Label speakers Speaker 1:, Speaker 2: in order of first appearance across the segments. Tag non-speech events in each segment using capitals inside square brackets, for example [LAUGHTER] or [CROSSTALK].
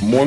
Speaker 1: Moin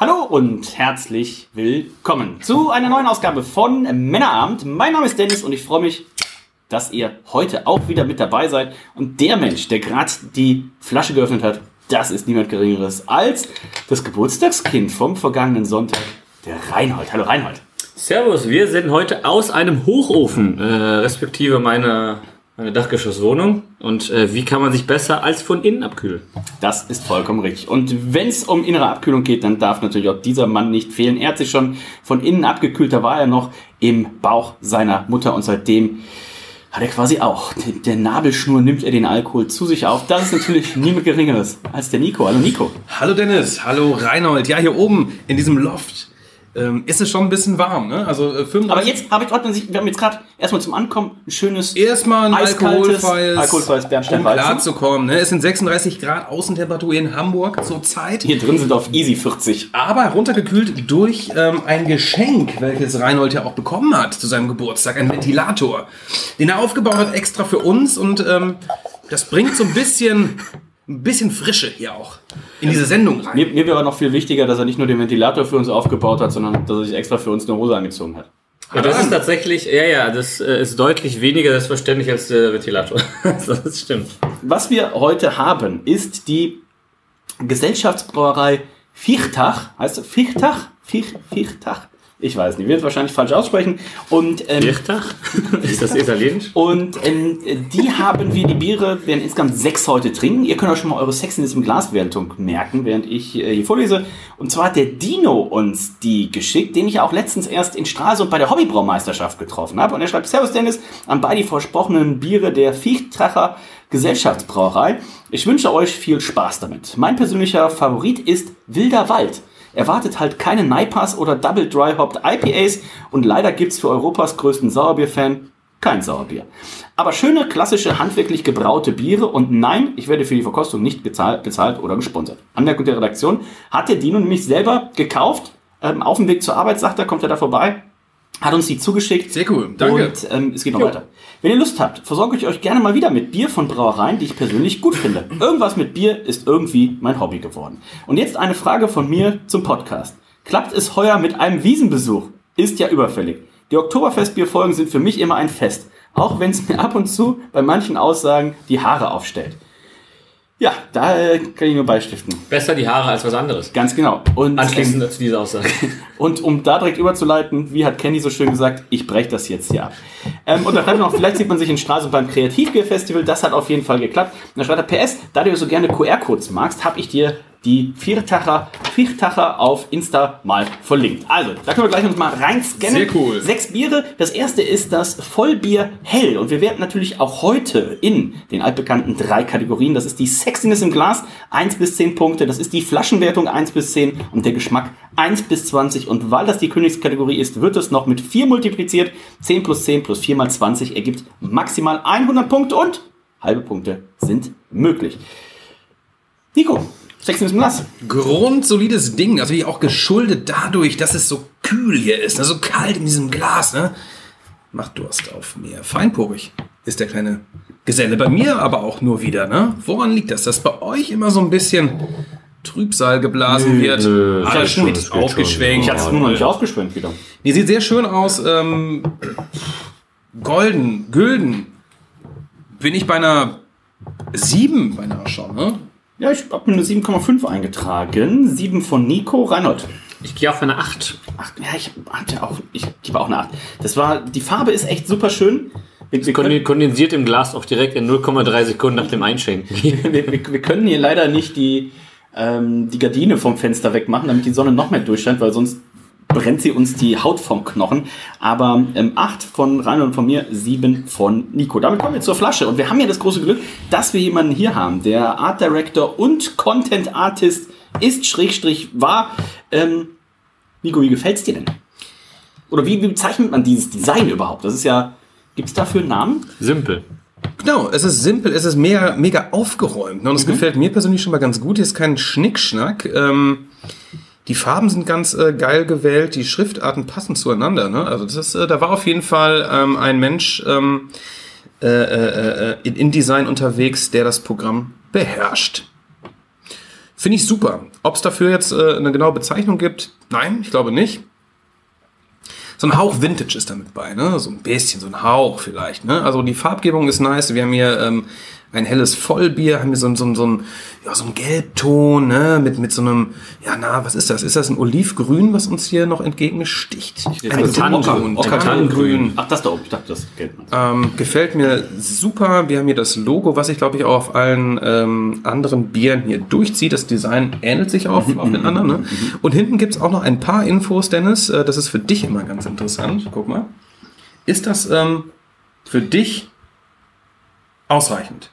Speaker 2: Hallo und herzlich willkommen zu einer neuen Ausgabe von Männerabend. Mein Name ist Dennis und ich freue mich, dass ihr heute auch wieder mit dabei seid. Und der Mensch, der gerade die Flasche geöffnet hat, das ist niemand Geringeres als das Geburtstagskind vom vergangenen Sonntag, der Reinhold. Hallo Reinhold.
Speaker 3: Servus, wir sind heute aus einem Hochofen, äh, respektive meiner meine Dachgeschosswohnung. Und äh, wie kann man sich besser als von innen abkühlen?
Speaker 2: Das ist vollkommen richtig. Und wenn es um innere Abkühlung geht, dann darf natürlich auch dieser Mann nicht fehlen. Er hat sich schon von innen abgekühlt. Da war er noch im Bauch seiner Mutter und seitdem hat er quasi auch. Der Nabelschnur nimmt er den Alkohol zu sich auf. Das ist natürlich niemand Geringeres als der Nico. Hallo Nico.
Speaker 4: Hallo Dennis. Hallo Reinhold. Ja, hier oben in diesem Loft. Ähm, ist es schon ein bisschen warm, ne? Also äh, 35.
Speaker 2: Aber jetzt habe ich ordnen sich, wir haben jetzt gerade erstmal zum Ankommen ein schönes
Speaker 4: erstmal ein alkoholfreies,
Speaker 2: alkoholfreies
Speaker 4: um klar zu kommen, ne? Es sind 36 Grad Außentemperatur in Hamburg zur Zeit.
Speaker 2: Hier drin sind auf easy 40.
Speaker 4: Aber runtergekühlt durch ähm, ein Geschenk, welches Reinhold ja auch bekommen hat zu seinem Geburtstag, ein Ventilator, den er aufgebaut hat extra für uns und ähm, das bringt so ein bisschen ein bisschen Frische hier auch in diese Sendung rein.
Speaker 2: Mir, mir wäre noch viel wichtiger, dass er nicht nur den Ventilator für uns aufgebaut hat, sondern dass er sich extra für uns eine Hose angezogen hat.
Speaker 3: Ja, das ist tatsächlich, ja, ja, das äh, ist deutlich weniger selbstverständlich als der Ventilator. [LAUGHS] das stimmt.
Speaker 2: Was wir heute haben, ist die Gesellschaftsbrauerei Fichtach. Heißt es Fichtach? Ficht, Fichtach? Ich weiß nicht, wird wahrscheinlich falsch aussprechen. Und,
Speaker 3: ähm, Viertag? [LAUGHS] Ist das italienisch?
Speaker 2: Und ähm, die haben wir, die Biere, werden insgesamt sechs heute trinken. Ihr könnt euch schon mal eure Sexiness im Glaswertung merken, während ich äh, hier vorlese. Und zwar hat der Dino uns die geschickt, den ich ja auch letztens erst in Stralsund bei der Hobbybraumeisterschaft getroffen habe. Und er schreibt, Servus Dennis, an beide versprochenen Biere der Viechtracher Gesellschaftsbrauerei. Ich wünsche euch viel Spaß damit. Mein persönlicher Favorit ist Wilder Wald erwartet halt keine Naipas oder Double Dry Hopped IPAs und leider gibt's für Europas größten Sauerbier-Fan kein Sauerbier. Aber schöne, klassische, handwerklich gebraute Biere und nein, ich werde für die Verkostung nicht bezahlt, bezahlt oder gesponsert. Anmerkung der Redaktion, hat der Dino nämlich selber gekauft, ähm, auf dem Weg zur Arbeit, sagt er, kommt er da vorbei, hat uns die zugeschickt.
Speaker 4: Sehr cool, danke.
Speaker 2: Und ähm, es geht noch jo. weiter. Wenn ihr Lust habt, versorge ich euch gerne mal wieder mit Bier von Brauereien, die ich persönlich gut
Speaker 4: [LAUGHS]
Speaker 2: finde. Irgendwas mit Bier ist irgendwie mein Hobby geworden. Und jetzt eine Frage von mir zum Podcast. Klappt es heuer mit einem Wiesenbesuch? Ist ja überfällig. Die Oktoberfestbierfolgen sind für mich immer ein Fest. Auch wenn es mir ab und zu bei manchen Aussagen die Haare aufstellt. Ja, da äh, kann ich nur beistiften.
Speaker 3: Besser die Haare als was anderes.
Speaker 2: Ganz genau.
Speaker 3: Und anschließend ähm, zu dieser Aussage.
Speaker 2: Und um da direkt überzuleiten, wie hat Kenny so schön gesagt, ich breche das jetzt hier ab. Ähm, und da schreibt noch, vielleicht sieht man sich in Straße beim Kreativbier-Festival, das hat auf jeden Fall geklappt. Und da schreibt er, PS, da du so gerne QR-Codes magst, habe ich dir die Viertacher, Viertacher auf Insta mal verlinkt. Also, da können wir gleich uns mal reinscannen.
Speaker 4: Sehr cool.
Speaker 2: Sechs Biere. Das erste ist das Vollbier Hell. Und wir werden natürlich auch heute in den altbekannten drei Kategorien. Das ist die Sexiness im Glas, 1 bis 10 Punkte. Das ist die Flaschenwertung, 1 bis 10. Und der Geschmack, 1 bis 20. Und weil das die Königskategorie ist, wird es noch mit 4 multipliziert. 10 plus 10 plus 4 mal 20 ergibt maximal 100 Punkte. Und halbe Punkte sind möglich. Nico, Sechsen ist nass.
Speaker 4: Grundsolides Ding, natürlich auch geschuldet dadurch, dass es so kühl hier ist, ne? so kalt in diesem Glas. Ne? Macht Durst auf mir. Feinporig ist der kleine Geselle. Bei mir aber auch nur wieder. Ne? Woran liegt das, dass bei euch immer so ein bisschen Trübsal geblasen wird?
Speaker 2: Nö, nö, Alles
Speaker 4: schon wird aufgeschwenkt.
Speaker 2: Ich hatte es nur noch
Speaker 4: äh,
Speaker 2: nicht aufgeschwenkt wieder.
Speaker 4: Die sieht sehr schön aus. Ähm, golden, gülden. Bin ich bei einer 7 beinahe schon, ne?
Speaker 2: Ja, ich habe mir eine 7,5 eingetragen. 7 von Nico Reinhold.
Speaker 3: Ich gehe auf eine 8.
Speaker 2: Ach, ja, ich hatte auch, ich gebe auch eine 8. Das war, die Farbe ist echt super schön.
Speaker 3: Wir, wir können, kondensiert im Glas auch direkt in 0,3 Sekunden nach dem Einschenken.
Speaker 2: [LAUGHS]
Speaker 3: [LAUGHS]
Speaker 2: wir, wir, wir, können hier leider nicht die, ähm, die Gardine vom Fenster wegmachen, damit die Sonne noch mehr durchscheint, weil sonst brennt sie uns die Haut vom Knochen. Aber ähm, 8 von Reinhold und von mir, 7 von Nico. Damit kommen wir zur Flasche. Und wir haben ja das große Glück, dass wir jemanden hier haben. Der Art Director und Content Artist ist, Schrägstrich, war. Ähm, Nico, wie gefällt's dir denn? Oder wie, wie bezeichnet man dieses Design überhaupt? Das ist ja. Gibt es dafür einen Namen?
Speaker 3: Simpel.
Speaker 4: Genau, es ist simpel, es ist mega, mega aufgeräumt. ne? Und es gefällt mir persönlich schon mal ganz gut. Hier ist kein Schnickschnack. Ähm, die Farben sind ganz äh, geil gewählt, die Schriftarten passen zueinander. Ne? Also das ist, äh, da war auf jeden Fall ähm, ein Mensch ähm, äh, äh, äh, in InDesign unterwegs, der das Programm beherrscht. Finde ich super. Ob es dafür jetzt äh, eine genaue Bezeichnung gibt? Nein, ich glaube nicht. So ein Hauch Vintage ist damit bei, ne? So ein bisschen, so ein Hauch vielleicht, ne? Also die Farbgebung ist nice. Wir haben hier ähm, ein helles Vollbier, haben hier so, ein- so, ein- so, ein, ja, so ein Gelbton, ne? Mit, mit so einem, ja, na, was ist das? Ist das ein Olivgrün, was uns hier noch entgegensticht? Ein
Speaker 2: Tannengrün. Tannengrün.
Speaker 4: Ocker- Tannengrün.
Speaker 2: Ach, das da oben. Ich dachte, das kennt man.
Speaker 4: Ähm, gefällt mir super. Wir haben hier das Logo, was sich, glaube ich, auch auf allen ähm, anderen Bieren hier durchzieht. Das Design ähnelt sich auch auf den anderen. Ne? Und hinten gibt's auch noch ein paar Infos, Dennis. Äh, das ist für dich immer ganz interessant. Guck mal. Ist das ähm, für dich ausreichend?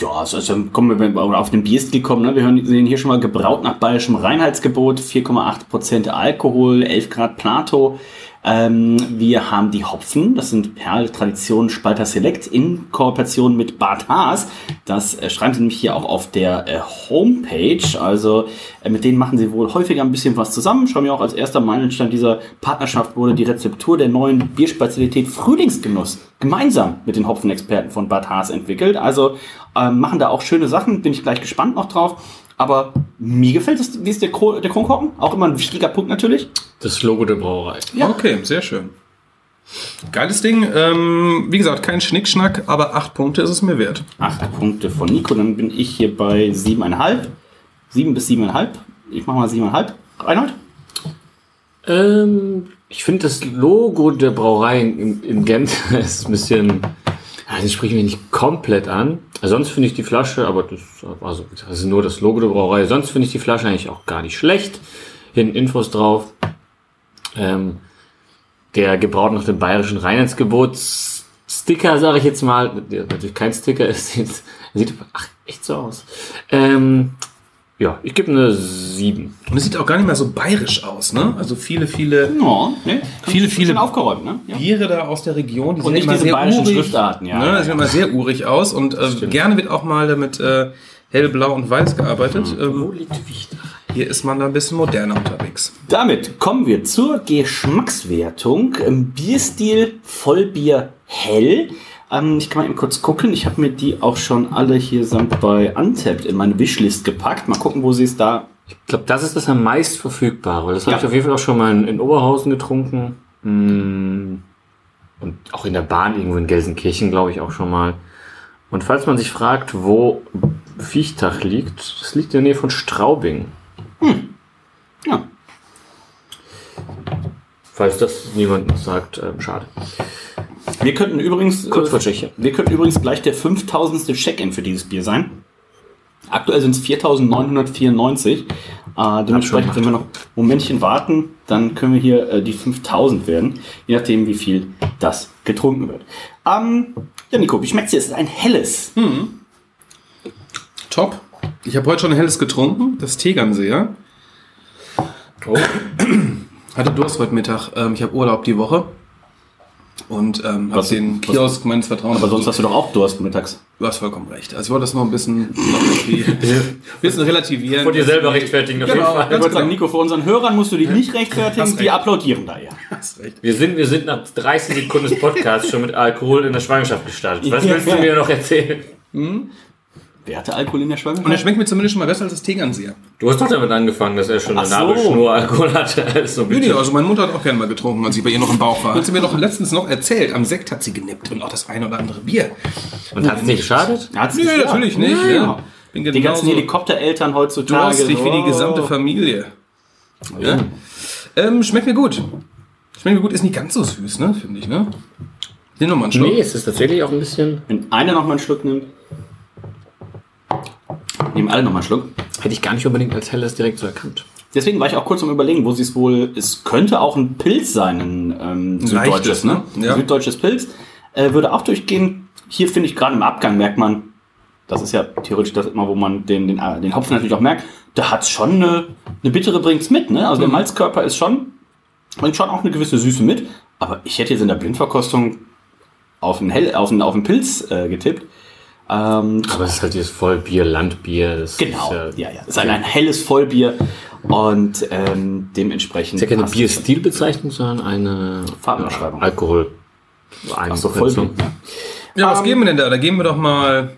Speaker 2: Ja, also, also kommen wir wenn wir auf den Bierstil kommen. Ne? Wir hören, sehen hier schon mal gebraut nach bayerischem Reinheitsgebot, 4,8% Alkohol, 11 Grad Plato. Ähm, wir haben die Hopfen, das sind Perl Tradition Spalter Select in Kooperation mit Bad Haas. Das äh, schreiben sie nämlich hier auch auf der äh, Homepage. Also äh, mit denen machen sie wohl häufiger ein bisschen was zusammen. Schreiben ja auch als erster Meilenstein dieser Partnerschaft wurde die Rezeptur der neuen Bierspezialität Frühlingsgenuss gemeinsam mit den Hopfenexperten von Bad Haas entwickelt. Also ähm, machen da auch schöne Sachen, bin ich gleich gespannt noch drauf. Aber mir gefällt es, wie ist der, Kro der Kronkorken? Auch immer ein wichtiger Punkt natürlich.
Speaker 3: Das Logo der Brauerei.
Speaker 2: Ja.
Speaker 4: Okay, sehr schön. Geiles Ding. Ähm, wie gesagt, kein Schnickschnack, aber acht Punkte ist es mir wert.
Speaker 2: Acht Punkte von Nico, dann bin ich hier bei siebeneinhalb. Sieben bis siebeneinhalb. Ich mache mal siebeneinhalb. Reinhold?
Speaker 3: Ähm, ich finde das Logo der Brauerei in, in Gent [LAUGHS] ist ein bisschen. ja, Das spricht mich nicht komplett an. Also Sonst finde ich die Flasche, aber das, also, das ist nur das Logo der Brauerei. Sonst finde ich die Flasche eigentlich auch gar nicht schlecht. Hinten Infos drauf. Ähm, der gebraut nach dem bayerischen Reinheitsgebotssticker, sage ich jetzt mal. Der natürlich kein Sticker ist. [LAUGHS] Jetzt, sieht ach, echt so aus. Ähm, ja, ich ne gebe eine 7.
Speaker 4: Und es sieht auch gar nicht mehr so bayerisch aus, ne? Also viele, viele
Speaker 2: Ja, ne?
Speaker 4: Viele, viele-
Speaker 2: Schön aufgeräumt, ne? Ja.
Speaker 4: Biere da aus der Region, die
Speaker 2: Und nicht
Speaker 4: immer
Speaker 2: diese
Speaker 4: sehr
Speaker 2: bayerischen
Speaker 4: urig.
Speaker 2: Schriftarten, ja.
Speaker 4: Ne, das sieht immer sehr urig aus und äh, gerne wird auch mal mit äh, hellblau und weiß
Speaker 2: Hm.
Speaker 4: gearbeitet. Ähm,
Speaker 3: liegt Wicht?
Speaker 4: hier ist man da ein bisschen moderner unterwegs.
Speaker 2: Damit kommen wir zur Geschmackswertung. Ähm, Bierstil Vollbier hell. Ähm, ich kann mal eben kurz gucken. Ich habe mir die auch schon alle hier samt bei Untapped in meine Wishlist gepackt. Mal gucken, wo sie es da.
Speaker 3: Ich glaube, das ist das am meist verfügbare. Das habe
Speaker 2: Ja.
Speaker 3: ich auf jeden Fall auch schon mal in, in Oberhausen getrunken.
Speaker 2: Mhm.
Speaker 3: Mm. Und auch in der Bahn irgendwo in Gelsenkirchen, glaube ich, auch schon mal. Und falls man sich fragt, wo Viechtach liegt, das liegt in der Nähe von Straubing.
Speaker 2: Hm. Ja.
Speaker 3: Falls das niemand sagt, ähm, schade.
Speaker 2: Wir könnten übrigens. äh,
Speaker 3: Kurz vor Tschechien.
Speaker 2: Wir könnten übrigens gleich der 5000. Check-in für dieses Bier sein. Aktuell sind es 4994. Äh, dementsprechend, wenn wir noch ein Momentchen warten, dann können wir hier äh, die 5000 werden. Je nachdem, wie viel das getrunken wird. Ähm, ja, Nico, wie schmeckt es dir? Es ist ein helles.
Speaker 4: Hm. Top. Ich habe heute schon ein helles getrunken, das Tegernseher.
Speaker 3: Oh.
Speaker 4: [CLEARS THROAT] Hatte Durst heute Mittag. Ähm, ich habe Urlaub die Woche. Und ähm, habe
Speaker 2: Was-
Speaker 4: den
Speaker 2: was-
Speaker 4: Kiosk meines Vertrauens.
Speaker 2: Aber sonst hast du doch auch Durst mittags.
Speaker 4: du hast vollkommen recht. Also ich wollte das noch ein bisschen, noch irgendwie, ein
Speaker 2: [LAUGHS]
Speaker 4: bisschen relativieren.
Speaker 3: Wollt ihr selber rechtfertigen, auf jeden
Speaker 4: Genau.
Speaker 3: Fall.
Speaker 4: Ganz
Speaker 2: Ich wollte sagen,
Speaker 4: genau.
Speaker 2: Nico, vor unseren Hörern musst du dich nicht rechtfertigen.
Speaker 4: Hast
Speaker 2: Die
Speaker 4: recht.
Speaker 2: applaudieren da ja.
Speaker 4: Hast recht.
Speaker 3: Wir sind, wir sind nach 30 Sekunden des Podcasts schon mit Alkohol in der Schwangerschaft gestartet. Was willst du mir noch erzählen?
Speaker 2: Wer hatte Alkohol in der Schwangerschaft?
Speaker 4: Und er schmeckt mir zumindest schon mal besser als das Tegernseher.
Speaker 3: Du hast doch damit angefangen, dass er schon eine
Speaker 2: Ach so.
Speaker 3: Nabelschnur Alkohol hatte. Also
Speaker 4: Ja,
Speaker 3: bitte.
Speaker 4: nee, also meine Mutter hat auch gerne mal getrunken, als ich bei ihr noch im Bauch war. Hat sie mir doch letztens noch erzählt, am Sekt hat sie genippt und auch das eine oder andere Bier.
Speaker 3: Und hat es nicht geschadet?
Speaker 2: Hat's
Speaker 4: Nee,
Speaker 2: gesagt.
Speaker 4: natürlich nicht.
Speaker 2: Ja,
Speaker 4: ja.
Speaker 2: genau.
Speaker 4: Bin
Speaker 2: Die ganzen
Speaker 4: genauso
Speaker 2: Helikoptereltern heutzutage.
Speaker 4: durstig wie die
Speaker 2: Oh.
Speaker 4: gesamte Familie. Ja. Ähm, schmeckt mir gut. Schmeckt mir gut, ist nicht ganz so süß, ne? Finde ich, ne? Ich nehme nochmal einen Schluck.
Speaker 3: Nee, es ist tatsächlich auch ein bisschen.
Speaker 2: Wenn einer nochmal einen Schluck nimmt, nehmen alle nochmal einen Schluck.
Speaker 3: Hätte ich gar nicht unbedingt als helles direkt so erkannt.
Speaker 2: Deswegen war ich auch kurz am Überlegen, wo sie es wohl. Es könnte auch ein Pilz sein, ein ähm, süddeutsches,
Speaker 4: leichtes,
Speaker 2: ne?
Speaker 4: ne? Ja.
Speaker 2: Süddeutsches Pilz. Äh, würde auch durchgehen. Hier finde ich gerade im Abgang merkt man, Das ist ja theoretisch das immer, wo man den, den, äh, den Hopfen natürlich auch merkt. Da hat's schon eine, eine bittere bringt's mit, ne? Also der Malzkörper ist schon, bringt schon auch eine gewisse Süße mit. Aber ich hätte jetzt in der Blindverkostung auf einen, Hell, auf einen, auf einen Pilz äh, getippt. Ähm,
Speaker 3: Aber es ist halt dieses Vollbier, Landbier. Das
Speaker 2: genau,
Speaker 3: Ist ja,
Speaker 2: ja, ja. Es ist ein, ein helles vollbier und ähm, dementsprechend.
Speaker 3: ist ja keine
Speaker 2: passt-
Speaker 3: Bierstilbezeichnung, sondern eine
Speaker 2: Farbenbeschreibung.
Speaker 3: Ja, Alkohol.
Speaker 2: Ach so, Vollbier.
Speaker 3: Eingrenzung.
Speaker 4: Ja, was geben wir denn da? Da geben wir doch mal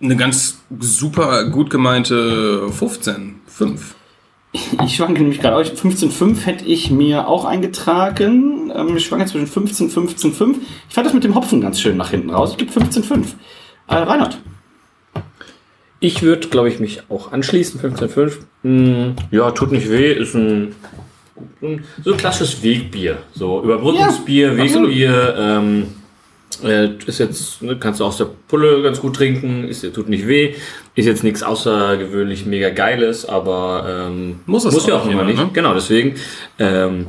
Speaker 4: eine ganz super gut gemeinte 15, 5.
Speaker 2: [LAUGHS] Ich schwanke nämlich gerade. auch. 15,5 hätte ich mir auch eingetragen. Ähm, Ich schwanke zwischen 15, 15, 5. Ich fand das mit dem Hopfen ganz schön nach hinten raus. Ich gebe 15,5. Äh, Reinhard.
Speaker 3: Ich würde, glaube ich, mich auch anschließen, 15,5. Mm, ja, tut nicht weh, ist ein, ein so ein klassisches Wegbier. So Überbrückungsbier,
Speaker 2: Ja, absolut.
Speaker 3: Wegbier. Ähm, äh, ist jetzt, ne, kannst du aus der Pulle ganz gut trinken, ist, tut nicht weh. Ist jetzt nichts außergewöhnlich mega geiles, aber ähm,
Speaker 4: Muss es
Speaker 3: muss ja
Speaker 4: auch
Speaker 3: auch immer
Speaker 4: nicht,
Speaker 3: nicht.
Speaker 4: ne?
Speaker 3: Genau, deswegen. Ähm,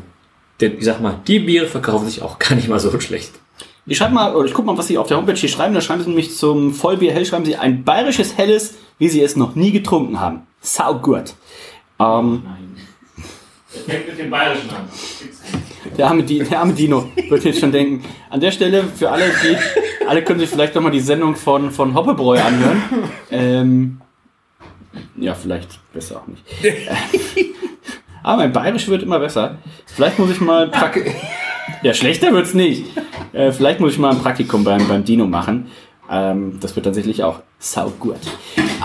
Speaker 3: denn ich sag mal, die Biere verkaufen sich auch [LAUGHS] gar nicht mal so schlecht.
Speaker 2: Ich schreibe mal, oder ich guck mal, was sie auf der Homepage hier schreiben. Da schreiben sie nämlich zum Vollbier hell, schreiben sie ein bayerisches Helles, wie sie es noch nie getrunken haben. Sau gut. Ähm,
Speaker 3: Fängt mit dem Bayerischen an.
Speaker 2: der, arme Di- der arme Dino wird jetzt schon denken. An der Stelle für alle, die, alle können sich vielleicht nochmal die Sendung von, von Hoppebräu anhören. Ähm, ja, vielleicht besser auch nicht. [LAUGHS] Äh, Aber mein Bayerisch wird immer besser. Vielleicht muss ich mal. Prakt- Ja, schlechter wird's nicht. Äh, vielleicht muss ich mal ein Praktikum beim, beim Dino machen. Ähm, das wird tatsächlich auch saugut.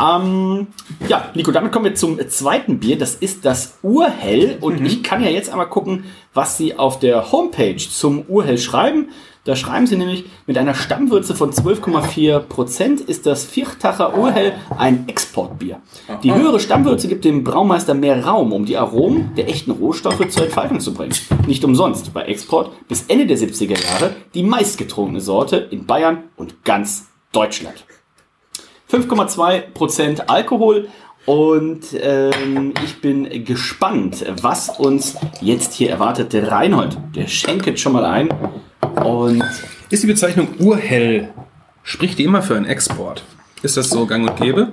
Speaker 2: Ähm, ja, Nico, damit kommen wir zum zweiten Bier. Das ist das Urhell. Und ich kann ja jetzt einmal gucken, was Sie auf der Homepage zum Urhell schreiben. Da schreiben Sie nämlich, mit einer Stammwürze von 12,4% ist das Viertacher Urhell ein Exportbier. Die höhere Stammwürze gibt dem Braumeister mehr Raum, um die Aromen der echten Rohstoffe zur Entfaltung zu bringen. Nicht umsonst bei Export bis Ende der 70er Jahre die meistgetrunkene Sorte in Bayern und ganz Deutschland. 5,2% Alkohol. Und ähm, ich bin gespannt, was uns jetzt hier erwartet. Der Reinhold, der schenkt jetzt schon mal ein. Und
Speaker 4: Ist die Bezeichnung Urhell, spricht die immer für einen Export? Ist das so gang und gäbe?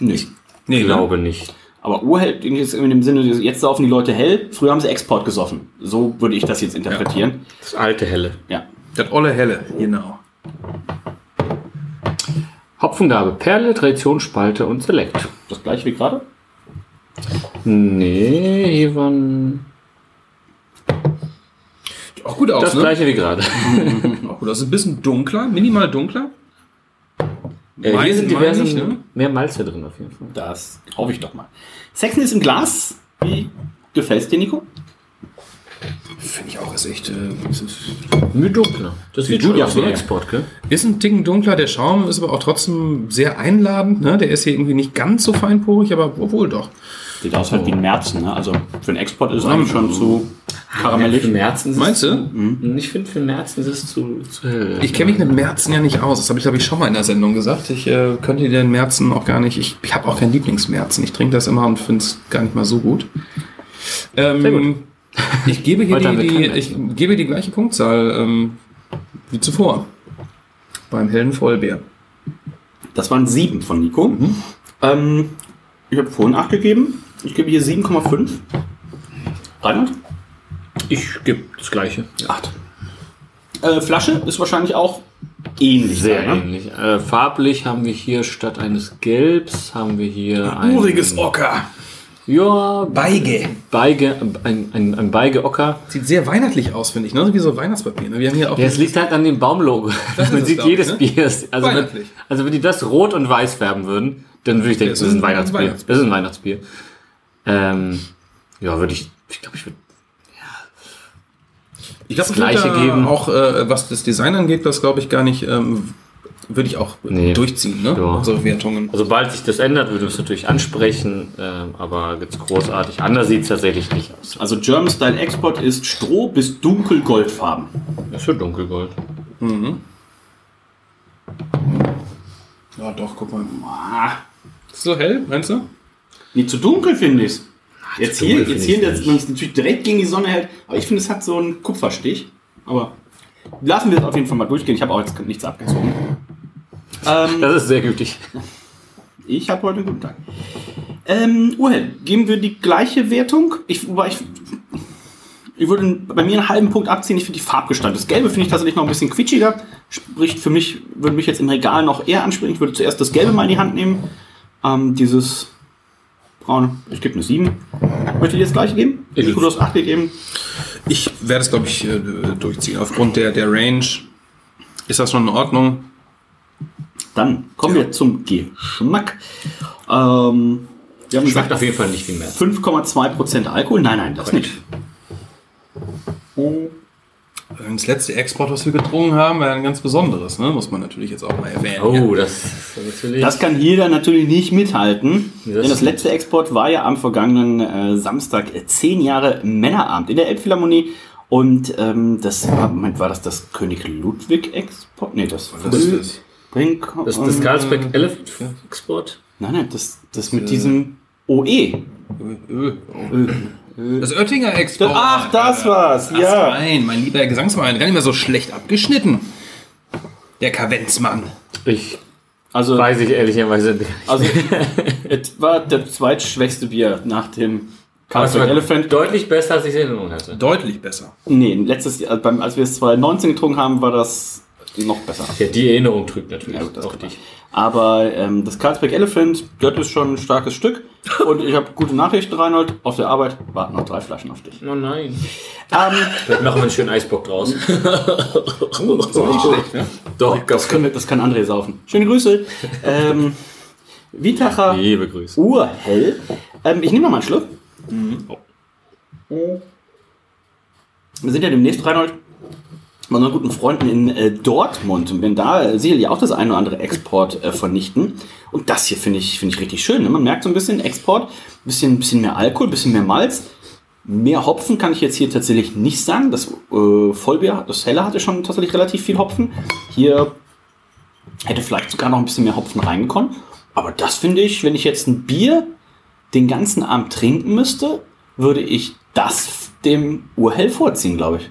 Speaker 2: nicht.
Speaker 4: Nee,
Speaker 3: Ich
Speaker 4: ne?
Speaker 3: glaube nicht.
Speaker 2: Aber Urhell irgendwie ist in dem Sinne, jetzt saufen die Leute hell, früher haben sie Export gesoffen. So würde ich das jetzt interpretieren.
Speaker 3: Das alte Helle.
Speaker 2: Ja.
Speaker 4: Das olle Helle, genau.
Speaker 3: Hopfengabe, Perle, Tradition, Spalte und Select.
Speaker 2: Das gleiche wie gerade.
Speaker 3: Nee, hier waren.
Speaker 4: Auch gut aus,
Speaker 3: Das
Speaker 4: ne?
Speaker 3: gleiche wie gerade.
Speaker 4: Auch gut aus. Ein bisschen dunkler, minimal dunkler.
Speaker 3: Äh, hier
Speaker 4: Weiß-
Speaker 3: sind
Speaker 4: weiß
Speaker 3: diverse
Speaker 4: ich, ne?
Speaker 3: mehr Malze drin auf jeden Fall.
Speaker 2: Das hoffe ich doch mal. Sexen ist im Glas. Wie gefällt's dir, Nico?
Speaker 4: Finde ich auch, ist echt. Äh, ist,
Speaker 3: Mühe dunkler. Das wird
Speaker 2: Mühe
Speaker 3: schon auch so ein
Speaker 2: dunkler, ja.
Speaker 3: Export, gell?
Speaker 4: ist ein Ticken dunkler, der Schaum ist aber auch trotzdem sehr einladend. Ne? Der ist hier irgendwie nicht ganz so feinporig, aber wohl doch.
Speaker 2: Sieht aus halt wie ein Märzen, ne? Also für einen Export ist es eigentlich schon zu
Speaker 3: Für
Speaker 2: karamellig.
Speaker 3: Märzen ist
Speaker 4: Meinst du?
Speaker 3: du? Ich finde, für Märzen ist es zu, zu hell.
Speaker 4: Ich kenne mich mit Merzen ja nicht aus. Das habe ich, glaube ich, schon mal in der Sendung gesagt. Ich äh, könnte den Merzen auch gar nicht. Ich, ich habe auch kein Lieblingsmerzen. Ich trinke das immer und finde es gar nicht mal so gut. Ähm,
Speaker 3: Sehr gut.
Speaker 4: Ich gebe hier
Speaker 3: Heute
Speaker 4: die,
Speaker 3: haben wir
Speaker 4: die,
Speaker 3: keinen
Speaker 4: ich gebe die gleiche Punktzahl ähm, wie zuvor. Beim hellen Vollbier.
Speaker 2: Das waren sieben von Nico. Ähm, ich habe vorhin acht gegeben. Ich gebe hier 7,5. Reinhard?
Speaker 3: Ich gebe das gleiche.
Speaker 2: Acht. Äh, Flasche ist wahrscheinlich auch ähnlich.
Speaker 3: Sehr
Speaker 2: ne?
Speaker 3: ähnlich. Äh, farblich haben wir hier statt eines Gelbs haben wir hier ein
Speaker 4: Uriges Ocker.
Speaker 3: Ja,
Speaker 4: Beige.
Speaker 3: Beige, ein, ein, ein Beigeocker.
Speaker 4: Sieht sehr weihnachtlich aus, finde ich. Ne? Wie so Weihnachtspapier. Ne? Wir haben hier auch.
Speaker 3: Ja, es liegt halt an dem Baumlogo.
Speaker 4: Das
Speaker 3: [LAUGHS]
Speaker 4: ist
Speaker 3: Man
Speaker 4: es,
Speaker 3: sieht
Speaker 4: glaub ich,
Speaker 3: jedes
Speaker 4: ne?
Speaker 3: Bier. ist- Also wenn,
Speaker 4: Weihnachtlich.
Speaker 3: also wenn die das rot und weiß färben würden, dann würde ich denken,
Speaker 4: Das
Speaker 3: das
Speaker 4: ist
Speaker 3: ist ein
Speaker 4: ein
Speaker 3: Weihnachtsbier.
Speaker 4: Weihnachtsbier.
Speaker 3: Das ist ein Weihnachtsbier. Ähm, ja, würde ich, ich glaube, ich würde,
Speaker 4: ich glaub,
Speaker 3: das
Speaker 4: ich würd
Speaker 3: Gleiche
Speaker 4: da
Speaker 3: geben.
Speaker 4: Auch äh, was das Design angeht, das glaube ich gar nicht. Ähm, würde ich auch
Speaker 3: Nee.
Speaker 4: durchziehen, ne?
Speaker 3: Ja.
Speaker 4: Unsere Wertungen.
Speaker 3: also sobald sich das ändert, würde ich es natürlich ansprechen, ähm, aber jetzt großartig. Anders sieht es tatsächlich nicht aus.
Speaker 2: Also German Style Export ist Stroh bis dunkel goldfarben.
Speaker 3: Das ist für dunkelgold.
Speaker 4: Ja, doch, guck mal.
Speaker 2: Ah,
Speaker 4: So hell, meinst du?
Speaker 2: nicht zu dunkel finde ich. Jetzt
Speaker 3: zu
Speaker 2: hier,
Speaker 3: dunkel
Speaker 2: jetzt
Speaker 3: find
Speaker 2: hier,
Speaker 3: ich's
Speaker 2: dass man es natürlich direkt gegen die Sonne hält. Aber ich finde, es hat so einen Kupferstich. Aber lassen wir es auf jeden Fall mal durchgehen. Ich habe auch jetzt nichts abgezogen. Ähm,
Speaker 3: Das ist sehr gütig.
Speaker 2: ich habe heute einen guten Tag. Ähm, Urhelm, geben wir die gleiche Wertung? Ich, wobei ich, ich würde bei mir einen halben Punkt abziehen. Ich finde die Farbgestalt. Das Gelbe finde ich tatsächlich noch ein bisschen quitschiger. Spricht für mich, würde mich jetzt im Regal noch eher ansprechen. Ich würde zuerst das Gelbe mal in die Hand nehmen. Ähm, dieses braune. Ich gebe eine 7. Möchte ich jetzt gleich geben?
Speaker 3: Ich-
Speaker 2: Nico, du hast 8 gegeben.
Speaker 4: Ich werde es, glaube ich, äh, durchziehen. Aufgrund der, der Range ist das schon in Ordnung.
Speaker 2: Dann kommen wir zum Geschmack. Ähm, wir haben
Speaker 3: [LAUGHS] Schmeckt
Speaker 2: gesagt,
Speaker 3: auf jeden Fall nicht viel mehr.
Speaker 2: 5,2% Alkohol. Nein, nein, das nicht.
Speaker 3: Oh.
Speaker 4: Das letzte Export, was wir getrunken haben, war ein ganz besonderes, ne? muss man natürlich jetzt auch mal erwähnen.
Speaker 3: Oh, das ist natürlich.
Speaker 2: Das kann jeder natürlich nicht mithalten.
Speaker 3: Ja, das
Speaker 2: denn das
Speaker 3: stimmt.
Speaker 2: letzte Export war ja am vergangenen äh, Samstag äh, zehn Jahre Männerabend in der Elbphilharmonie. Und ähm, das war, Moment, war das das König Ludwig Export? Nee, das war
Speaker 4: Das ist es.
Speaker 2: Brink,
Speaker 3: das, das Carlsberg Elephant Export.
Speaker 2: Nein, nein, das, das
Speaker 3: Äh,
Speaker 2: mit diesem E. OE.
Speaker 4: Ö, ö. Das Oettinger Export.
Speaker 3: Oh,
Speaker 2: Ach, das war's,
Speaker 4: Ach,
Speaker 2: ja.
Speaker 4: Nein, mein lieber Gesangsmann, gar nicht mehr so schlecht abgeschnitten. Der Kavenzmann.
Speaker 3: Ich
Speaker 2: Also,
Speaker 3: weiß ich ehrlicherweise nicht.
Speaker 2: also [LAUGHS] es war der zweitschwächste Bier nach dem
Speaker 3: Das war
Speaker 2: Carlsberg Elephant.
Speaker 3: deutlich besser, als ich es in Erinnerung hatte.
Speaker 4: Deutlich besser.
Speaker 2: Nee, letztes Jahr, beim, als wir es 2019 getrunken haben, war das noch besser.
Speaker 3: Ja, die Erinnerung trügt natürlich.
Speaker 2: Ja, gut, das
Speaker 3: auch
Speaker 2: kann man.
Speaker 3: dich.
Speaker 2: Aber ähm, das Carlsberg Elephant, das ist schon ein starkes Stück. Und ich habe gute Nachrichten, Reinhold. Auf der Arbeit warten noch drei Flaschen auf dich.
Speaker 3: Oh [LAUGHS] nein.
Speaker 2: Ähm,
Speaker 3: Vielleicht machen wir einen schönen Eisbock draus. Oh.
Speaker 4: Das war nicht schlecht, ne?
Speaker 3: Doch,
Speaker 2: das, können wir, das kann André saufen. Schöne Grüße. Ähm, Vitacher
Speaker 3: Liebe Grüße.
Speaker 2: Uh, Urhell. Ähm, ich nehme noch mal einen Schluck. Wir sind ja demnächst, Reinhold, bei unseren guten Freunden in äh, Dortmund und werden da äh, sicherlich auch das ein oder andere Export äh, vernichten. Und das hier finde ich, finde ich richtig schön. Ne? Man merkt so ein bisschen Export, ein bisschen, bisschen mehr Alkohol, ein bisschen mehr Malz. Mehr Hopfen kann ich jetzt hier tatsächlich nicht sagen. Das äh, Vollbier, das Helle hatte schon tatsächlich relativ viel Hopfen. Hier hätte vielleicht sogar noch ein bisschen mehr Hopfen reingekommen. Aber das finde ich, wenn ich jetzt ein Bier den ganzen Abend trinken müsste, würde ich das dem Urhell vorziehen, glaube ich.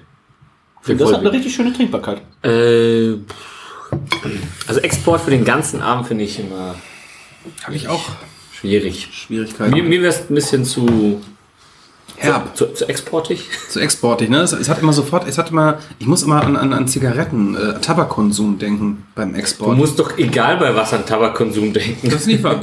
Speaker 3: Dem
Speaker 2: das hat eine
Speaker 3: Vollbier.
Speaker 2: richtig schöne Trinkbarkeit.
Speaker 3: Äh, also Export für den ganzen Abend finde ich immer
Speaker 4: Habe ich auch
Speaker 3: schwierig.
Speaker 4: Schwierigkeiten.
Speaker 3: Mir, mir wäre es ein bisschen zu,
Speaker 4: Herb,
Speaker 3: zu, zu exportig.
Speaker 4: so exportig, ne? Es, es hat immer sofort, es hat immer, ich muss immer an, an, an Zigaretten, äh, Tabakkonsum denken beim Export.
Speaker 3: Du musst doch egal bei was an Tabakkonsum denken.
Speaker 4: das ist nicht [LAUGHS] wahr.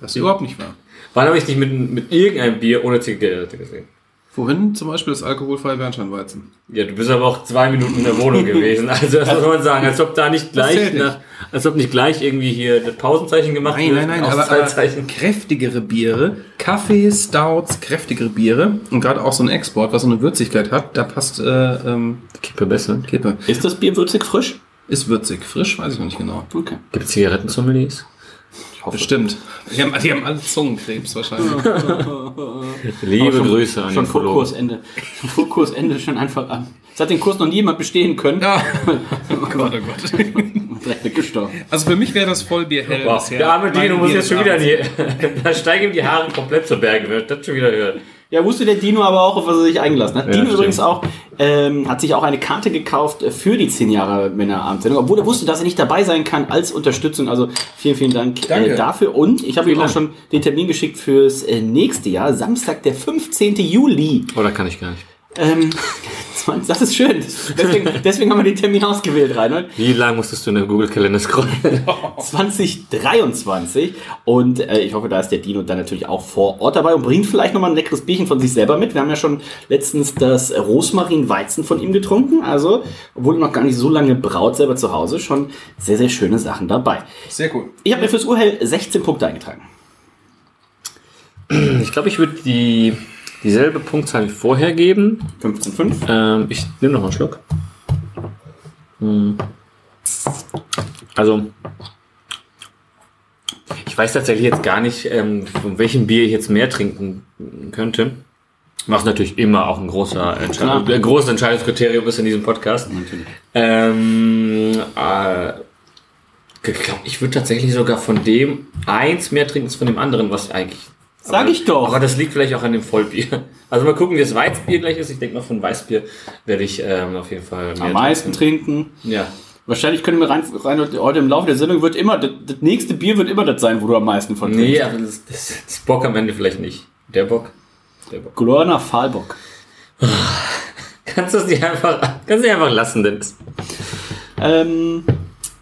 Speaker 4: Das ist überhaupt nicht wahr.
Speaker 3: Wann habe ich dich mit, mit irgendeinem Bier ohne Zigarette gesehen?
Speaker 4: Vorhin zum Beispiel das alkoholfreie Bernsteinweizen.
Speaker 3: Ja, du bist aber auch zwei Minuten in der Wohnung
Speaker 4: [LAUGHS]
Speaker 3: gewesen. Also das muss man sagen, als ob da nicht gleich
Speaker 4: zählt nicht.
Speaker 3: nach, als ob nicht gleich irgendwie hier das Pausenzeichen gemacht
Speaker 4: Nein,
Speaker 3: wird.
Speaker 4: nein, nein, aber, aber
Speaker 3: Auszeichnung.
Speaker 4: kräftigere Biere, Kaffee, Stouts, kräftigere Biere und gerade auch so ein Export, was so eine Würzigkeit hat, da passt äh, ähm,
Speaker 3: Kippe besser.
Speaker 4: Kippe.
Speaker 2: Ist das Bier würzig frisch?
Speaker 4: Ist würzig, frisch, weiß ich noch nicht genau.
Speaker 2: Okay.
Speaker 3: Gibt es Zigarettensommeliers?
Speaker 4: Bestimmt. Die haben, die haben alle Zungenkrebs wahrscheinlich.
Speaker 3: Liebe
Speaker 2: Aber schon-
Speaker 3: Grüße an
Speaker 2: Schon
Speaker 3: den
Speaker 2: vor
Speaker 3: Kollegen.
Speaker 2: Kursende. Schon vor Kursende schon einfach an. Es hat den Kurs noch nie jemand bestehen können. [LAUGHS]
Speaker 4: ja. Oh Gott, oh Gott.
Speaker 2: Direkt weggestorben.
Speaker 4: Also für mich wäre das Vollbier hell.
Speaker 3: Wow,
Speaker 4: bisher.
Speaker 3: der arme
Speaker 4: Mein
Speaker 3: Dino muss
Speaker 4: Bier
Speaker 3: jetzt
Speaker 4: des
Speaker 3: schon wieder
Speaker 4: Abends.
Speaker 3: die, [LAUGHS] da steigen ihm die Haare komplett zu Berge, wird das schon wieder hören.
Speaker 2: Ja, wusste der Dino aber auch, auf was er sich eingelassen hat. Dino
Speaker 3: stimmt.
Speaker 2: übrigens auch ähm, hat sich auch eine Karte gekauft äh, für die 10 Jahre Männerabendsendung, obwohl er wusste, dass er nicht dabei sein kann als Unterstützung. Also vielen, vielen Dank
Speaker 4: Danke.
Speaker 2: Äh, dafür. Und ich habe ihm auch schon den Termin geschickt fürs äh, nächste Jahr, Samstag, der 15. Juli.
Speaker 3: Oder Oh, kann ich gar nicht.
Speaker 2: Ähm, [LAUGHS] das ist schön. Deswegen, deswegen haben wir den Termin ausgewählt, Reinhold.
Speaker 3: Wie lange musstest du in den Google-Kalender scrollen?
Speaker 2: 2023. Und äh, ich hoffe, da ist der Dino dann natürlich auch vor Ort dabei und bringt vielleicht nochmal ein leckeres Bierchen von sich selber mit. Wir haben ja schon letztens das Rosmarin-Weizen von ihm getrunken. Also, obwohl er noch gar nicht so lange braut selber zu Hause, schon sehr, sehr schöne Sachen dabei.
Speaker 4: Sehr cool.
Speaker 2: Ich habe mir fürs Urhell 16 Punkte eingetragen.
Speaker 3: [LAUGHS] Ich glaube, ich würde die, dieselbe Punktzahl wie vorher geben.
Speaker 2: 15,5.
Speaker 3: Ähm, ich nehme noch mal einen Schluck. Hm. Also, ich weiß tatsächlich jetzt gar nicht, ähm, von welchem Bier ich jetzt mehr trinken könnte. Was natürlich immer auch ein großer Entsche
Speaker 2: Klar.
Speaker 3: ein großes Entscheidungskriterium ist in diesem Podcast. Ähm, äh, ich glaube, ich würde tatsächlich sogar von dem eins mehr trinken als von dem anderen, was eigentlich.
Speaker 2: Sag
Speaker 3: aber-
Speaker 2: ich doch.
Speaker 3: Aber das liegt vielleicht auch an dem Vollbier. Also mal gucken, wie das Weißbier gleich ist. Ich denke mal, von Weißbier werde ich ähm, auf jeden Fall mehr
Speaker 2: Am meisten
Speaker 3: trinken.
Speaker 2: trinken.
Speaker 3: Ja.
Speaker 2: Wahrscheinlich können wir rein, rein heute im Laufe der Sendung wird immer, das, das nächste Bier wird immer das sein, wo du am meisten von
Speaker 3: Nee, aber das, das, das Bock am Ende vielleicht nicht. Der Bock.
Speaker 2: Glorner Fahlbock.
Speaker 3: Kannst du es nicht einfach, kannst du nicht einfach lassen, Dennis.
Speaker 2: Ähm,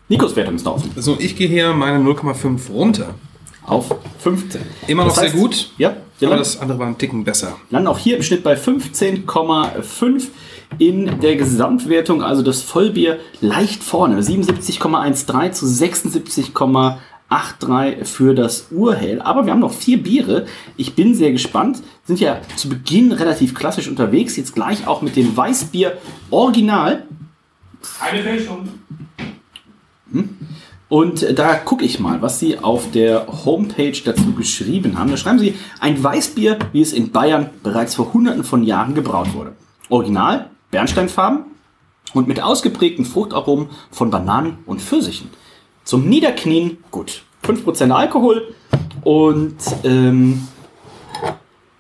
Speaker 2: Nikos Wertung ist noch offen.
Speaker 4: So, ich gehe hier meine 0,5 runter.
Speaker 2: Auf 15.
Speaker 4: Immer noch
Speaker 2: Das heißt-
Speaker 4: sehr gut.
Speaker 2: Ja, wir
Speaker 4: Aber
Speaker 2: landen,
Speaker 4: das andere war einen Ticken besser.
Speaker 2: landen auch hier im Schnitt bei 15,5 in der Gesamtwertung. Also das Vollbier leicht vorne. 77,13 zu 76,83 für das Urhell. Aber wir haben noch vier Biere. Ich bin sehr gespannt. Sind ja zu Beginn relativ klassisch unterwegs. Jetzt gleich auch mit dem Weißbier Original.
Speaker 5: Eine Fälschung.
Speaker 2: Und äh, da gucke ich mal, was Sie auf der Homepage dazu geschrieben haben. Da schreiben Sie, ein Weißbier, wie es in Bayern bereits vor hunderten von Jahren gebraut wurde. Original, Bernsteinfarben und mit ausgeprägten Fruchtaromen von Bananen und Pfirsichen. Zum Niederknien, gut, 5% Alkohol und ähm,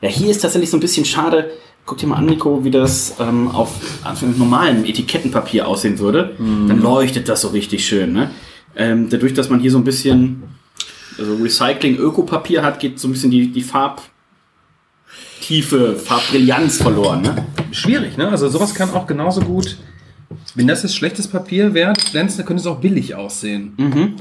Speaker 2: ja, hier ist tatsächlich so ein bisschen schade. Guck dir mal an, Nico, wie das ähm, auf, auf einem normalen Etikettenpapier aussehen würde. Dann leuchtet das so richtig schön. Ne? Ähm, dadurch, dass man hier so ein bisschen also Recycling-Ökopapier hat, geht so ein bisschen die, die Farbtiefe, Farbbrillanz verloren. Ne?
Speaker 4: Schwierig, ne? Also sowas kann auch genauso gut. Wenn das jetzt schlechtes Papier wäre, das glänzt, dann könnte es auch billig aussehen.
Speaker 2: Mhm.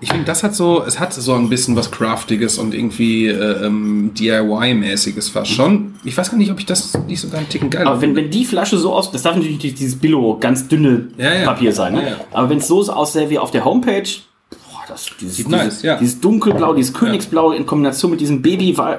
Speaker 4: Ich finde, das hat so, es hat so ein bisschen was Craftiges und irgendwie äh, ähm, DIY-mäßiges fast schon. Ich weiß gar nicht, ob ich das nicht sogar einen Ticken geil
Speaker 2: Aber wenn, wenn die Flasche so aus, das darf natürlich nicht dieses Billo ganz dünne
Speaker 4: Ja, ja.
Speaker 2: Papier sein, ne?
Speaker 4: Ja, ja.
Speaker 2: aber wenn es so aussähe wie auf der Homepage, boah, das, dieses,
Speaker 4: Sieht
Speaker 2: dieses,
Speaker 4: nice, ja.
Speaker 2: dieses dunkelblau, dieses Königsblau in Kombination mit diesem Baby, äh,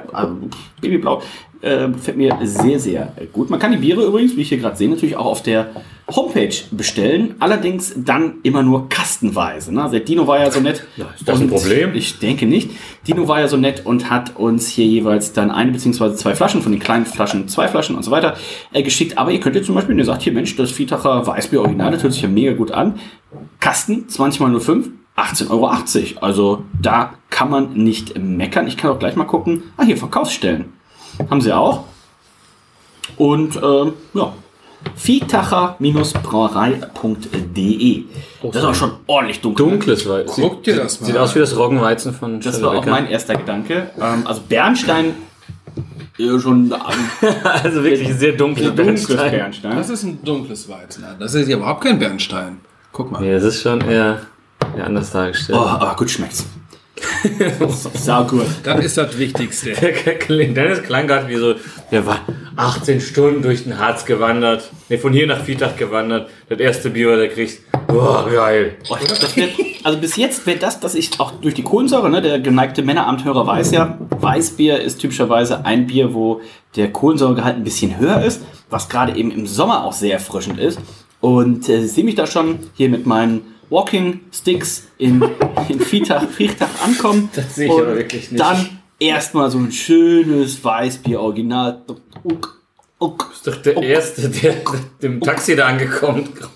Speaker 2: Babyblau, äh, fällt mir sehr, sehr gut. Man kann die Biere übrigens, wie ich hier gerade sehe, natürlich auch auf der Homepage bestellen, allerdings dann immer nur kastenweise. Ne? Also der Dino war ja so nett.
Speaker 3: ist das ein
Speaker 2: und
Speaker 3: Problem?
Speaker 2: Ich denke nicht. Dino war ja so nett und hat uns hier jeweils dann eine beziehungsweise zwei Flaschen, von den kleinen Flaschen zwei Flaschen und so weiter äh, geschickt. Aber ihr könnt jetzt zum Beispiel, wenn ihr sagt, hier Mensch, das Vietacher Weißbier Original, das hört sich ja mega gut an. Kasten 20x05, 18,80 Euro. Also da kann man nicht meckern. Ich kann auch gleich mal gucken. Ah, hier Verkaufsstellen. Haben sie auch. Und ähm, ja, vietacher-brauerei.de. Das ist auch schon ordentlich dunkel.
Speaker 3: Dunkles Weiß.
Speaker 4: Guck dir das mal
Speaker 3: Sieht
Speaker 4: an.
Speaker 3: aus wie das Roggenweizen von
Speaker 2: Das war auch
Speaker 3: Schellebecker.
Speaker 2: mein erster Gedanke. Ähm, also Bernstein, äh, schon ähm,
Speaker 3: Also wirklich sehr dunkle
Speaker 2: dunkles
Speaker 3: Bernstein.
Speaker 2: Bernstein.
Speaker 4: Das ist ein dunkles Weizen. Das ist ja überhaupt kein Bernstein. Guck mal.
Speaker 3: Nee, das ist schon eher, eher anders dargestellt.
Speaker 2: Oh, aber gut schmeckt's. Sau gut.
Speaker 4: Das ist das Wichtigste.
Speaker 3: Der klang- Dennis klang gerade wie so, der war 18 Stunden durch den Harz gewandert, ne, von hier nach Vietach gewandert, das erste Bier, was er kriegt, boah, geil.
Speaker 2: Oh, ich glaub, das wird, also bis jetzt wäre das, dass ich auch durch die Kohlensäure, ne, der geneigte Männeramthörer weiß ja, Weißbier ist typischerweise ein Bier, wo der Kohlensäuregehalt ein bisschen höher ist, was gerade eben im Sommer auch sehr erfrischend ist. Und äh, sehe mich da schon hier mit meinen Walking Sticks in, [LAUGHS] in Viehtag, Viehtag ankommen. Das
Speaker 3: sehe ich aber wirklich nicht.
Speaker 2: Dann erstmal so ein schönes Weißbier Original. Uck, uck.
Speaker 3: Ist doch der erste, der mit dem Taxi da angekommen ist.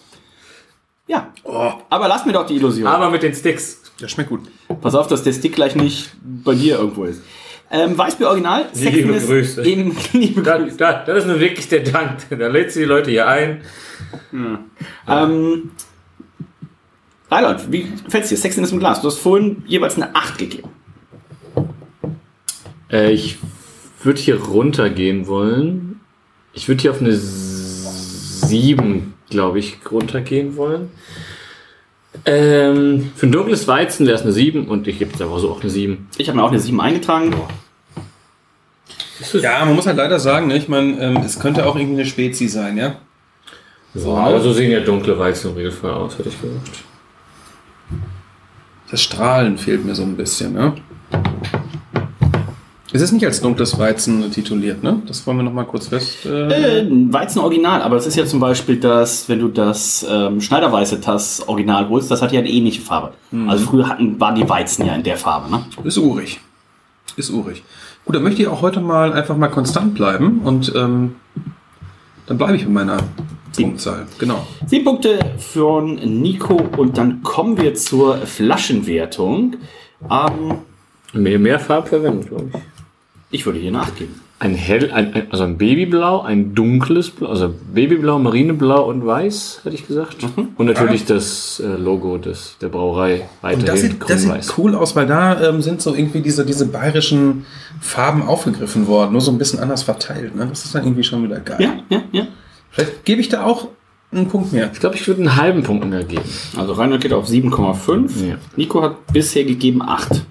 Speaker 2: Ja,
Speaker 3: Oh.
Speaker 2: aber lass mir doch die Illusion.
Speaker 3: aber mit den Sticks.
Speaker 4: Das schmeckt gut.
Speaker 2: Pass auf, dass der Stick gleich nicht bei dir irgendwo ist. Ähm, Weißbier Original,
Speaker 3: Liebe
Speaker 2: Sexiness
Speaker 3: Grüße.
Speaker 2: Im, [LAUGHS] liebe
Speaker 3: Da,
Speaker 2: Grüße.
Speaker 3: da, das ist nun wirklich der Dank, da lädst du die Leute hier ein.
Speaker 2: Ähm, Leilot, wie fällt's dir? Sexiness im Glas. Du hast vorhin jeweils eine 8 gegeben.
Speaker 3: Äh, ich würde hier runtergehen wollen. Ich würde hier auf eine 7, glaube ich, runtergehen wollen. Ähm, für ein dunkles Weizen wäre es eine 7 und ich gebe es einfach so auch eine 7.
Speaker 2: Ich habe mir auch eine 7 eingetragen.
Speaker 4: Ja, man muss halt leider sagen, ne? ich meine, ähm, es könnte auch irgendwie eine Spezi sein, ja?
Speaker 3: Aber so sehen ja dunkle Weizen im Regelfall aus, hätte ich gesagt.
Speaker 4: Das Strahlen fehlt mir so ein bisschen, ne? Es ist nicht als dunkles Weizen tituliert, ne? Das wollen wir nochmal kurz fest. Äh,
Speaker 2: Äh, Weizen Original, aber das ist ja zum Beispiel das, wenn du das ähm, Schneiderweiße Tass Original holst, das hat ja eine ähnliche Farbe. Also früher hatten, waren die Weizen ja in der Farbe. Ne?
Speaker 4: ist urig. Ist urig. Gut, dann möchte ich auch heute mal einfach mal konstant bleiben und ähm, dann bleibe ich mit meiner Punktzahl. Genau.
Speaker 2: Sieben Punkte von Nico und dann kommen wir zur Flaschenwertung. Ähm,
Speaker 3: Mehr, mehr Farbe verwendet, glaube ich.
Speaker 2: ich würde hier nachgeben.
Speaker 3: ein hell, ein, ein, also ein Babyblau, ein dunkles Blau, also Babyblau, Marineblau und Weiß, hatte ich gesagt. Und natürlich das äh, Logo des, der Brauerei weiterhin
Speaker 4: Und das sieht, das
Speaker 3: grün-weiß.
Speaker 4: sieht cool aus, weil da ähm, sind so irgendwie diese, diese bayerischen Farben aufgegriffen worden, nur so ein bisschen anders verteilt. Ne? Das ist dann irgendwie schon wieder geil.
Speaker 2: Ja, ja, ja.
Speaker 4: Vielleicht gebe ich da auch einen Punkt mehr.
Speaker 3: Ich glaube, ich würde einen halben Punkt mehr geben.
Speaker 2: Also Reinhard geht auf 7,5.
Speaker 3: Ja.
Speaker 2: Nico hat bisher gegeben 8.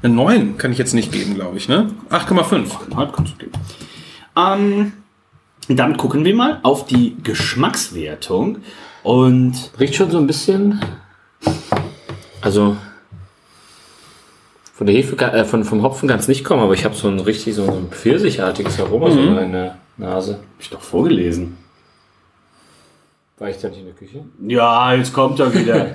Speaker 4: Eine 9 kann ich jetzt nicht geben, glaube ich. Ne? 8,5.
Speaker 2: Halt kannst du geben. Ähm, dann gucken wir mal auf die Geschmackswertung. Und
Speaker 3: Riecht schon so ein bisschen. Also. Von der Hefe, ka- äh, von, vom Hopfen kann es nicht kommen, aber ich habe so ein richtig so ein pfirsichartiges Aroma
Speaker 2: Mhm.
Speaker 3: so in der Nase.
Speaker 2: hab ich doch vorgelesen.
Speaker 3: War ich da nicht in der Küche?
Speaker 2: Ja, jetzt kommt er wieder.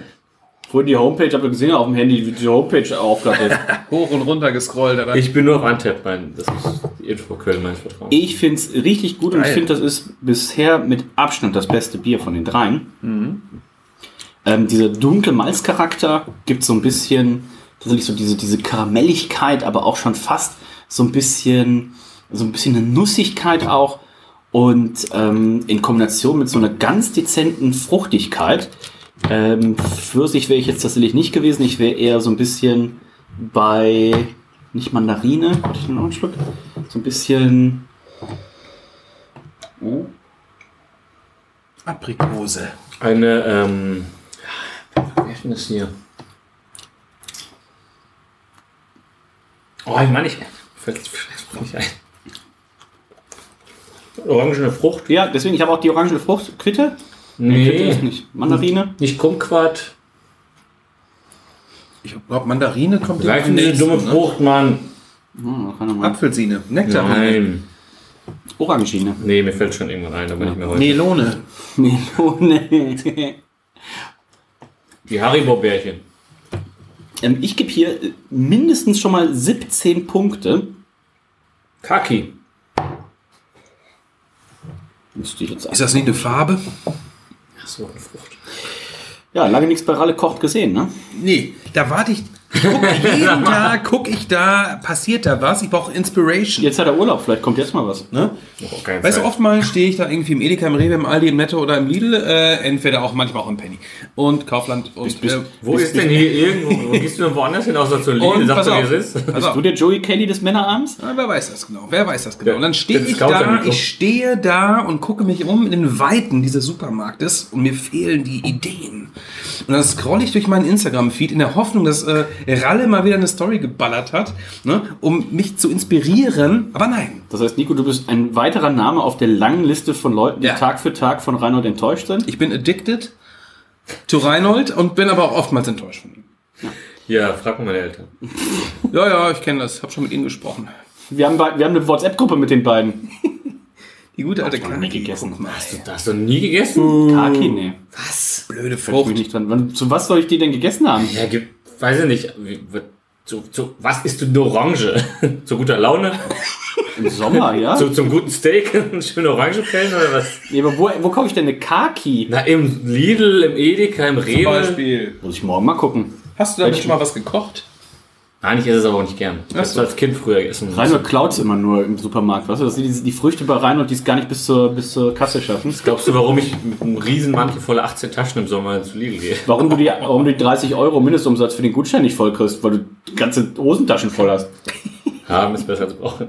Speaker 2: Vorhin die Homepage, habt ihr gesehen auf dem Handy, wie die Homepage aufgab ist.
Speaker 4: Hoch und runter gescrollt. aber-
Speaker 3: Ich bin nur auf Antep, mein, das ist die Infoquelle meines Vertrauens.
Speaker 2: Ich finde es richtig gut und ich
Speaker 4: Geil.
Speaker 2: finde, das ist bisher mit Abstand das beste Bier von den dreien. Ähm, dieser dunkle Malzcharakter gibt so ein bisschen, tatsächlich so diese, diese Karamelligkeit, aber auch schon fast so ein bisschen, so ein bisschen eine Nussigkeit auch. Und ähm, in Kombination mit so einer ganz dezenten Fruchtigkeit. Ähm, Pfirsich wäre ich jetzt tatsächlich nicht gewesen. Ich wäre eher so ein bisschen bei, nicht Mandarine, warte, ich nehme noch einen Schluck, so ein bisschen
Speaker 4: Aprikose.
Speaker 3: Eine, ähm. Wer ist denn das hier? Oh, ich meine, ich. Fällt fällt nicht ein. Orangene Frucht.
Speaker 2: Ja, deswegen, ich habe auch die orange Frucht. Quitte? Quitte ist
Speaker 3: Nee.
Speaker 2: nicht. Mandarine?
Speaker 3: Nicht Kumquat.
Speaker 4: Ich glaube, Mandarine kommt
Speaker 3: Gleich diese dumme
Speaker 4: ne?
Speaker 3: Frucht, Mann.
Speaker 2: Hm, keine Ahnung.
Speaker 4: Apfelsine, Nektar,
Speaker 3: Nein.
Speaker 2: Orangine.
Speaker 4: [LAUGHS]
Speaker 3: Nee, mir fällt schon irgendwann ein, aber nicht mehr heute.
Speaker 4: Melone.
Speaker 2: Melone.
Speaker 3: Die Haribo-Bärchen.
Speaker 2: ähm, ich gebe hier äh, mindestens schon mal 17 Punkte.
Speaker 3: Kaki.
Speaker 2: Müsste ich jetzt
Speaker 4: Ist das nicht eine Farbe?
Speaker 3: Ach so, eine Frucht.
Speaker 2: Ja, lange nichts bei Ralle kocht gesehen, ne?
Speaker 4: Nee, da warte ich. ich Guck, [LAUGHS] jeden Tag gucke ich da, passiert da was. Ich brauche Inspiration.
Speaker 2: Jetzt hat er Urlaub, vielleicht kommt jetzt mal was.
Speaker 4: Ne?
Speaker 3: Oh, keine
Speaker 4: Weißt du,
Speaker 3: Zeit.
Speaker 4: oftmals stehe ich da irgendwie im Edeka, im Rewe, im Aldi, im Netto oder im Lidl, äh, entweder auch manchmal auch im Penny. Und Kaufland und. äh,
Speaker 3: Wo ist denn hier irgendwo? Wo gehst du denn woanders hin, außer zur Lidl?
Speaker 4: und
Speaker 3: Sag
Speaker 4: pass
Speaker 3: doch, wie
Speaker 4: auf,
Speaker 3: es ist.
Speaker 4: pass auf.
Speaker 2: Du der Joey Kelly des Männerabends?
Speaker 4: Ja, wer weiß das genau? Wer weiß das genau?
Speaker 3: Der-
Speaker 4: Und dann stehe
Speaker 3: der
Speaker 4: ich
Speaker 3: Scout am
Speaker 4: da,
Speaker 3: Mikro.
Speaker 4: ich stehe da und gucke mich um in den Weiten dieses Supermarktes und mir fehlen die Ideen. Und dann scrolle ich durch meinen Instagram-Feed in der Hoffnung, dass äh, Ralle mal wieder eine Story geballert hat, ne, um mich zu inspirieren. Aber nein.
Speaker 2: Das heißt, Nico, du bist ein weiterer Name auf der langen Liste von Leuten, die
Speaker 4: Ja.
Speaker 2: Tag für Tag von Reinhold enttäuscht sind.
Speaker 4: Ich bin addicted to Reinhold und bin aber auch oftmals enttäuscht von ihm.
Speaker 3: Ja, frag mal meine Eltern.
Speaker 4: Ja, ja, ich kenne das. Hab schon mit ihnen gesprochen.
Speaker 2: Wir haben, bei- wir haben eine WhatsApp-Gruppe mit den beiden.
Speaker 4: Die gute alte
Speaker 2: noch nie gegessen.
Speaker 4: Guck mal, ey.
Speaker 3: Da hast du nie gegessen?
Speaker 2: Kaki, nee.
Speaker 4: Blöde
Speaker 2: Ich mich
Speaker 4: Frucht.
Speaker 2: nicht dran. Wann- Zu was soll ich die denn gegessen haben?
Speaker 3: Ja, gibt, weiß ich nicht. Wie, wird- zu, zu, was ist denn eine Orange? [LAUGHS] zu guter Laune?
Speaker 2: Im Sommer, ja? [LAUGHS]
Speaker 3: Zu, zum guten Steak? [LAUGHS] Eine schöne Orange pellen oder was?
Speaker 2: Nee, aber wo, wo kaufe ich denn eine Kaki?
Speaker 3: Na, im Lidl, im Edeka, im
Speaker 4: Zum
Speaker 3: Rewe.
Speaker 4: Beispiel.
Speaker 2: Muss ich morgen mal gucken.
Speaker 4: Hast du da nicht mal was gekocht?
Speaker 3: Nein, ich esse es aber auch nicht gern. Ich hab's
Speaker 4: so.
Speaker 3: als Kind früher gegessen.
Speaker 2: Reinhold klaut immer nur im Supermarkt, weißt du? Das sind die, die Früchte bei Reinhold, die es gar nicht bis zur, bis zur Kasse schaffen.
Speaker 3: Glaubst du, warum ich mit einem riesen Mantel voller 18 Taschen im Sommer zu Lidl gehe?
Speaker 2: Warum du, die, warum du die 30 Euro Mindestumsatz für den Gutschein nicht vollkriegst, weil du die ganze Hosentaschen voll hast.
Speaker 3: Haben ist besser als brauchen.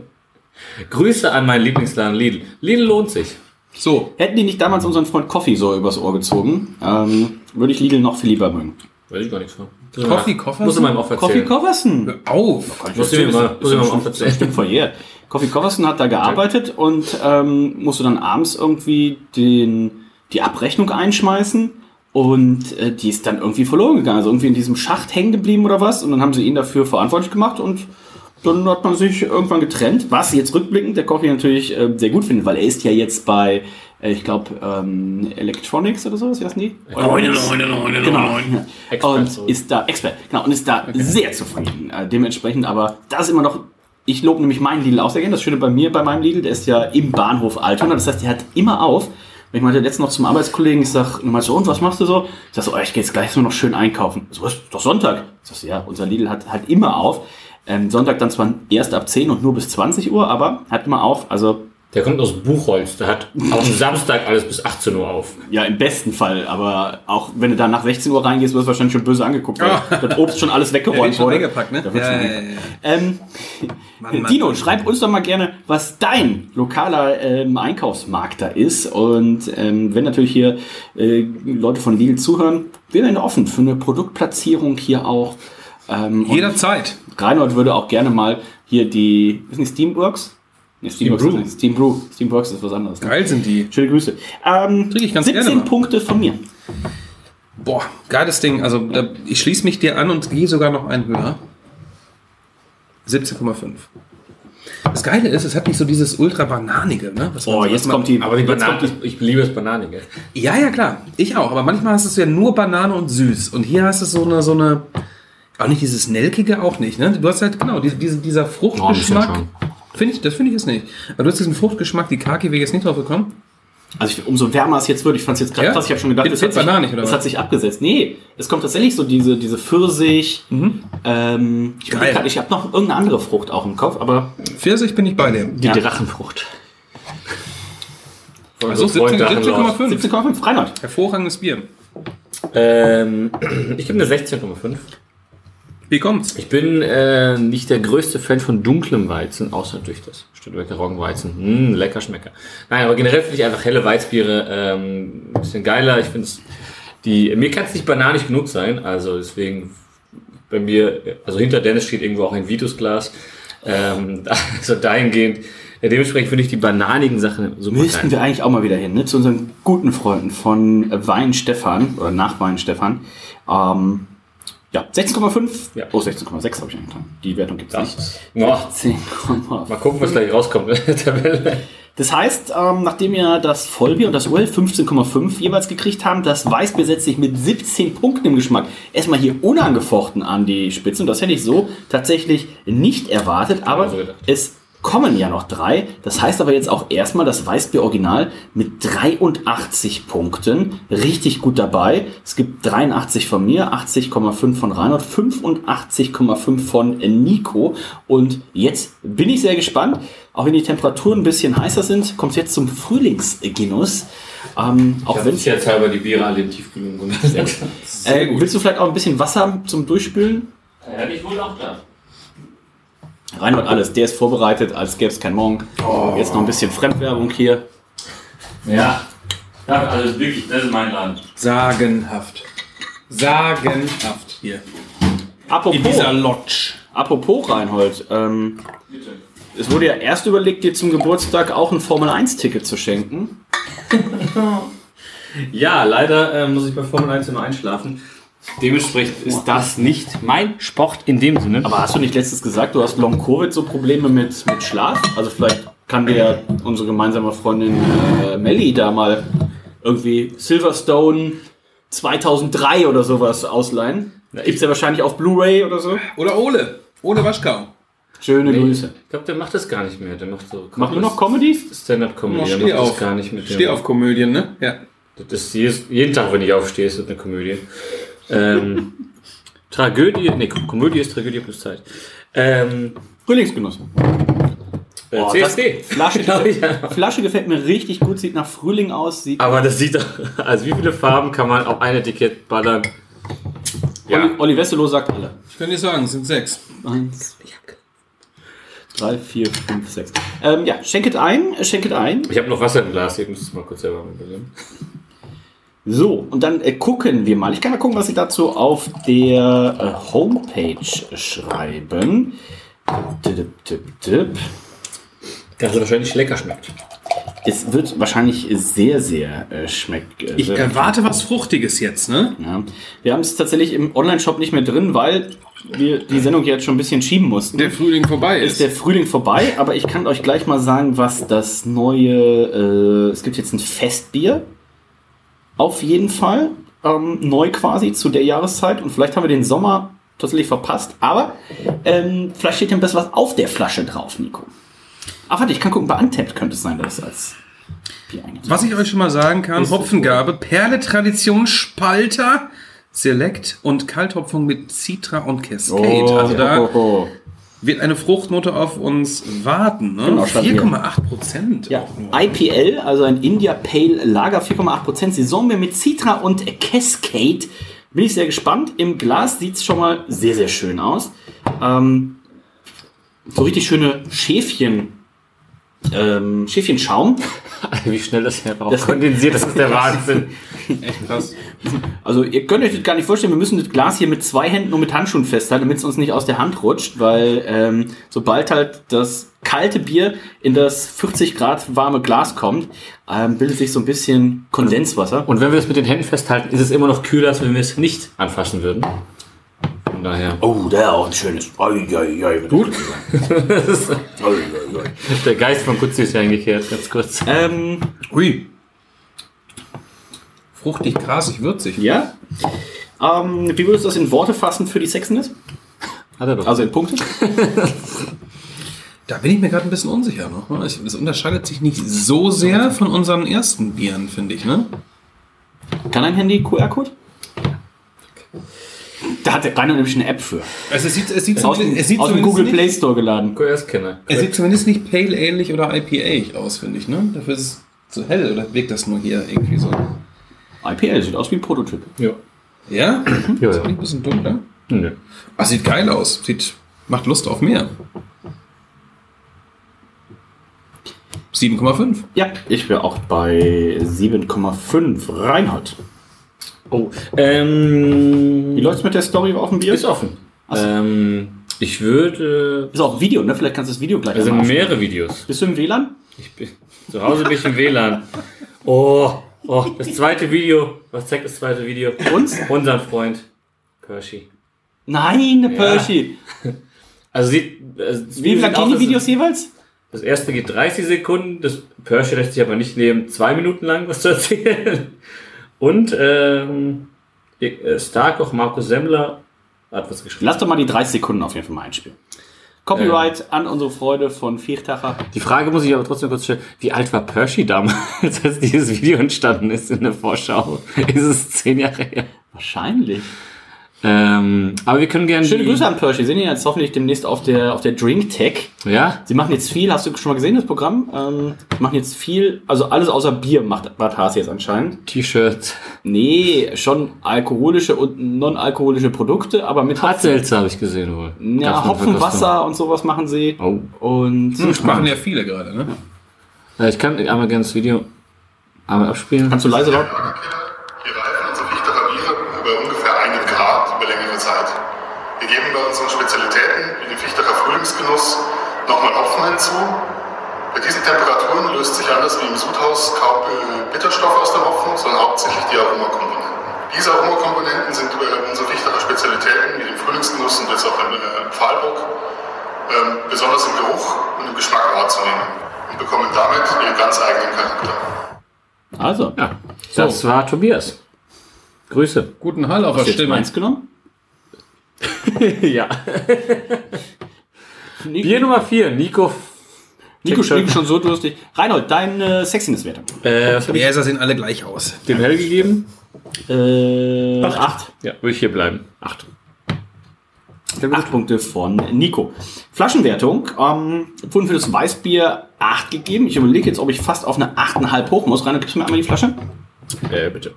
Speaker 3: Grüße an meinen Lieblingsladen Lidl. Lidl lohnt sich.
Speaker 4: So,
Speaker 2: Hätten die nicht damals unseren Freund Coffee so übers Ohr gezogen, ähm, würde ich Lidl noch viel lieber mögen.
Speaker 3: Weiß ich gar nichts von.
Speaker 4: Coffee Koffer?
Speaker 3: Muss in meinem Opfer
Speaker 2: Coffee
Speaker 3: zählen.
Speaker 2: Coverson!
Speaker 4: hör auf.
Speaker 3: Muss ich mir mal, muss ich mir mal Opfer
Speaker 2: Das
Speaker 3: zählen.
Speaker 2: stimmt
Speaker 3: [LAUGHS]
Speaker 2: verjährt. Coffee Coverson hat da gearbeitet und ähm, musste dann abends irgendwie den, die Abrechnung einschmeißen und äh, die ist dann irgendwie verloren gegangen. Also irgendwie in diesem Schacht hängen geblieben oder was und dann haben sie ihn dafür verantwortlich gemacht und dann hat man sich irgendwann getrennt, was jetzt rückblickend der Coffee natürlich äh, sehr gut findet, weil er ist ja jetzt bei, äh, ich glaube, ähm, Electronics oder sowas, wie heißen die? genau.
Speaker 3: Expert,
Speaker 2: und
Speaker 3: so.
Speaker 2: ist da Expert, genau, und ist da sehr zufrieden. Äh, dementsprechend, aber das ist immer noch. Ich lobe nämlich meinen Lidl auch sehr gerne. Das Schöne bei mir, bei meinem Lidl, der ist ja im Bahnhof Altona. Das heißt, der hat immer auf. Und ich meinte letztens noch zum Arbeitskollegen, ich sag, und meinte so, und was machst du so? Ich sag so, oh, ich gehe jetzt gleich nur noch schön einkaufen. So, ist doch Sonntag. Ich sag so, ja, unser Lidl hat halt immer auf. Ähm, Sonntag dann zwar erst ab 10 und nur bis 20 Uhr, aber hat immer auf. Also,
Speaker 3: Der kommt aus Buchholz, der hat auch am Samstag alles bis 18 Uhr auf.
Speaker 2: ja, im besten Fall, aber auch wenn du da nach 16 Uhr reingehst, wirst du wahrscheinlich schon böse angeguckt, weil das Obst schon alles weggeräumt
Speaker 4: schon
Speaker 2: wurde.
Speaker 4: weggepackt, ne?
Speaker 2: Da wird
Speaker 4: Ja,
Speaker 2: schon
Speaker 4: ja,
Speaker 2: weggepackt.
Speaker 4: ja, ja.
Speaker 2: Ähm,
Speaker 4: Mann, Mann.
Speaker 2: Dino, schreib uns doch mal gerne, was dein lokaler ähm, Einkaufsmarkt da ist. Und ähm, wenn natürlich hier äh, Leute von Lidl zuhören, wir sind offen für eine Produktplatzierung hier auch. Ähm, und
Speaker 4: Jederzeit.
Speaker 2: Reinhold würde auch gerne mal hier die, ist nicht Steamworks? Nee, Steamworks
Speaker 4: Steam Brew.
Speaker 2: ist nicht, Steam Brew. Steamworks ist was anderes. Ne?
Speaker 4: Geil sind die.
Speaker 2: Schöne Grüße. Ähm,
Speaker 4: Trinke ich ganz
Speaker 2: 17
Speaker 4: gerne mal.
Speaker 2: Punkte von mir.
Speaker 4: Boah, geiles Ding. Also da, ich schließe mich dir an und gehe sogar noch einen höher. 17,5. Das Geile ist, es hat nicht so dieses ultra bananige, ne? Was man
Speaker 2: Oh,
Speaker 4: so
Speaker 2: jetzt
Speaker 4: erstmal-
Speaker 2: kommt die.
Speaker 3: Aber die
Speaker 2: jetzt
Speaker 3: Banane,
Speaker 2: kommt
Speaker 3: ich, ich liebe es Banane, gell?
Speaker 4: Ja, ja, klar. Ich auch. Aber manchmal hast du ja nur Banane und süß. Und hier hast du so eine, so eine. Auch nicht dieses Nelkige, auch nicht, ne? Du hast halt, genau, die, diese, dieser
Speaker 3: Oh, ein
Speaker 4: Fruchtgeschmack.
Speaker 3: bisschen
Speaker 4: Finde ich, das finde ich jetzt nicht. Aber du hast diesen Fruchtgeschmack, die Kaki wäre jetzt nicht drauf gekommen.
Speaker 2: Also ich, umso wärmer es jetzt wird, ich fand es jetzt gerade
Speaker 4: Ja?
Speaker 2: krass, ich habe schon gedacht,
Speaker 4: Jetzt
Speaker 2: es hat,
Speaker 4: fällt Banane
Speaker 2: sich,
Speaker 4: nicht, oder
Speaker 2: es
Speaker 4: was?
Speaker 2: hat sich abgesetzt. Nee, es kommt tatsächlich so diese, diese Pfirsich. Ähm, ich
Speaker 4: Mhm. Geil.
Speaker 2: überleg grad, ich habe noch irgendeine andere Frucht auch im Kopf, aber
Speaker 4: Pfirsich bin ich bei dir.
Speaker 3: Die
Speaker 2: Ja.
Speaker 3: Drachenfrucht. Von
Speaker 4: Also
Speaker 3: unserem Freund
Speaker 4: 17
Speaker 3: Drachenlord.
Speaker 4: 17,5.
Speaker 2: 17,5 Reinhold.
Speaker 4: Hervorragendes Bier.
Speaker 3: Ähm, [CLEARS THROAT] ich gebe eine 16,5.
Speaker 4: Wie kommt's?
Speaker 3: Ich bin äh, nicht der größte Fan von dunklem Weizen, außer natürlich das Stuttgarter Roggenweizen. Mm, lecker Schmecker. Nein, aber generell finde ich einfach helle Weißbiere ähm, ein bisschen geiler. Ich finde es, die, mir kann es nicht bananig genug sein, also deswegen bei mir, also hinter Dennis steht irgendwo auch ein Vitusglas. Ähm, [LAUGHS] also dahingehend, äh, dementsprechend finde ich die bananigen Sachen super
Speaker 2: Müssten
Speaker 3: geil.
Speaker 2: wir eigentlich auch mal wieder hin, ne? zu unseren guten Freunden von äh, Weinstefan oder nach Weinstefan. Ähm, ja, 16,5.
Speaker 3: Ja.
Speaker 2: Oh, 16,6 habe ich eingetan. Die Wertung gibt's nicht.
Speaker 3: Boah,
Speaker 2: 10,5.
Speaker 3: mal gucken, was gleich rauskommt in der Tabelle.
Speaker 2: Das heißt, ähm, nachdem wir das Vollbier und das Öl 15,5 jeweils gekriegt haben, das Weißbier setzt sich mit 17 Punkten im Geschmack erstmal hier unangefochten an die Spitze. Und das hätte ich so tatsächlich nicht erwartet. Aber
Speaker 3: so gedacht.
Speaker 2: es kommen ja noch drei. Das heißt aber jetzt auch erstmal das Weißbier Original mit 83 Punkten. Richtig gut dabei. Es gibt 83 von mir, 80,5 von Reinhard, 85,5 von Nico. Und jetzt bin ich sehr gespannt. Auch wenn die Temperaturen ein bisschen heißer sind, kommt es jetzt zum Frühlingsgenuss. Ähm, auch wenn
Speaker 3: jetzt halber die Biere alle im Tiefkühlung gemacht.
Speaker 2: äh, willst du vielleicht auch ein bisschen Wasser zum Durchspülen?
Speaker 3: [LAUGHS] Ja, ich wohl auch da.
Speaker 2: Reinhold alles, der ist vorbereitet, als gäbe es kein Morgen.
Speaker 4: Oh.
Speaker 2: Jetzt noch ein bisschen Fremdwerbung hier.
Speaker 6: Ja. ja. Also wirklich, das ist mein Laden.
Speaker 4: Sagenhaft. Sagenhaft hier. In
Speaker 2: Apropos,
Speaker 4: dieser Lodge.
Speaker 2: apropos Reinhold, ähm, es wurde ja erst überlegt, dir zum Geburtstag auch ein Formel-1-Ticket zu schenken.
Speaker 3: Ja, leider äh, muss ich bei Formel 1 immer einschlafen. Dementsprechend ist das nicht mein Sport in dem Sinne.
Speaker 2: Aber hast du nicht letztes gesagt, du hast Long-Covid so Probleme mit, mit Schlaf? Also vielleicht kann dir ja unsere gemeinsame Freundin äh, Melli da mal irgendwie Silverstone 2003 oder sowas ausleihen. Gibt's ja wahrscheinlich auf Blu-ray oder so.
Speaker 4: Oder Ole. Ole Waschkau.
Speaker 2: Schöne Grüße.
Speaker 3: ich glaube, der macht das gar nicht mehr. Der macht so
Speaker 2: Macht nur noch Comedy?
Speaker 4: Oh,
Speaker 3: Stand-up-Comedy. Der
Speaker 4: steh
Speaker 3: macht
Speaker 4: auf.
Speaker 3: das gar nicht mit dem-
Speaker 4: Steh auf Komödien, ne? Ja.
Speaker 3: Das ist jedes- jeden Tag, wenn ich aufstehe, ist das eine Komödie. Ähm, [LAUGHS] Tragödie, nee, Komödie ist Tragödie plus Zeit. Ähm,
Speaker 2: Frühlingsgenuss.
Speaker 3: äh,
Speaker 2: Oh,
Speaker 3: CSD.
Speaker 2: Das,
Speaker 3: [LAUGHS]
Speaker 2: Flasche,
Speaker 3: Glaub ich
Speaker 2: gefällt, Flasche gefällt mir richtig gut, sieht nach Frühling aus, sieht
Speaker 3: Aber das sieht doch, [LAUGHS] also wie viele Farben kann man auf ein Etikett ballern? Ja.
Speaker 2: Olli Wesselow sagt alle.
Speaker 4: Ich kann dir sagen, es sind sechs.
Speaker 2: Eins, drei, vier, fünf, sechs. Ähm, ja, schenket ein, äh, schenket ein.
Speaker 3: Ich habe noch Wasser im Glas, ich muss es mal kurz selber mitnehmen.
Speaker 2: So, und dann äh, gucken wir mal. Ich kann mal gucken, was sie dazu auf der äh, Homepage schreiben. Tipp, tipp, tipp.
Speaker 3: Dass es wahrscheinlich lecker schmeckt.
Speaker 2: Es wird wahrscheinlich sehr, sehr äh, schmeckt. äh,
Speaker 4: Ich
Speaker 2: sehr-
Speaker 4: erwarte was Fruchtiges jetzt, ne?
Speaker 2: Ja. Wir haben es tatsächlich im Online-Shop nicht mehr drin, weil wir die Sendung jetzt schon ein bisschen schieben mussten.
Speaker 4: Der Frühling vorbei
Speaker 2: ist
Speaker 4: ist.
Speaker 2: der Frühling vorbei, aber ich kann euch gleich mal sagen, was das neue. Äh, es gibt jetzt ein Festbier. Auf jeden Fall. Ähm, neu quasi zu der Jahreszeit. Und vielleicht haben wir den Sommer tatsächlich verpasst. Aber ähm, vielleicht Ah, steht ja ein bisschen was auf der Flasche drauf, Nico. Ach, warte, ich kann gucken, bei Untapped könnte es sein, dass es als Bier eingetragen.
Speaker 4: Was ich euch schon mal sagen kann, Hopfengabe, Perle Tradition Spalter, Select und Kalthopfung mit Citra und Cascade. also da
Speaker 2: oh, oh.
Speaker 4: wird eine Fruchtnote auf uns warten. Ne?
Speaker 2: Genau, statt hier.
Speaker 4: 4,8 Prozent.
Speaker 2: Ja, IPL, also ein India Pale Lager, 4,8%. Saisonbier mit Citra und Cascade. Bin ich sehr gespannt. Im Glas sieht es schon mal sehr, sehr schön aus. Ähm, so richtig schöne Schäfchen, ähm, Schäfchenschaum.
Speaker 3: [LAUGHS] Wie schnell das her auch
Speaker 2: Das-
Speaker 3: kondensiert, das ist der Wahnsinn.
Speaker 2: Also ihr könnt euch das gar nicht vorstellen, wir müssen das Glas hier mit zwei Händen und mit Handschuhen festhalten, damit es uns nicht aus der Hand rutscht, weil ähm, sobald halt das kalte Bier in das 40 Grad warme Glas kommt, ähm, bildet sich so ein bisschen Kondenswasser.
Speaker 3: Und wenn wir es mit den Händen festhalten, ist es immer noch kühler, als wenn wir es nicht anfassen würden. Von daher.
Speaker 2: Oh, der auch ein schönes. Gut.
Speaker 3: Der Geist von Kutzi ist ja eingekehrt, ganz kurz.
Speaker 2: Ähm,
Speaker 4: Ui. Fruchtig, grasig, würzig.
Speaker 2: ja. Ähm, wie würdest du das in Worte fassen für die Sexiness?
Speaker 3: Hat er doch.
Speaker 2: Also in Punkte?
Speaker 4: Da bin ich mir gerade ein bisschen unsicher. Ne? Ich- Das unterscheidet sich nicht so sehr von unseren ersten Bieren, finde ich. Ne?
Speaker 2: Kann ein Handy QR-Code? Da hat der Rainer nämlich eine App für.
Speaker 4: Also es sieht, es sieht,
Speaker 2: Aus dem,
Speaker 4: zumindest- es sieht
Speaker 2: aus dem
Speaker 4: zumindest
Speaker 2: Google
Speaker 4: nicht-
Speaker 2: Play Store geladen.
Speaker 3: QR-Scanner.
Speaker 4: Er sieht zumindest nicht pale-ähnlich oder IPA aus, finde ich. Ne? Dafür ist es zu hell oder wirkt das nur hier irgendwie so?
Speaker 2: IPL sieht aus wie ein Prototyp.
Speaker 3: Ja.
Speaker 4: Ja?
Speaker 3: Ja,
Speaker 4: Ein bisschen dunkler.
Speaker 3: Nö.
Speaker 4: Ah, sieht geil aus. Sieht, macht Lust auf mehr. 7,5.
Speaker 2: Ja, ich wäre auch bei 7,5. Reinhard.
Speaker 3: Oh, ähm.
Speaker 2: Wie läuft's mit der Story auf dem Bier?
Speaker 3: Ist offen. Ähm, ich würde.
Speaker 2: Ist auch ein Video, ne? Vielleicht kannst du das Video gleich
Speaker 3: Da sind
Speaker 2: einmal abspielen.
Speaker 3: mehrere Videos.
Speaker 2: Bist du im WLAN?
Speaker 3: Ich bin, zu Hause bin ich im WLAN. Oh, oh, das zweite Video. Was zeigt das zweite Video?
Speaker 2: Uns?
Speaker 3: Unseren Freund. Pershi.
Speaker 2: Nein, eine
Speaker 3: Ja.
Speaker 2: Pershi.
Speaker 3: Also sieht. Also das
Speaker 2: Wie
Speaker 3: Video
Speaker 2: lang
Speaker 3: sieht aus,
Speaker 2: gehen die
Speaker 3: dass es-
Speaker 2: Videos jeweils?
Speaker 3: Das erste geht 30 Sekunden, das Pershi lässt sich aber nicht nehmen, zwei Minuten lang was zu erzählen. [LAUGHS] Und ähm, äh, Starkoch Markus Semmler hat was geschrieben.
Speaker 2: Lass doch mal die 30 Sekunden auf jeden Fall mal einspielen. Copyright an unsere Freude von Viertacher.
Speaker 3: Die Frage muss ich aber trotzdem kurz stellen. Wie alt war Pershi damals, [LAUGHS] als dieses Video entstanden ist in der Vorschau? [LAUGHS] Ist es zehn Jahre her?
Speaker 2: Wahrscheinlich.
Speaker 3: Ähm, aber wir können gerne.
Speaker 2: Schöne
Speaker 3: die-
Speaker 2: Grüße an Pershi. Wir sehen ihn jetzt hoffentlich demnächst auf der, auf der Drink Tech.
Speaker 3: Ja?
Speaker 2: Sie machen jetzt viel, hast du schon mal gesehen, das Programm? Ähm, die machen jetzt viel, also alles außer Bier macht Batas jetzt anscheinend.
Speaker 3: T-Shirts.
Speaker 2: Nee, schon alkoholische und non-alkoholische Produkte, aber mit Hopfen.
Speaker 3: Hartselze habe ich gesehen wohl.
Speaker 2: Ja,
Speaker 3: Gab's eine
Speaker 2: Hopfenwasser und sowas machen sie.
Speaker 3: Oh.
Speaker 2: Und
Speaker 4: Das Hm,
Speaker 3: Hm.
Speaker 4: machen ja viele gerade, ne?
Speaker 3: Verkostung. Äh, Ich kann einmal gerne das Video einmal abspielen.
Speaker 2: kannst du leise laut.
Speaker 7: Wir reifen unsere Vichterer Biere über ungefähr einen Grad über längere Zeit. Wir geben bei unseren Spezialitäten wie dem Vichterer Frühlingsgenuss nochmal Hopfen hinzu. Bei diesen Temperaturen löst sich anders wie im Sudhaus kaum äh, Bitterstoff aus dem Hopfen, sondern hauptsächlich die Aromakomponenten. Diese Aromakomponenten sind über unsere Vichterer Spezialitäten wie dem Frühlingsgenuss und jetzt auch im äh, Pfahlburg ähm, besonders im Geruch und im Geschmack wahrzunehmen und bekommen damit ihren ganz eigenen Charakter.
Speaker 2: Also,
Speaker 3: Ja. Das war Tobias.
Speaker 4: [LAUGHS]
Speaker 3: Grüße.
Speaker 4: Guten Hall auf
Speaker 2: hast
Speaker 4: der
Speaker 2: du jetzt meins
Speaker 4: Stimme.
Speaker 2: genommen?
Speaker 3: ja. [LAUGHS] Bier Nummer 4, Nico.
Speaker 2: Nico
Speaker 3: Check, check.
Speaker 2: schlägt schon so durstig. Reinhold, dein äh, Sexiness-Werte.
Speaker 3: Äh, was habe ich
Speaker 4: Gläser sehen alle gleich aus.
Speaker 3: dem Hell gegeben?
Speaker 2: Äh, acht.
Speaker 3: Ja, würde ich hier bleiben. Acht.
Speaker 2: Acht Punkte von Nico. Flaschenwertung ähm, wurden für das Weißbier 8 gegeben. Ich überlege jetzt, ob ich fast auf eine 8,5 hoch muss. Rainer, gibst du mir einmal die Flasche?
Speaker 3: Äh, bitte.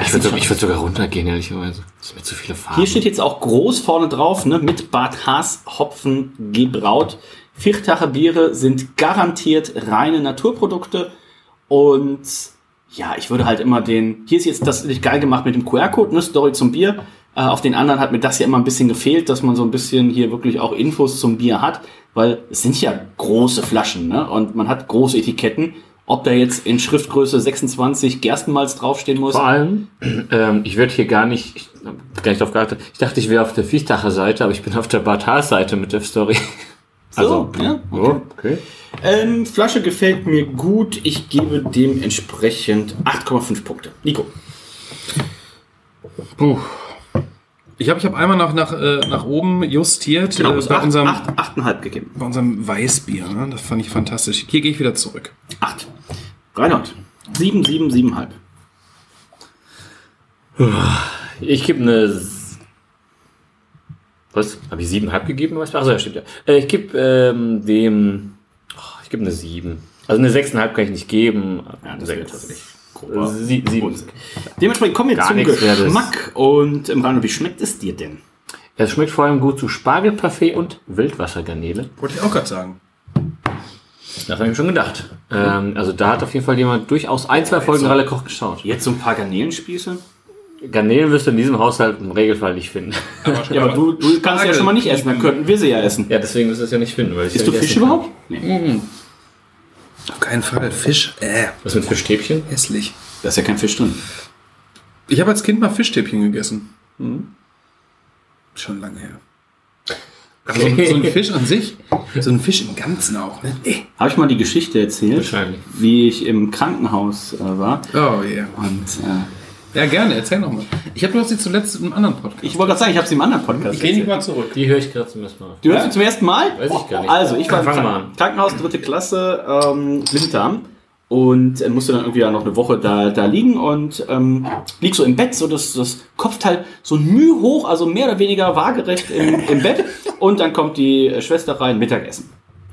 Speaker 3: Ich würde würd sogar runtergehen, ehrlicherweise. Das sind mir zu viele Farben.
Speaker 2: Hier steht jetzt auch groß vorne drauf, ne, mit Bad Haas Hopfen gebraut. Viertacher Biere sind garantiert reine Naturprodukte und ja, ich würde halt immer den, hier ist jetzt das nicht geil gemacht mit dem QR-Code, ne, Story zum Bier. Äh, auf den anderen hat mir das ja immer ein bisschen gefehlt, dass man so ein bisschen hier wirklich auch Infos zum Bier hat, weil es sind ja große Flaschen, ne, und man hat große Etiketten. Ob da jetzt in Schriftgröße 26 Gerstenmalz draufstehen muss,
Speaker 3: Vor allem, ähm, ich werde hier gar nicht, ich habe gar nicht drauf geachtet. Ich dachte, ich wäre auf der Fichtacher Seite, aber ich bin auf der Bartar Seite mit der Story. Also,
Speaker 2: So, ja, okay.
Speaker 3: okay.
Speaker 2: Ähm, Flasche gefällt mir gut. Ich gebe dementsprechend 8,5 Punkte. Nico.
Speaker 4: Puh. Ich habe ich hab einmal nach, nach, äh, nach oben justiert
Speaker 2: Genau,
Speaker 4: äh,
Speaker 2: ist
Speaker 4: bei,
Speaker 2: acht-
Speaker 4: unserem,
Speaker 2: acht- 8,5 gegeben.
Speaker 4: bei unserem Weißbier. Ne? Das fand ich fantastisch. Hier gehe ich wieder zurück.
Speaker 2: 8. Reinhold, 7, 7, 7,5.
Speaker 3: Ich gebe eine. S- Was? Habe ich siebeneinhalb gegeben? Was? Achso, ja, stimmt ja. Äh, Ich gebe ähm, dem. Oh, ich gebe eine sieben. Also eine sechseinhalb kann ich nicht geben. Ja,
Speaker 2: das wäre tatsächlich grober
Speaker 3: Sie, sieben.
Speaker 2: Dementsprechend kommen wir
Speaker 3: Gar
Speaker 2: zum
Speaker 3: nichts Wertes.
Speaker 2: Geschmack. Und im Reinhold, wie schmeckt es dir denn?
Speaker 3: Es schmeckt vor allem gut zu Spargelparfait und Wildwassergarnele.
Speaker 4: Wollte ich auch gerade sagen.
Speaker 3: Das habe ich mir schon gedacht. Ähm, also da hat auf jeden Fall jemand durchaus ein, zwei Folgen
Speaker 2: so-
Speaker 3: Ralle Koch geschaut.
Speaker 2: Jetzt so ein paar Garnelenspieße?
Speaker 3: Garnelen wirst du in diesem Haushalt im Regelfall nicht finden.
Speaker 2: Ja, aber du, du kannst ja
Speaker 4: Spargel.
Speaker 2: schon mal nicht essen, dann könnten wir sie ja essen.
Speaker 3: [LAUGHS] Ja, deswegen wirst du es ja nicht finden. Weil ich
Speaker 2: Isst
Speaker 3: ja
Speaker 2: du
Speaker 3: nicht
Speaker 2: Fisch
Speaker 3: essen kann.
Speaker 2: überhaupt? Nee.
Speaker 4: Auf keinen Fall. Fisch, äh,
Speaker 3: Was mit Fischstäbchen?
Speaker 4: hässlich.
Speaker 2: Da ist ja kein Fisch drin.
Speaker 4: Ich habe als Kind mal Fischstäbchen gegessen. Hm? Schon lange her. Aber so, ein- so ein Fisch an sich, so ein Fisch im Ganzen auch. Ne? Nee.
Speaker 2: Habe ich mal die Geschichte erzählt,
Speaker 3: Wahrscheinlich.
Speaker 2: wie ich im Krankenhaus äh, war.
Speaker 4: Oh ja.
Speaker 2: Und äh,
Speaker 4: Ja, gerne, erzähl nochmal. Ich habe sie zuletzt in einem anderen Podcast.
Speaker 2: ich wollte gerade sagen, ich habe sie im anderen Podcast
Speaker 4: Geh nicht
Speaker 2: erzählt.
Speaker 4: mal zurück.
Speaker 3: Die höre ich gerade zum ersten Mal.
Speaker 2: Du hörst sie zum ersten Mal?
Speaker 3: Weiß ich gar nicht.
Speaker 2: Also, ich war im
Speaker 3: Fang mal
Speaker 2: Kranken
Speaker 3: an.
Speaker 2: Krankenhaus, dritte Klasse, ähm, Blinddarm. Und äh, musste dann irgendwie ja noch eine Woche da, da liegen und ähm, lieg so im Bett, so das, das Kopfteil so ein Mühe hoch, also mehr oder weniger waagerecht im, im Bett. Und dann kommt die äh, Schwester rein, Mittagessen.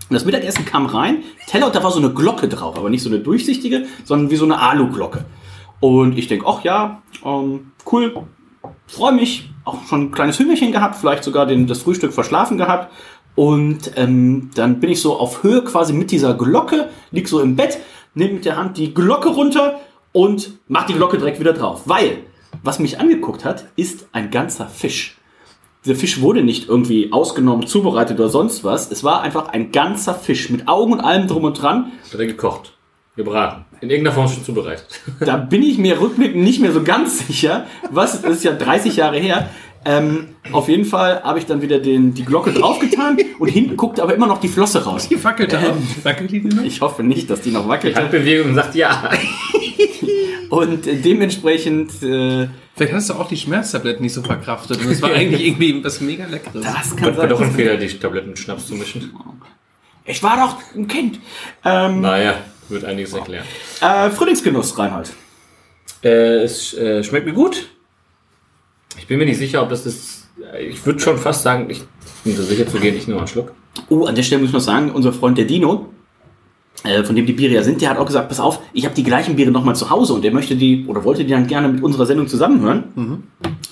Speaker 2: Und das Mittagessen kam rein, Teller und da war so eine Glocke drauf, aber nicht so eine durchsichtige, sondern wie so eine Aluglocke. Und ich denke, ach ja, ähm, cool, freue mich, auch schon ein kleines Hüngerchen gehabt, vielleicht sogar den, das Frühstück verschlafen gehabt. Und ähm, dann bin ich so auf Höhe quasi mit dieser Glocke, lieg so im Bett, nehme mit der Hand die Glocke runter und mach die Glocke direkt wieder drauf. Weil, was mich angeguckt hat, ist ein ganzer Fisch. Dieser Fisch wurde nicht irgendwie ausgenommen, zubereitet oder sonst was. Es war einfach ein ganzer Fisch mit Augen und allem drum und dran.
Speaker 3: Hat er gekocht. Gebraten. In irgendeiner Form schon zubereitet.
Speaker 2: Da bin ich mir rückblickend nicht mehr so ganz sicher. Was das ist ja 30 Jahre her. Ähm, auf jeden Fall habe ich dann wieder den, die Glocke draufgetan und hinten guckte aber immer noch die Flosse raus.
Speaker 4: Die wackelt da. Wackelt die denn noch?
Speaker 2: Ich hoffe nicht, dass die noch wackelt.
Speaker 3: Handbewegung sagt ja.
Speaker 2: Und äh, dementsprechend, äh,
Speaker 4: Vielleicht hast du auch die Schmerztabletten nicht so verkraftet. Und es [LAUGHS] war eigentlich irgendwie was mega Leckeres.
Speaker 2: das kann
Speaker 3: Das war
Speaker 2: sein.
Speaker 3: doch ein
Speaker 2: dass-
Speaker 3: Fehler, die Tabletten mit Schnaps zu mischen.
Speaker 2: Ich war doch ein Kind.
Speaker 3: Mhm.
Speaker 2: Ähm,
Speaker 3: Naja, wird einiges erklären.
Speaker 2: äh, Frühlingsgenuss, Reinhold.
Speaker 3: Äh, es äh, schmeckt mir gut. Ich bin mir nicht sicher, ob das ist. Ich würde schon fast sagen, ich, um so sicher zu gehen, ich nehme mal einen Schluck.
Speaker 2: Oh, an der Stelle muss ich noch sagen, unser Freund der Dino, äh, von dem die Biere ja sind, der hat auch gesagt, pass auf, ich habe die gleichen Biere nochmal zu Hause und der möchte die oder wollte die dann gerne mit unserer Sendung zusammenhören.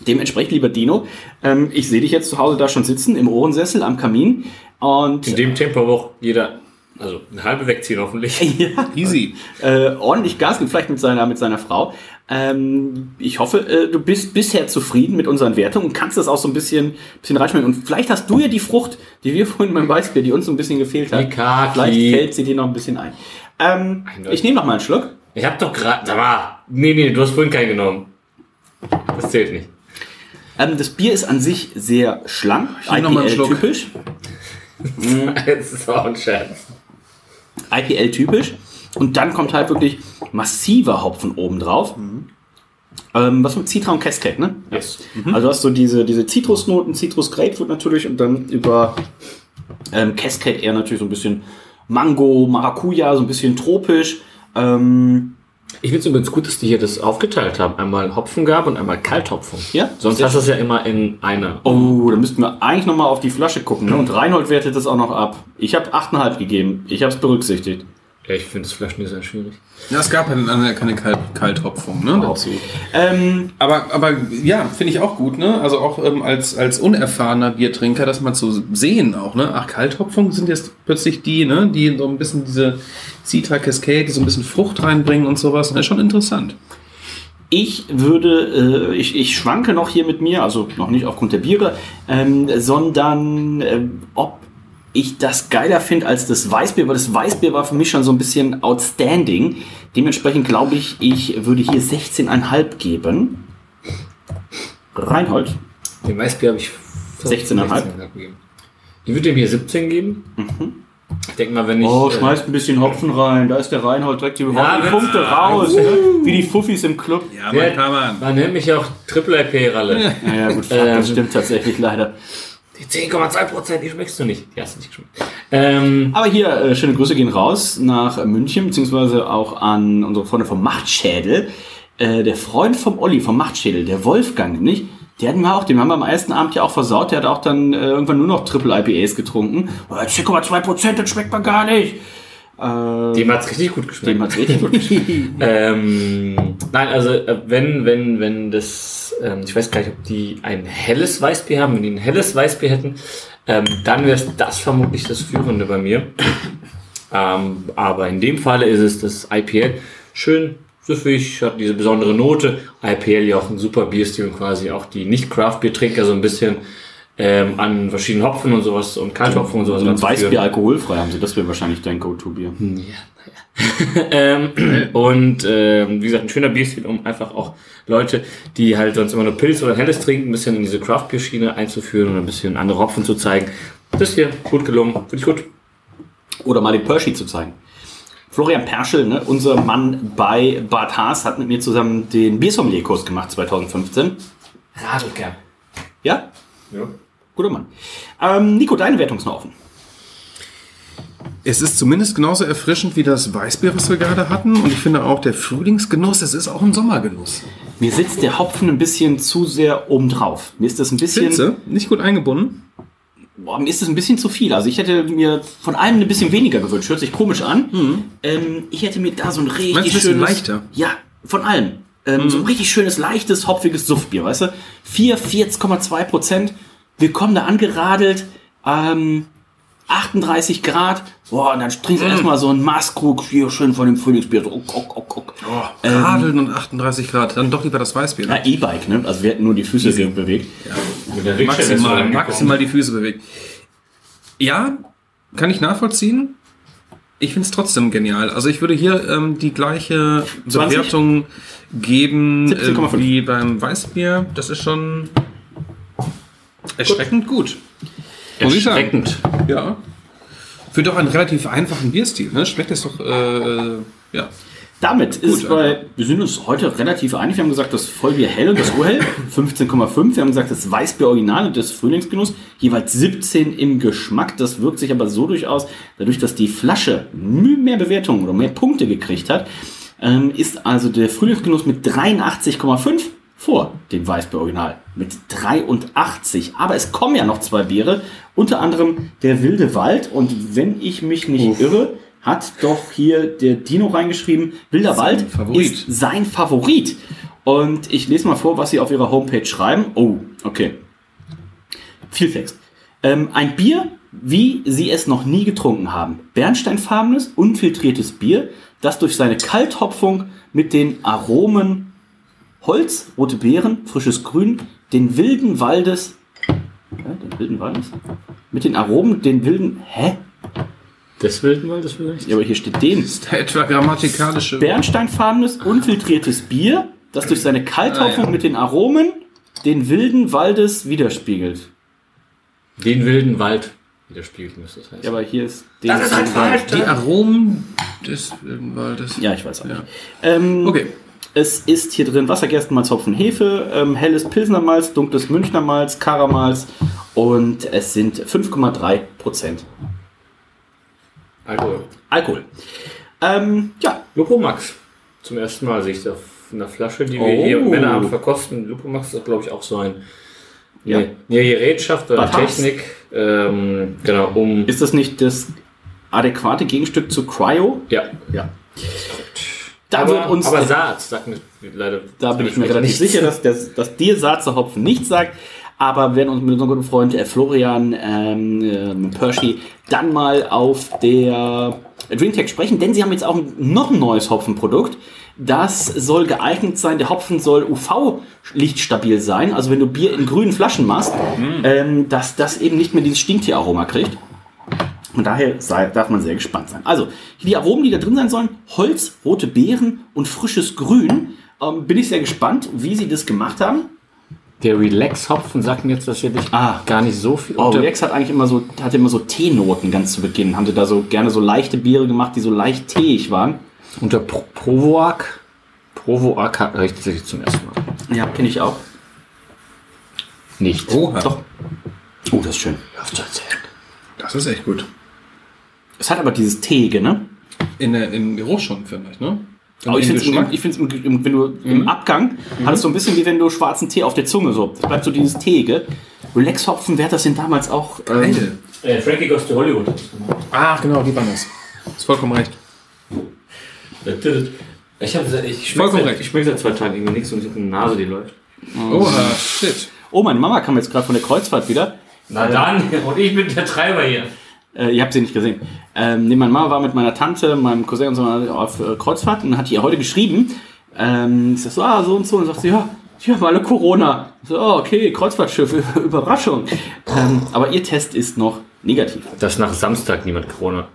Speaker 2: Dementsprechend, lieber Dino, ähm, ich sehe dich jetzt zu Hause da schon sitzen, im Ohrensessel, am Kamin
Speaker 3: In
Speaker 2: und
Speaker 3: dem Tempo aber auch jeder, also eine halbe wegziehen hoffentlich.
Speaker 2: [LAUGHS] ja,
Speaker 4: Easy.
Speaker 2: äh, ordentlich Gas gibt, vielleicht mit seiner, mit seiner Frau. Ähm, ich hoffe, äh, du bist bisher zufrieden mit unseren Wertungen und kannst das auch so ein bisschen, bisschen reinschmecken. Und vielleicht hast du ja die Frucht, die wir [LAUGHS] vorhin beim Weißbier, die uns so ein bisschen gefehlt hat.
Speaker 3: Die Kaki.
Speaker 2: Vielleicht fällt sie dir noch ein bisschen ein. Ähm,
Speaker 3: Eindeutig.
Speaker 2: ich nehme noch mal einen Schluck.
Speaker 3: Ich hab doch gerade. Da war. Nee, nee, du hast vorhin keinen genommen. Das zählt nicht. [LAUGHS]
Speaker 2: Ähm, das Bier ist an sich sehr schlank,
Speaker 4: nehm noch mal einen Schluck.
Speaker 2: IPL-typisch.
Speaker 3: Das ist auch ein Scherz.
Speaker 2: IPL-typisch. Und dann kommt halt wirklich massiver Hopfen obendrauf.
Speaker 4: Mhm.
Speaker 2: Ähm, was mit Citra und Cascade, ne?
Speaker 3: Yes.
Speaker 2: Also hast du diese, diese Zitrusnoten, Zitrus Grapefruit natürlich und dann über ähm, Cascade eher natürlich so ein bisschen Mango, Maracuja, so ein bisschen tropisch. Ähm,
Speaker 3: Ich finde es übrigens gut, dass die hier das aufgeteilt haben. Einmal Hopfen gab und einmal Kalthopfen.
Speaker 2: Ja,
Speaker 3: Sonst
Speaker 2: sehr
Speaker 3: hast du es ja immer in einer.
Speaker 2: oh, da müssten wir eigentlich nochmal auf die Flasche gucken. Ne? Und Reinhold wertet das auch noch ab. Ich habe 8,5 gegeben. Ich habe es berücksichtigt.
Speaker 3: Ja, ich finde das Flaschen sehr schwierig.
Speaker 4: Ja, es gab ja dann andere- keine Kalt Kalthopfung, ne? Dazu.
Speaker 2: Ähm,
Speaker 4: Aber, aber ja, finde ich auch gut, ne? Also auch ähm, als, als unerfahrener Biertrinker, das mal zu sehen auch, ne? Ach, Kalthopfung sind jetzt plötzlich die, ne? Die so ein bisschen diese Citra Cascade, die so ein bisschen Frucht reinbringen und sowas. Ne? Schon interessant.
Speaker 2: ich würde, äh, ich, ich schwanke noch hier mit mir, also noch nicht aufgrund der Biere, ähm, sondern ähm, ob ich das geiler finde als das Weißbier, weil das Weißbier war für mich schon so ein bisschen outstanding. Dementsprechend glaube ich, ich würde hier 16,5 geben. Reinhold.
Speaker 3: Den Weißbier habe ich 16,5
Speaker 2: 16,5.
Speaker 3: gegeben. Ich würde dem hier 17 geben. Ich denke mal, wenn ich.
Speaker 2: Mhm. Oh,
Speaker 3: äh,
Speaker 2: schmeißt ein bisschen Hopfen rein, da ist der Reinhold direkt die
Speaker 3: Ja, wenn's-
Speaker 2: Punkte raus. ne? Wie die Fuffis im Club.
Speaker 4: Ja,
Speaker 3: der- Man nennt mich auch Triple IP-Ralle.
Speaker 2: Ja, gut, fuck,
Speaker 3: Ähm.
Speaker 2: das stimmt tatsächlich leider.
Speaker 3: Die 10,2%, die schmeckst du nicht. Die hast du nicht geschmeckt. Ähm,
Speaker 2: Aber hier, äh, schöne Grüße gehen raus nach München, beziehungsweise auch an unsere Freunde vom Machtschädel. Äh, der Freund vom Olli, vom Machtschädel, der Wolfgang nämlich, der hatten wir auch, den haben wir am ersten Abend ja auch versaut, der hat auch dann äh, irgendwann nur noch Triple IPAs getrunken. Oh, 10,2%, das schmeckt man gar nicht. Äh,
Speaker 3: dem hat's richtig gut geschmeckt.
Speaker 2: dem hat's richtig gut geschmeckt.
Speaker 3: Ähm, nein, also äh, wenn, wenn, wenn das, ähm, ich weiß gar nicht, ob die ein helles Weißbier haben, wenn die ein helles Weißbier hätten, ähm, dann wäre das vermutlich das Führende bei mir. Ähm, aber in dem Falle ist es das IPL. Schön süffig, hat diese besondere Note. IPL ja auch ein super Bierstil und quasi auch die Nicht-Craft-Bier-Trinker so ein bisschen ähm, an verschiedenen Hopfen und sowas und Kalthopfen und sowas.
Speaker 2: Ein
Speaker 3: ranzuführen.
Speaker 2: Weißbier alkoholfrei haben sie, das wäre wahrscheinlich dein Go-To-Bier.
Speaker 3: Ähm, [CLEARS THROAT] und ähm, wie gesagt, ein schöner Bierstil, um einfach auch Leute, die halt sonst immer nur Pilz oder Helles trinken, ein bisschen in diese Craft-Bier-Schiene einzuführen und ein bisschen andere Hopfen zu zeigen. Das hier, gut gelungen, finde ich gut.
Speaker 2: Oder mal den Pershi zu zeigen. Florian Perschel, ne, unser Mann bei Bad Haas, hat mit mir zusammen den Biersommelier-Kurs gemacht 2015.
Speaker 3: Radlkern.
Speaker 2: Ja?
Speaker 3: Ja.
Speaker 2: Guter Mann. Ähm, Nico, deine Wertung ist noch offen.
Speaker 4: Es ist zumindest genauso erfrischend wie das Weißbier, was wir gerade hatten. Und ich finde auch der Frühlingsgenuss, es ist auch ein Sommergenuss.
Speaker 2: Mir sitzt der Hopfen ein bisschen zu sehr obendrauf. Mir ist das ein bisschen,
Speaker 4: Pilze, nicht gut eingebunden.
Speaker 2: boah, mir ist das ein bisschen zu viel. Also ich hätte mir von allem ein bisschen weniger gewünscht. Hört sich komisch an. Ähm, ich hätte mir da so ein richtig
Speaker 4: Mhm. Meinst du, ein bisschen
Speaker 2: schönes,
Speaker 4: leichter? Mhm.
Speaker 2: Ja, von allem. Ähm, So ein richtig schönes, leichtes, hopfiges Suftbier, weißt du? 4, 4,2 Prozent. Wir kommen da angeradelt. Ähm, 38 Grad. Boah, und dann
Speaker 4: Mhm.
Speaker 2: trinkst du erstmal so einen Maßkrug hier schön von dem Frühlingsbier. So, ok, ok, ok, ok.
Speaker 4: Oh, Radeln und 38 Grad, dann doch lieber das Weißbier.
Speaker 2: Na, E-Bike, ne? Also wir hätten nur die Füße ge- bewegt.
Speaker 3: Mit der Rikscha ist
Speaker 4: maximal,
Speaker 3: man
Speaker 4: maximal die Füße bewegt. Ja, kann ich nachvollziehen. Ich finde es trotzdem genial. Also ich würde hier ähm, die gleiche
Speaker 2: 20?
Speaker 4: Bewertung geben äh,
Speaker 2: 17,5.
Speaker 4: wie beim Weißbier. Das ist schon erschreckend gut. Muss ich sagen.
Speaker 3: erschreckend.
Speaker 4: Ja. Für doch einen relativ einfachen Bierstil. Ne? Schmeckt es doch, äh, äh, ja.
Speaker 2: Damit ist
Speaker 4: Gut,
Speaker 2: bei, wir sind uns heute relativ einig. Wir haben gesagt, das Vollbier hell und das Urhell 15,5. Wir haben gesagt, das Weißbier Original und das Frühlingsgenuss jeweils 17 im Geschmack. Das wirkt sich aber so durchaus, dadurch, dass die Flasche mü- mehr Bewertungen oder mehr Punkte gekriegt hat, ähm, ist also der Frühlingsgenuss mit 83,5 vor dem Weißbier Original mit 83. Aber es kommen ja noch zwei Biere, unter anderem der Wilde Wald. Und wenn ich mich nicht irre, hat doch hier der Dino reingeschrieben, Wilder Wald
Speaker 4: Favorit.
Speaker 2: ist sein Favorit. Und ich lese mal vor, was sie auf ihrer Homepage schreiben. Oh, okay. Viel Text. Ähm, ein Bier, wie Sie es noch nie getrunken haben. Bernsteinfarbenes, unfiltriertes Bier, das durch seine Kalthopfung mit den Aromen Holz, rote Beeren, frisches Grün, den wilden Waldes. Hä, den wilden Waldes? Mit den Aromen, den wilden. Hä?
Speaker 3: Das wilden wir, das vielleicht?
Speaker 2: Ja, aber hier steht den.
Speaker 4: Etwa grammatikalische.
Speaker 2: Bernsteinfarbenes, unfiltriertes Bier, das durch seine Kalthopfung
Speaker 4: Ah, ja.
Speaker 2: mit den Aromen den wilden Waldes widerspiegelt.
Speaker 3: Den wilden Wald widerspiegelt, müsste das heißen.
Speaker 2: Ja, aber hier ist den.
Speaker 4: die Aromen des äh, Waldes.
Speaker 2: Ja, ich weiß auch nicht.
Speaker 4: Ja.
Speaker 2: Ähm,
Speaker 4: Okay.
Speaker 2: Es ist hier drin Wassergerstenmalz, Hopfen, Hefe, ähm, helles Pilsnermalz, dunkles Münchner Malz, Karamalz und es sind 5,3 Prozent
Speaker 3: Alkohol.
Speaker 2: Alkohol. Ähm, ja,
Speaker 3: Lupomax. Zum ersten Mal sehe ich da in der Flasche, die wir
Speaker 2: Oh.
Speaker 3: hier am Männerabend verkosten. Lupomax ist, glaube ich, auch so ein
Speaker 2: Ja.
Speaker 3: eine eine Gerätschaft oder
Speaker 2: Was hast?
Speaker 3: Technik, ähm, genau, um
Speaker 2: ist das nicht das adäquate Gegenstück zu Cryo?
Speaker 3: ja,
Speaker 2: Ja. Da
Speaker 3: aber,
Speaker 2: wird uns
Speaker 3: aber Saat sagt mir leider.
Speaker 2: Da bin ich mir
Speaker 3: später
Speaker 2: relativ
Speaker 3: nichts.
Speaker 2: sicher, dass, dass, dass dir Saatze Hopfen nichts sagt. Aber wenn uns mit unserem guten Freund äh, Florian ähm, ähm, Pershi dann mal auf der Dreamtech sprechen, denn sie haben jetzt auch ein- noch ein neues Hopfenprodukt. Das soll geeignet sein, der Hopfen soll UV-lichtstabil sein. Also wenn du Bier in grünen Flaschen machst, ähm, dass das eben nicht mehr dieses Stinktieraroma kriegt. Und daher sei, darf man sehr gespannt sein. Also, die Aromen, die da drin sein sollen, Holz, rote Beeren und frisches Grün. Ähm, bin ich sehr gespannt, wie sie das gemacht haben.
Speaker 3: Der Relax-Hopfen sagt mir jetzt, dass ihr dich gar nicht so viel
Speaker 2: Oh,
Speaker 3: unter-
Speaker 2: Rex hat eigentlich immer so, hatte immer so Teenoten ganz zu Beginn. Hatte da so gerne so leichte Biere gemacht, die so leicht teig waren.
Speaker 3: Unter Pro Provoac? Provoac hat ich tatsächlich zum ersten Mal.
Speaker 2: Ja, kenne ich auch.
Speaker 3: Nicht.
Speaker 4: Oha.
Speaker 2: Doch. Oh, das ist schön.
Speaker 4: Das ist echt gut.
Speaker 2: Es hat aber dieses Teege, ne?
Speaker 4: In, der- Im Geruch schon vielleicht, ne?
Speaker 2: Aber ich
Speaker 4: Im
Speaker 2: finde
Speaker 4: Geschmack.
Speaker 2: es, ich find's im, im, wenn du im Abgang, hat es so ein bisschen wie wenn du schwarzen Tee auf der Zunge so. Das bleibt so dieses Teege. Relax-Hopfen, wer hat das denn damals auch? ähm,
Speaker 4: Geil.
Speaker 6: Äh, Frankie Goes to Hollywood hat das gemacht.
Speaker 4: Ähm, Ach, genau, die waren das. Ist vollkommen recht.
Speaker 3: Ich habe ich schmeck
Speaker 4: Vollkommen
Speaker 3: seit,
Speaker 4: recht.
Speaker 3: ich schmeck seit zwei Tagen irgendwie nichts und ich habe eine Nase, die läuft.
Speaker 4: Oha, shit.
Speaker 2: Oh, meine Mama kam jetzt gerade von der Kreuzfahrt wieder.
Speaker 6: Na dann, und ich bin der Treiber hier.
Speaker 2: Äh, ihr habt sie nicht gesehen. Ähm, nee, meine Mama war mit meiner Tante, meinem Cousin und so weiter auf äh, Kreuzfahrt und hat ihr heute geschrieben. Ähm, ich sag so, ah, so und so. Und sagt sie, ja, die haben alle Corona. Ich So, oh, okay, Kreuzfahrtschiff, [LAUGHS] Überraschung. Ähm, aber ihr Test ist noch negativ.
Speaker 3: Dass nach Samstag niemand Corona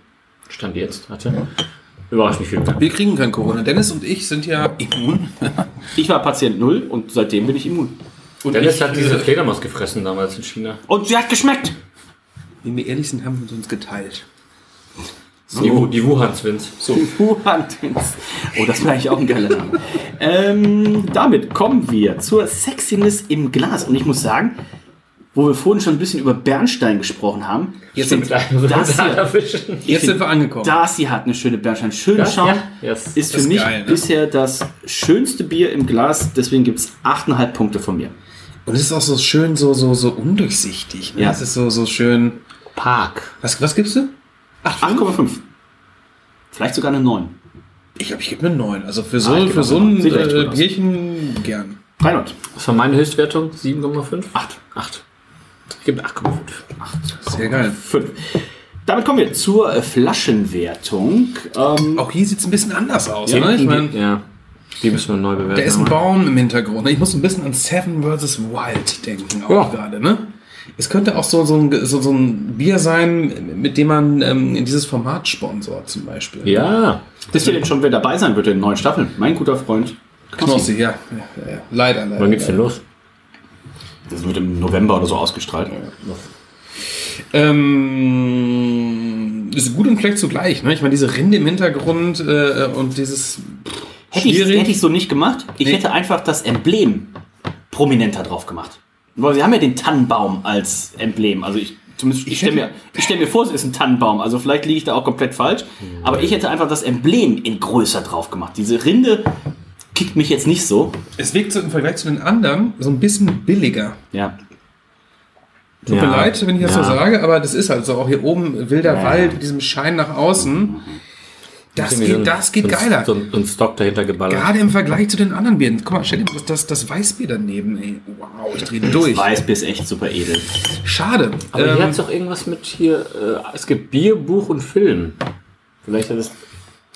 Speaker 3: stand jetzt hatte. Überrascht mich viel mehr.
Speaker 4: Wir kriegen kein Corona. Dennis und ich sind ja immun.
Speaker 2: Ich war Patient Null und seitdem bin ich immun.
Speaker 4: Und
Speaker 3: Dennis
Speaker 4: ich-
Speaker 3: hat diese Fledermaus gefressen damals in China.
Speaker 2: Und sie hat geschmeckt.
Speaker 4: Wenn wir ehrlich sind, haben wir uns geteilt.
Speaker 3: Die, Wu- die Wuhan-Zwins.
Speaker 2: So. Oh, das war eigentlich auch ein geiler Name. ähm, damit kommen wir zur Sexiness im Glas. Und ich muss sagen, wo wir vorhin schon ein bisschen über Bernstein gesprochen haben,
Speaker 4: Jetzt sind,
Speaker 2: das hier,
Speaker 3: erwischen.
Speaker 4: jetzt sind wir angekommen.
Speaker 2: das hier hat eine schöne Bernstein. Schön schauen.
Speaker 3: Ja, yes.
Speaker 2: Ist für
Speaker 4: ist
Speaker 2: mich
Speaker 4: geil, ne?
Speaker 2: bisher das schönste Bier im Glas. Deswegen gibt es 8,5 Punkte von mir.
Speaker 4: Und es ist auch so schön, so, so, so undurchsichtig. Ne?
Speaker 2: Ja.
Speaker 4: Es ist so, so schön.
Speaker 3: Park.
Speaker 4: Was, was gibst du?
Speaker 2: 8,5. Vielleicht sogar eine 9.
Speaker 4: Ich glaube, ich gebe mir einen 9. Also für so,
Speaker 3: Ah, ich geb
Speaker 4: für
Speaker 3: mir
Speaker 4: so
Speaker 3: auch
Speaker 4: ein
Speaker 3: einen. Sieht echt
Speaker 4: äh,
Speaker 3: gut aus.
Speaker 4: Bierchen gern.
Speaker 2: Reinhold.
Speaker 3: Was war meine Höchstwertung? 7,5?
Speaker 2: 8. 8.
Speaker 3: Ich gebe 8,5.
Speaker 4: Sehr geil.
Speaker 2: 5. Damit kommen wir zur äh, Flaschenwertung. Ähm,
Speaker 4: Auch hier sieht es ein bisschen anders aus.
Speaker 3: Ja, Mhm.
Speaker 4: ne? Ich
Speaker 3: die-
Speaker 4: meine,
Speaker 3: ja. Die müssen wir neu bewerten.
Speaker 4: da ist ein
Speaker 3: aber-
Speaker 4: Baum im Hintergrund. ne? Ich muss ein bisschen an Seven vs. Wild denken, auch
Speaker 3: Ja.
Speaker 4: gerade. Ne? Es könnte auch so, so, ein, so, so ein Bier sein, mit dem man ähm, dieses Format sponsort, zum Beispiel.
Speaker 3: Ja.
Speaker 2: wisst ihr denn schon, wer dabei sein wird in den neuen Staffeln? Mein guter Freund.
Speaker 3: Genau.
Speaker 4: Knossi, ja. Ja, ja, ja. Leider, leider.
Speaker 3: Wann geht's denn los?
Speaker 2: Das wird im November oder so ausgestrahlt.
Speaker 4: Ähm, ist gut und schlecht zugleich. Ne? Ich meine, diese Rinde im Hintergrund äh, und dieses.
Speaker 2: Hätte ich,
Speaker 4: Schwierig.
Speaker 2: hätte ich so nicht gemacht. Ich
Speaker 4: Nee.
Speaker 2: hätte einfach das Emblem prominenter drauf gemacht. Weil sie haben ja den Tannenbaum als Emblem. Also ich, zumindest, ich, stelle mir,
Speaker 4: hätte-
Speaker 2: ich stell mir vor, es ist ein Tannenbaum. Also vielleicht liege ich da auch komplett falsch. Aber ich hätte einfach das Emblem in größer drauf gemacht. Diese Rinde kickt mich jetzt nicht so.
Speaker 4: Es wirkt so im Vergleich zu den anderen so ein bisschen billiger.
Speaker 2: Ja.
Speaker 4: Tut mir
Speaker 3: Ja.
Speaker 4: leid, wenn ich das
Speaker 3: Ja.
Speaker 4: so sage, aber das ist halt so. Auch hier oben wilder
Speaker 2: Ja.
Speaker 4: Wald mit diesem Schein nach außen. Das
Speaker 3: Irgendwie so ein-
Speaker 4: geht, das geht
Speaker 3: so ein-
Speaker 4: geiler.
Speaker 3: So ein, so ein Stock dahinter geballert.
Speaker 4: Gerade im Vergleich zu den anderen Bieren. Guck mal, stell dir mal das, das, das Weißbier daneben, ey. Wow, ich drehe durch.
Speaker 2: Weißbier ist echt super edel.
Speaker 4: Schade.
Speaker 3: Aber
Speaker 4: Ähm,
Speaker 3: hier hat es doch irgendwas mit hier. Äh, es gibt Bier, Buch und Film. Vielleicht hat es,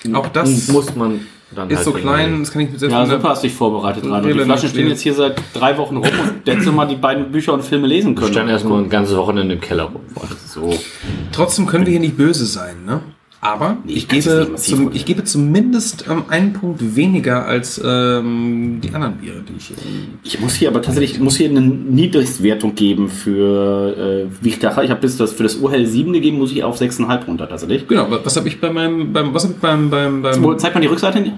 Speaker 3: Hm,
Speaker 4: auch das
Speaker 3: muss man dann.
Speaker 4: ist
Speaker 3: halt
Speaker 4: so klein,
Speaker 3: irgendwie-
Speaker 4: das kann ich mit selbst
Speaker 2: Ja, super hast dich vorbereitet, Reinhold. Die
Speaker 4: Rede
Speaker 2: Flaschen
Speaker 4: nicht
Speaker 2: stehen
Speaker 4: lesen.
Speaker 2: jetzt hier seit drei Wochen rum und hättest du mal die beiden Bücher und Filme lesen
Speaker 3: Ich stand
Speaker 2: können.
Speaker 3: erstmal ein ganzes Wochenende im Keller rum. Also So.
Speaker 4: Trotzdem können wir hier nicht böse sein, ne? Aber ich,
Speaker 2: das ist nicht
Speaker 4: gebe,
Speaker 2: massiv
Speaker 4: zum,
Speaker 2: vorgehen.
Speaker 4: ich gebe zumindest ähm, einen Punkt weniger als ähm, die anderen Biere, die ich hier.
Speaker 2: Ich muss hier aber tatsächlich muss hier eine Niedrigstwertung geben für äh, wie ich dachte, ich habe bis das für das Urhell 7 gegeben, muss ich auf 6,5 runter tatsächlich.
Speaker 4: Genau, wa- was habe ich bei meinem, beim, was habe ich beim, beim,
Speaker 2: Wo,
Speaker 4: beim
Speaker 2: zeigt man die Rückseite hin?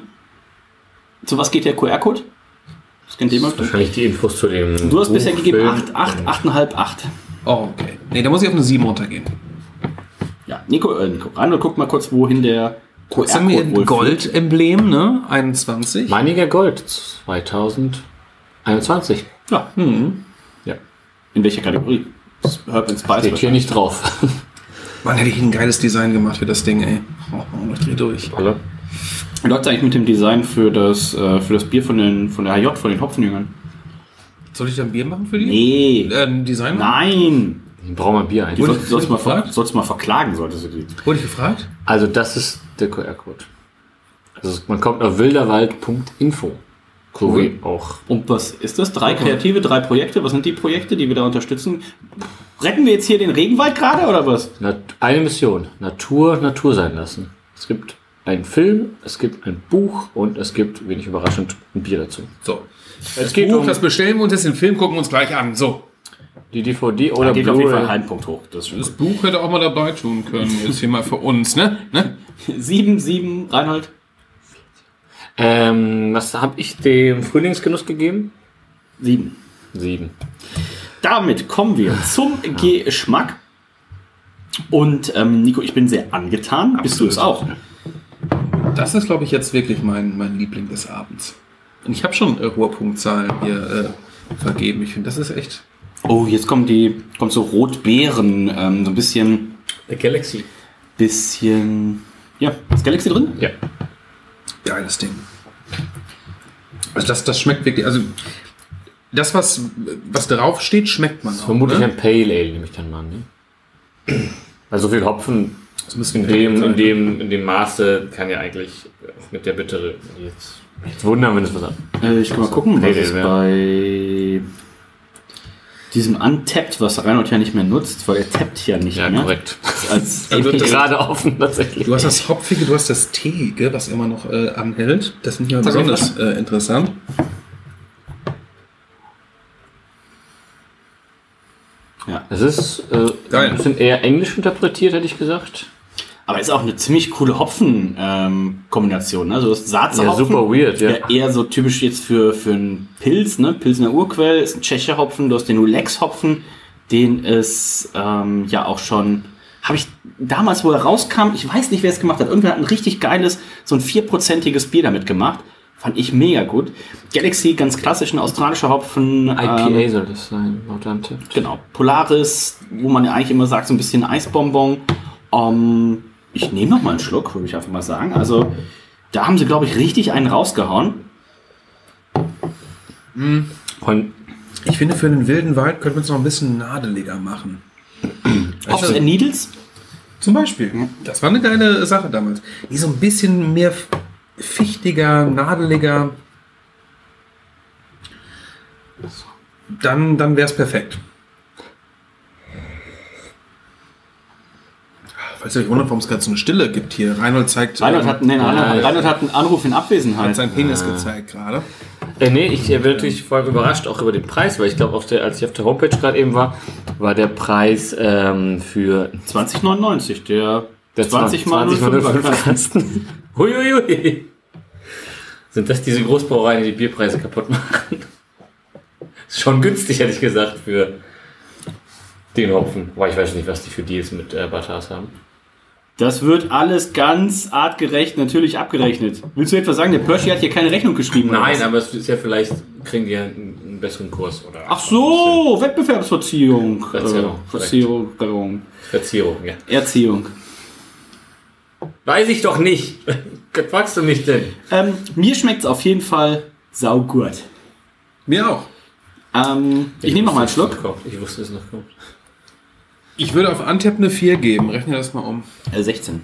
Speaker 2: Zu was geht der QR-Code? Das kennt jemand.
Speaker 3: Wahrscheinlich die Infos zu dem.
Speaker 2: Du hast
Speaker 3: Buch,
Speaker 2: bisher gegeben
Speaker 3: Film.
Speaker 2: 8, 8, 8,5, 8.
Speaker 4: Oh, okay. Nee, da muss ich auf eine 7 runtergehen.
Speaker 2: Ja, Nico, äh, Nico, Reinhold, guck mal kurz, wohin der
Speaker 4: Jetzt haben wir hier ein
Speaker 2: wohl führt.
Speaker 4: Gold-Emblem, ne? 21.
Speaker 3: Meiniger Gold 2021.
Speaker 2: Ja. ja. In welcher Kategorie? Herb and Spice.
Speaker 3: Steht hier nicht drauf.
Speaker 4: Mann, hätte ich ein geiles Design gemacht für das Ding, ey. Oh, ich dreh durch.
Speaker 3: Hallo?
Speaker 2: Wie läuft eigentlich mit dem Design für das, äh, für das Bier von, den, von der HJ, von den Hopfenjüngern?
Speaker 4: Soll ich da ein Bier machen für die?
Speaker 2: Nee.
Speaker 4: Äh, ein Design? machen?
Speaker 2: Nein!
Speaker 3: Ich brauche mal Bier ein.
Speaker 2: Du
Speaker 4: Wurde
Speaker 2: sollst, sollst,
Speaker 4: ich
Speaker 2: mal ver
Speaker 4: gefragt?
Speaker 2: sollst mal verklagen, solltest du die.
Speaker 4: Wurde ich gefragt?
Speaker 3: Also, das ist der QR-Code. Also, man kommt auf wilderwald.info. So wie auch.
Speaker 2: Und was ist das? Drei kreative, drei Projekte? Was sind die Projekte, die wir da unterstützen? Retten wir jetzt hier den Regenwald gerade oder was?
Speaker 3: Nat eine Mission. Natur, Natur sein lassen. Es gibt einen Film, es gibt ein Buch und es gibt, wenig überraschend, ein Bier dazu.
Speaker 4: So.
Speaker 3: Es
Speaker 4: Das
Speaker 3: geht
Speaker 4: Buch,
Speaker 3: um
Speaker 4: das bestellen wir uns jetzt den Film, gucken wir uns gleich an. So.
Speaker 3: die DVD oder
Speaker 2: geht auf jeden Fall
Speaker 3: Blu-ray.
Speaker 2: einen Punkt hoch. Das ist schon
Speaker 4: Das Buch hätte auch mal dabei tun können, jetzt hier mal für uns, ne? ne?
Speaker 2: 7, 7, Reinhold.
Speaker 3: Ähm, was habe ich dem Frühlingsgenuss gegeben?
Speaker 2: 7.
Speaker 3: Sieben.
Speaker 2: Damit kommen wir zum Geschmack. Und ähm, Nico, ich bin sehr angetan. Bist du es auch?
Speaker 4: Das ist, glaube ich, jetzt wirklich mein, mein Liebling des Abends. Und ich habe schon äh, Ruhrpunktzahlen hier äh, vergeben. Ich finde, das ist echt.
Speaker 2: Oh, jetzt kommen die, kommt so Rotbeeren, ähm, so ein bisschen,
Speaker 3: The Galaxy.
Speaker 2: bisschen. Ja, ist Galaxy drin?
Speaker 3: Ja.
Speaker 4: Geiles Ding. Also das, das schmeckt wirklich, also das, was, was drauf steht, schmeckt man auch.
Speaker 3: Vermutlich
Speaker 4: ne?
Speaker 3: ein Pale Ale, nehme ich dann mal an. Ne? Weil so viel Hopfen
Speaker 4: Das müsste
Speaker 3: in dem, in, dem, in dem Maße kann ja eigentlich auch mit der Bittere jetzt, jetzt wundern, wenn es was hat.
Speaker 2: Äh, ich kann mal gucken,
Speaker 3: Nee,
Speaker 2: was
Speaker 3: nee,
Speaker 2: ist
Speaker 3: nee.
Speaker 2: bei diesem Untapped, was Reinhold ja nicht mehr nutzt, weil er tappt ja nicht
Speaker 3: Ja,
Speaker 2: mehr.
Speaker 3: [LAUGHS] korrekt.
Speaker 2: Als
Speaker 4: Also
Speaker 2: APA.
Speaker 4: das-
Speaker 3: Gerade offen tatsächlich.
Speaker 4: Du hast das Hopfige, [LAUGHS] du hast das Teeige, was immer noch äh, anhält. Das finde ich immer
Speaker 2: Sag mal
Speaker 4: besonders äh, interessant.
Speaker 2: ja.
Speaker 3: Es ist äh,
Speaker 4: Geil.
Speaker 3: ein bisschen eher englisch interpretiert, hätte ich gesagt.
Speaker 2: Aber ist auch eine ziemlich coole Hopfen-Kombination. ne? Also das Saatze
Speaker 3: Ja,
Speaker 2: Hopfen,
Speaker 3: super weird, ja.
Speaker 2: der eher so typisch jetzt für, für einen Pilz, ne? Pilsener Urquell, ist ein Tschecher Hopfen, du hast den Ulex-Hopfen, den es ähm, ja auch schon, habe ich damals, wo er rauskam, ich weiß nicht, wer es gemacht hat, irgendwer hat ein richtig geiles, so ein vierprozentiges Bier damit gemacht. Fand ich mega gut. Galaxy, ganz klassisch, ein australischer Hopfen.
Speaker 3: IPA
Speaker 2: ähm,
Speaker 3: soll das sein, laut deinem Tipp.
Speaker 2: Genau, Polaris, wo man ja eigentlich immer sagt, so ein bisschen Eisbonbon. Ähm, ich nehme noch mal einen Schluck, würde ich einfach mal sagen. Also, da haben sie, glaube ich, richtig einen rausgehauen.
Speaker 3: Von
Speaker 4: Ich finde, für einen wilden Wald könnten wir es noch ein bisschen nadeliger machen. Also,
Speaker 2: Hops and Needles.
Speaker 4: Zum Beispiel. Das war eine geile Sache damals. Die so ein bisschen mehr fichtiger, nadeliger. Dann, dann wäre es perfekt. Falls ihr euch wundert, warum es gerade so eine Stille gibt hier. Reinhold zeigt.
Speaker 2: Reinhold hat, Ah. nee, nein,
Speaker 3: Nein.
Speaker 2: Reinhold hat einen Anruf in
Speaker 4: hat
Speaker 2: Abwesenheit.
Speaker 4: seinen Penis gezeigt gerade.
Speaker 3: Äh, nee, ich äh, bin natürlich voll überrascht, auch über den Preis, weil ich glaube, auf der- als ich auf der Homepage gerade eben war, war der Preis ähm, für
Speaker 2: 20,99, der,
Speaker 3: der
Speaker 2: 20 mal
Speaker 3: 05
Speaker 2: 05er
Speaker 3: Kasten. [LAUGHS] Huiuiui. Sind das diese Großbrauereien, die die Bierpreise kaputt machen? Ist schon günstig, hätte ich gesagt, für den Hopfen. Aber ich weiß nicht, was die für Deals mit äh, Batas haben.
Speaker 2: Das wird alles ganz artgerecht natürlich abgerechnet. Willst du etwas sagen? Der Pershi hat hier keine Rechnung geschrieben. oder
Speaker 3: Nein,
Speaker 2: was?
Speaker 3: aber es ist ja vielleicht, kriegen die ja einen, einen besseren Kurs oder
Speaker 2: Ach so, Wettbewerbsverziehung.
Speaker 3: Verzerrung,
Speaker 2: Äh, Verzierung.
Speaker 3: Verzierung, ja.
Speaker 2: Erziehung.
Speaker 3: Weiß ich doch nicht. [LAUGHS] Was fragst du mich denn?
Speaker 2: Ähm, mir schmeckt es auf jeden Fall saugut.
Speaker 4: Mir auch.
Speaker 2: Ähm, ich nehme nochmal einen Schluck.
Speaker 3: Ich wusste, es noch kommt.
Speaker 4: Ich würde auf Antep eine 4 geben. Rechne das mal um.
Speaker 2: Äh, 16.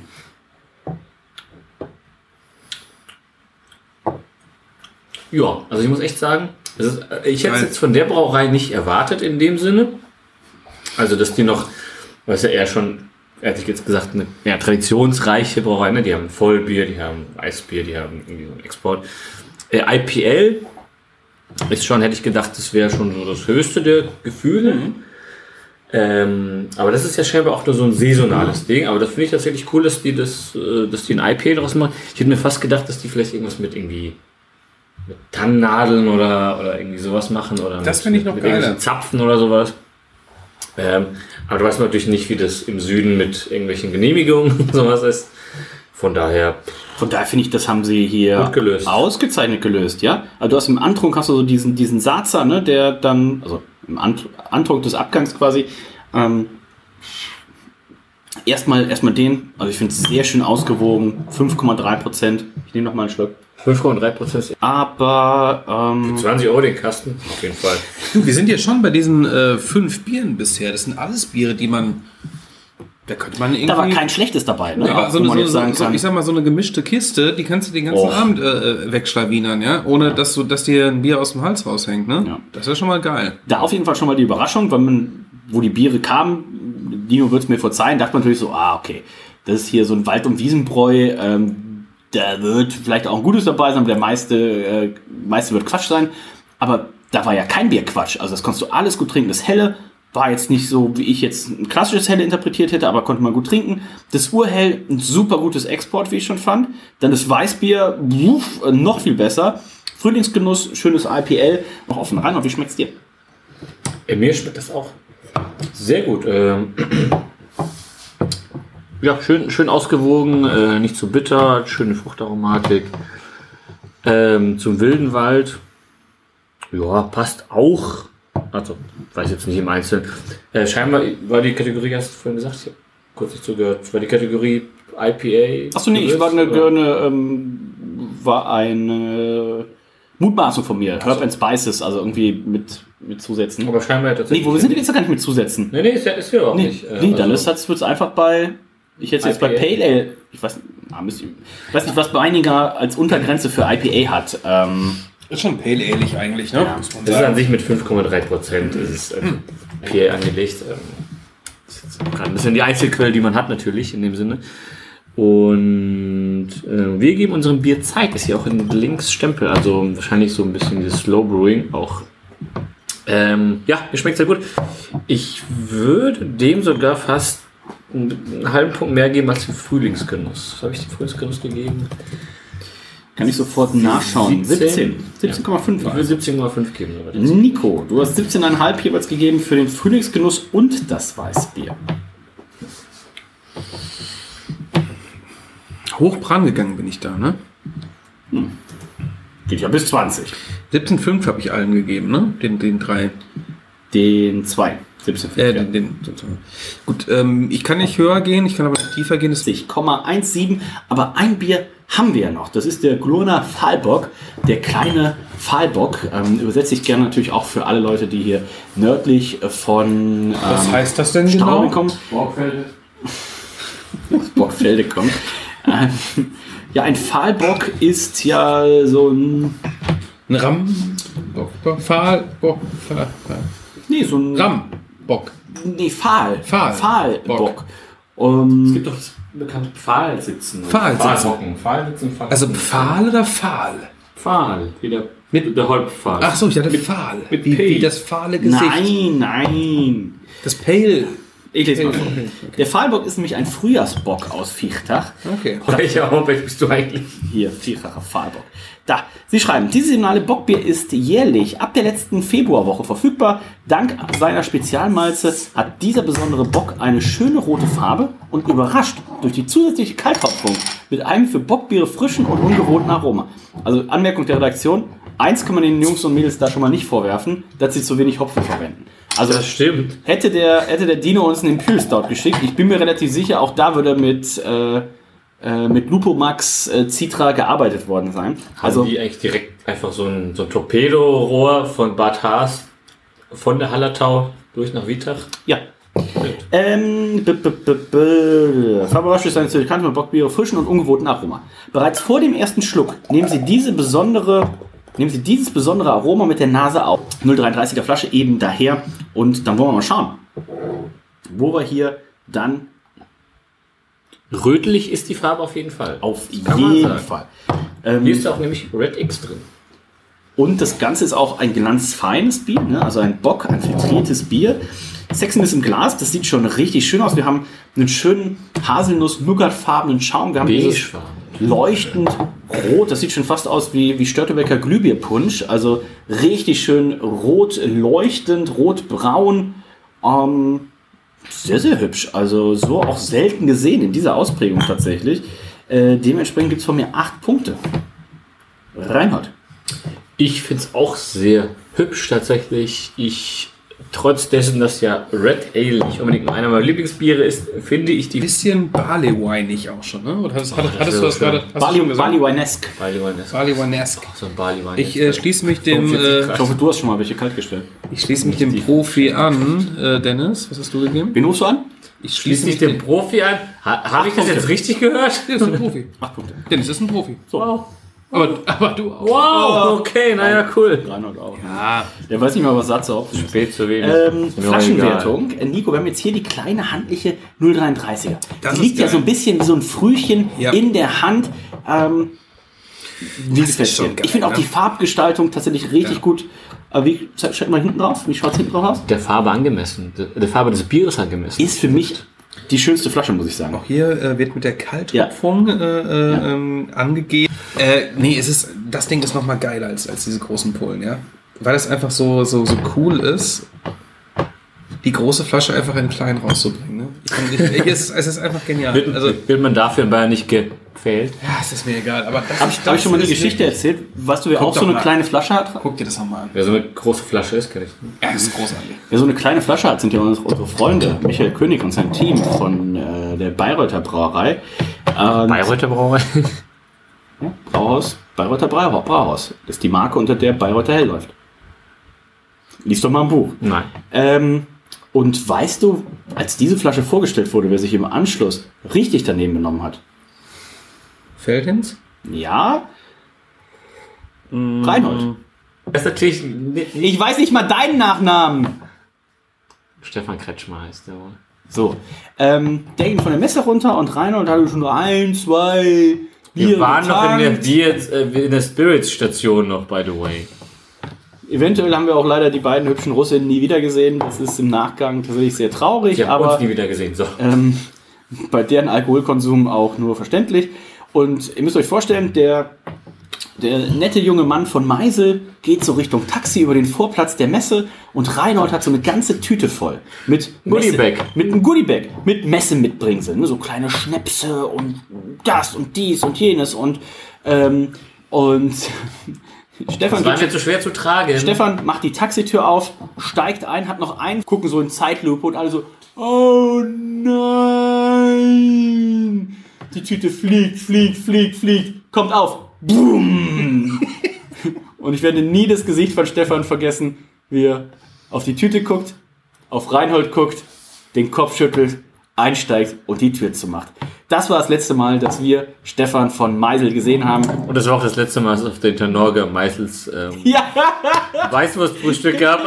Speaker 3: Ja, also ich muss echt sagen, es ist, äh, ich hätte es
Speaker 4: Nein.
Speaker 3: jetzt von der Brauerei nicht erwartet in dem Sinne. Also, dass die noch, was ja eher schon, hätte ich jetzt gesagt, eine eher traditionsreiche Brauerei, ne? die haben Vollbier, die haben Eisbier, die haben irgendwie so einen Export. Äh, IPL ist schon, hätte ich gedacht, das wäre schon so das höchste der Gefühle.
Speaker 4: Mhm.
Speaker 3: Ähm, aber das ist ja scheinbar auch nur so ein saisonales Ding. Aber das finde ich tatsächlich cool, dass die das, äh, dass die ein IPA draus machen. Ich hätte mir fast gedacht, dass die vielleicht irgendwas mit irgendwie mit Tannennadeln oder, oder irgendwie sowas machen. Oder
Speaker 4: Das
Speaker 3: mit-
Speaker 4: finde ich noch
Speaker 3: mit irgendwelchen
Speaker 4: geiler.
Speaker 3: Zapfen oder sowas. Ähm, aber du weißt natürlich nicht, wie das im Süden mit irgendwelchen Genehmigungen [LAUGHS] und sowas ist. Von daher,
Speaker 2: Von daher finde ich, das haben sie hier
Speaker 3: Gut gelöst.
Speaker 2: ausgezeichnet gelöst, ja. Also du hast im Antrunk hast du so diesen, diesen Satzer, ne, der dann, also im Ant Antrunk des Abgangs quasi, ähm, erstmal, erstmal den, also ich finde es sehr schön ausgewogen, 5,3 Prozent. Ich nehme nochmal einen Schluck.
Speaker 3: 5,3 Prozent.
Speaker 2: Aber, ähm,
Speaker 3: 20 Euro den Kasten, auf jeden Fall.
Speaker 4: Du, wir sind ja schon bei diesen äh, fünf Bieren bisher. Das sind alles Biere, die man. Da könnte man irgendwie.
Speaker 2: da war kein schlechtes dabei, ne?
Speaker 4: Ja, aber
Speaker 2: Auch
Speaker 4: so
Speaker 2: wo
Speaker 4: eine,
Speaker 2: man
Speaker 4: so,
Speaker 2: jetzt sagen
Speaker 4: so, so,
Speaker 2: kann-
Speaker 4: ich sag mal, so eine gemischte Kiste, die kannst du den ganzen
Speaker 2: Och.
Speaker 4: Abend äh, äh, wegschlawinern, ja? Ohne dass, du, dass dir ein Bier aus dem Hals raushängt, ne?
Speaker 2: Ja.
Speaker 4: Das ist schon mal geil.
Speaker 2: da auf jeden Fall schon mal die Überraschung, weil man, wo die Biere kamen, Dino wird es mir verzeihen, dachte man natürlich so, ah, okay, das ist hier so ein Wald- und Wiesenbräu, ähm, da wird vielleicht auch ein gutes dabei sein, aber der meiste, äh, meiste wird Quatsch sein. Aber da war ja kein Bier Quatsch. Also das konntest du alles gut trinken. Das Helle war jetzt nicht so, wie ich jetzt ein klassisches Helle interpretiert hätte, aber konnte man gut trinken. Das Urhell, ein super gutes Export, wie ich schon fand. Dann das Weißbier, wuff, äh, noch viel besser. Frühlingsgenuss, schönes IPL, noch offen rein. Und wie schmeckt's dir?
Speaker 3: Äh, Mir schmeckt das auch sehr gut. Ähm, [CLEARS THROAT] ja, schön, schön ausgewogen, äh, nicht zu bitter, schöne Fruchtaromatik. Ähm, zum wilden Wald, ja, passt auch. Also, weiß jetzt nicht im Einzelnen. Äh, scheinbar war die Kategorie, hast du vorhin gesagt, ich habe kurz nicht zugehört, war die Kategorie IPA.
Speaker 2: Achso, nee, ich
Speaker 3: Gewürz,
Speaker 2: war eine,
Speaker 3: oder?
Speaker 2: eine, ähm, war eine Mutmaßung von mir. Herb and Spices, also irgendwie mit, mit Zusätzen.
Speaker 3: Aber scheinbar tatsächlich.
Speaker 2: Nee, wo wir sind wir jetzt doch gar nicht mit Zusätzen.
Speaker 3: Nee, nee, ist ja, ist ja auch
Speaker 2: Nee,
Speaker 3: nicht. äh,
Speaker 2: nee dann
Speaker 3: also-
Speaker 2: ist es einfach bei, ich hätte jetzt bei
Speaker 3: IPA.
Speaker 2: Pale Ale, ich weiß, ah, müsst ihr- ich weiß nicht, was Beininger als Untergrenze für IPA hat. Ähm,
Speaker 4: Ist schon pale ähnlich eigentlich, ne? Muss man
Speaker 3: Das ist
Speaker 4: sagen.
Speaker 3: an sich mit 5,3 Prozent ist es ähm, PA angelegt. Ähm, ist jetzt gerade ein bisschen die Einzelquelle, die man hat natürlich in dem Sinne. Und äh, wir geben unserem Bier Zeit. Ist hier auch in Links Stempel, also wahrscheinlich so ein bisschen dieses Slow Brewing auch. Ähm, ja, mir schmeckt sehr gut. Ich würde dem sogar fast einen halben Punkt mehr geben als den Frühlingsgenuss. Was habe ich dem Frühlingsgenuss gegeben?
Speaker 2: kann ich sofort nachschauen. 17. 17,5.
Speaker 3: Ich würde 17,5 geben. sogar.
Speaker 2: Nico, du hast 17,5 jeweils gegeben für den Frühlingsgenuss und das Weißbier.
Speaker 4: Hoch gegangen bin ich da, ne?
Speaker 2: Geht ja bis 20.
Speaker 4: 17,5 habe ich allen gegeben, ne? Den, den drei.
Speaker 2: Den zwei. 17,5.
Speaker 4: Äh, den, den, gut, ähm, ich kann nicht höher gehen, ich kann aber nicht tiefer gehen. Das
Speaker 2: 20,17, aber ein Bier haben wir ja noch. Das ist der Glurner Pfahlbock, der kleine Pfahlbock. Ähm, übersetze ich gerne natürlich auch für alle Leute, die hier nördlich von ähm,
Speaker 4: Was heißt das denn
Speaker 2: Straubing
Speaker 4: genau?
Speaker 2: kommen.
Speaker 6: Borgfelde.
Speaker 2: Bockfelde
Speaker 4: [LAUGHS]
Speaker 2: kommt. ähm, ja, ein Pfahlbock ist ja so ein,
Speaker 4: Ein Ram. Bock, Bock, Fahl, Bock, Fahl, Fahl.
Speaker 2: nee, so ein
Speaker 4: Ram. Bock.
Speaker 2: nee, Pfahl,
Speaker 4: Pfahl.
Speaker 2: Pfahlbock.
Speaker 4: Bock.
Speaker 2: Ähm,
Speaker 6: Es gibt doch das bekannte Pfahlsitzen.
Speaker 4: Pfahlsitzen.
Speaker 6: Pfahlhocken. Pfahlsitzen, Pfahl.
Speaker 4: Also Pfahl oder Fahl?
Speaker 3: Pfahl, wie der,
Speaker 4: Mit-
Speaker 3: der Holpfahl.
Speaker 4: Ach so, ich dachte Pfahl.
Speaker 3: mit
Speaker 4: wie,
Speaker 3: P.
Speaker 4: wie das fahle Gesicht.
Speaker 2: nein, nein.
Speaker 4: Das Pale.
Speaker 2: Ich lese mal vor. Der Pfahlbock ist nämlich ein Frühjahrsbock aus Viechtach.
Speaker 4: Okay.
Speaker 3: Auf [LAUGHS] welcher Homepage bist du eigentlich?
Speaker 2: Hier, vierfacher Fahrbock. Da, Sie schreiben, dieses saisonale Bockbier ist jährlich ab der letzten Februarwoche verfügbar. Dank seiner Spezialmalze hat dieser besondere Bock eine schöne rote Farbe und überrascht durch die zusätzliche Kaltopfung mit einem für Bockbiere frischen und ungewohnten Aroma. Also Anmerkung der Redaktion, eins kann man den Jungs und Mädels da schon mal nicht vorwerfen, dass sie zu wenig Hopfen verwenden. Also
Speaker 3: Das stimmt.
Speaker 2: hätte der, hätte der Dino uns einen Impulse dort geschickt, ich bin mir relativ sicher, auch da würde er mit... Äh, äh, mit Lupo Max äh, Citra gearbeitet worden sein.
Speaker 3: Also
Speaker 2: Also
Speaker 3: die eigentlich direkt einfach so ein, so ein Torpedorohr von Bad Haas von der Hallertau durch nach Wietach.
Speaker 2: ja. Ähm, b- b- b- b- Faber-Roche ist eine Zirkante mit Bockbiere frischen und ungewohnten Aroma. Bereits vor dem ersten Schluck nehmen Sie diese besondere nehmen Sie dieses besondere Aroma mit der Nase auf. 0,33er Flasche eben daher und dann wollen wir mal schauen, wo wir hier dann
Speaker 3: Rötlich ist die Farbe auf jeden Fall.
Speaker 2: auf
Speaker 3: kann man
Speaker 2: jeden
Speaker 3: sagen.
Speaker 2: Fall.
Speaker 3: Hier
Speaker 2: Ähm,
Speaker 3: ist auch nämlich Red X drin.
Speaker 2: Und das Ganze ist auch ein glanzfeines Bier, ne? also ein Bock, ein filtriertes Bier. Sexiness im Glas, das sieht schon richtig schön aus. Wir haben einen schönen Haselnuss-Nougat-farbenen Schaum. Wir haben dieses
Speaker 3: Beigefarben.
Speaker 2: leuchtend rot, das sieht schon fast aus wie, wie Störtebecker Glühbierpunsch. Also richtig schön rot leuchtend, rotbraun. Ähm, sehr, sehr hübsch. Also so auch selten gesehen in dieser Ausprägung tatsächlich. Äh, dementsprechend gibt es von mir acht Punkte. Reinhard.
Speaker 3: Ich finde es auch sehr hübsch tatsächlich. Ich, trotz dessen, dass ja Red Ale nicht unbedingt einer meiner Lieblingsbiere ist, finde ich die...
Speaker 4: Bisschen barley weinig auch schon, ne? Oder hattest, hattest, hattest
Speaker 3: wäre
Speaker 4: du das
Speaker 3: schön.
Speaker 4: gerade? hast du schon
Speaker 2: Bali,
Speaker 4: gesagt?
Speaker 2: Bali Winesk.
Speaker 3: Barley Wine ist-
Speaker 4: barley weinesque.
Speaker 3: So ein Barley Wine
Speaker 4: Ich
Speaker 3: ist-
Speaker 4: äh, schließe mich dem, äh,
Speaker 2: Ich hoffe, du hast schon mal welche kalt gestellt.
Speaker 4: ich schließe mich dem Profi an, äh, Dennis. Was hast du gegeben?
Speaker 2: Wen rufst du an?
Speaker 4: Ich
Speaker 3: Schließt nicht den Profi an? Ha, Habe ich das jetzt richtig [LAUGHS] gehört?
Speaker 4: Dennis ist ein Profi.
Speaker 2: Acht Punkte.
Speaker 4: Dennis ist ein Profi.
Speaker 3: Wow.
Speaker 4: Aber, aber du auch.
Speaker 3: Wow, okay, naja, cool.
Speaker 2: Reinhold auch. Ja. Der weiß nicht mal, was Satz auf.
Speaker 3: Spät zu wenig.
Speaker 2: Ähm,
Speaker 3: Ist mir auch
Speaker 2: Flaschenwertung. Äh, Nico, wir haben jetzt hier die kleine handliche 033er.
Speaker 4: Das
Speaker 2: die
Speaker 4: ist
Speaker 2: liegt ja
Speaker 4: geil.
Speaker 2: so ein bisschen wie so ein Frühchen
Speaker 4: Ja.
Speaker 2: in der Hand. Ähm, wie gefällt
Speaker 4: ist schon
Speaker 2: dir?
Speaker 4: geil,
Speaker 2: Ich finde auch
Speaker 4: ne?
Speaker 2: die Farbgestaltung tatsächlich richtig gut. Aber wie schaut mal hinten drauf? Wie schaut hinten drauf aus?
Speaker 3: Der Farbe angemessen. Der, der Farbe des Bieres angemessen.
Speaker 2: Ist für mich die schönste Flasche, muss ich sagen.
Speaker 4: Hier äh, wird mit der Kaltrupfung äh, äh, ähm, angegeben. Äh, nee, es ist, das Ding ist nochmal geiler als, als diese großen Polen, ja. Weil das einfach so, so, so cool ist, die große Flasche einfach in klein rauszubringen. Ne? Ich find, ich, [LAUGHS] es, ist, es ist einfach genial.
Speaker 3: Wird,
Speaker 4: Also,
Speaker 3: wird man dafür in Bayern nicht gefällt?
Speaker 4: ja, es ist mir egal. Aber das,
Speaker 2: Habe ich, hab ich schon mal eine
Speaker 4: ist
Speaker 2: Geschichte
Speaker 4: wirklich-
Speaker 2: erzählt, was du ja
Speaker 4: Guck
Speaker 2: auch so
Speaker 4: doch
Speaker 2: eine
Speaker 4: mal.
Speaker 2: kleine Flasche hat?
Speaker 4: Guck dir das nochmal an.
Speaker 3: Wer so eine große Flasche ist, kenn ich.
Speaker 4: Ja, das ist großartig.
Speaker 2: Wer so eine kleine Flasche hat, sind ja unsere unsere Freunde, Michael König und sein Team von äh, der Bayreuther Brauerei. Ähm,
Speaker 3: Bayreuther Brauerei?
Speaker 2: Ja, Brauhaus, Bayreuther Brau- Brauhaus. Das ist die Marke, unter der Bayreuther Hell läuft. Lies doch mal ein Buch.
Speaker 3: [LAUGHS] Nein.
Speaker 2: Ähm, und weißt du, als diese Flasche vorgestellt wurde, wer sich im Anschluss richtig daneben genommen hat?
Speaker 4: Feldhins?
Speaker 2: Ja?
Speaker 3: Mm.
Speaker 2: Reinhold.
Speaker 3: Das ist natürlich nicht,
Speaker 2: Ich weiß nicht mal deinen Nachnamen.
Speaker 3: Stefan Kretschmer heißt der wohl.
Speaker 2: So, ähm, der ging von der Messe runter und Reinhold hatte schon nur ein, zwei
Speaker 3: Wir
Speaker 2: Biere
Speaker 3: waren noch in der,
Speaker 2: getankt.
Speaker 3: Bier, äh, in der Spirits Station noch, by the way.
Speaker 2: Eventuell haben wir auch leider die beiden hübschen Russinnen nie wieder gesehen. Das ist im Nachgang tatsächlich sehr traurig,
Speaker 3: Ich habe
Speaker 2: aber
Speaker 3: uns nie wieder gesehen. So.
Speaker 2: ähm, bei deren Alkoholkonsum auch nur verständlich. Und ihr müsst euch vorstellen, der, der nette junge Mann von Meisel geht so Richtung Taxi über den Vorplatz der Messe und Reinhold hat so eine ganze Tüte voll mit Messe-
Speaker 3: Goodiebag.
Speaker 2: mit einem Goodiebag, mit Messe mitbringseln, ne? so kleine Schnäpse und das und dies und jenes und ähm, und [LAUGHS] Stefan
Speaker 3: Das war
Speaker 2: geht
Speaker 3: mir zu schwer zu tragen.
Speaker 2: Stefan macht die Taxitür auf, steigt ein, hat noch einen, gucken so in Zeitlupe und alle so, oh nein! Die Tüte fliegt, fliegt, fliegt, fliegt, kommt auf, boom! und ich werde nie das Gesicht von Stefan vergessen, wie er auf die Tüte guckt, auf Reinhold guckt, den Kopf schüttelt, einsteigt und die Tür zumacht. Das war das letzte Mal, dass wir Stefan von Meisel gesehen haben.
Speaker 3: Und das war auch das letzte Mal, dass es auf der Internorga Meißels ähm, Weißwurstfrühstück gab.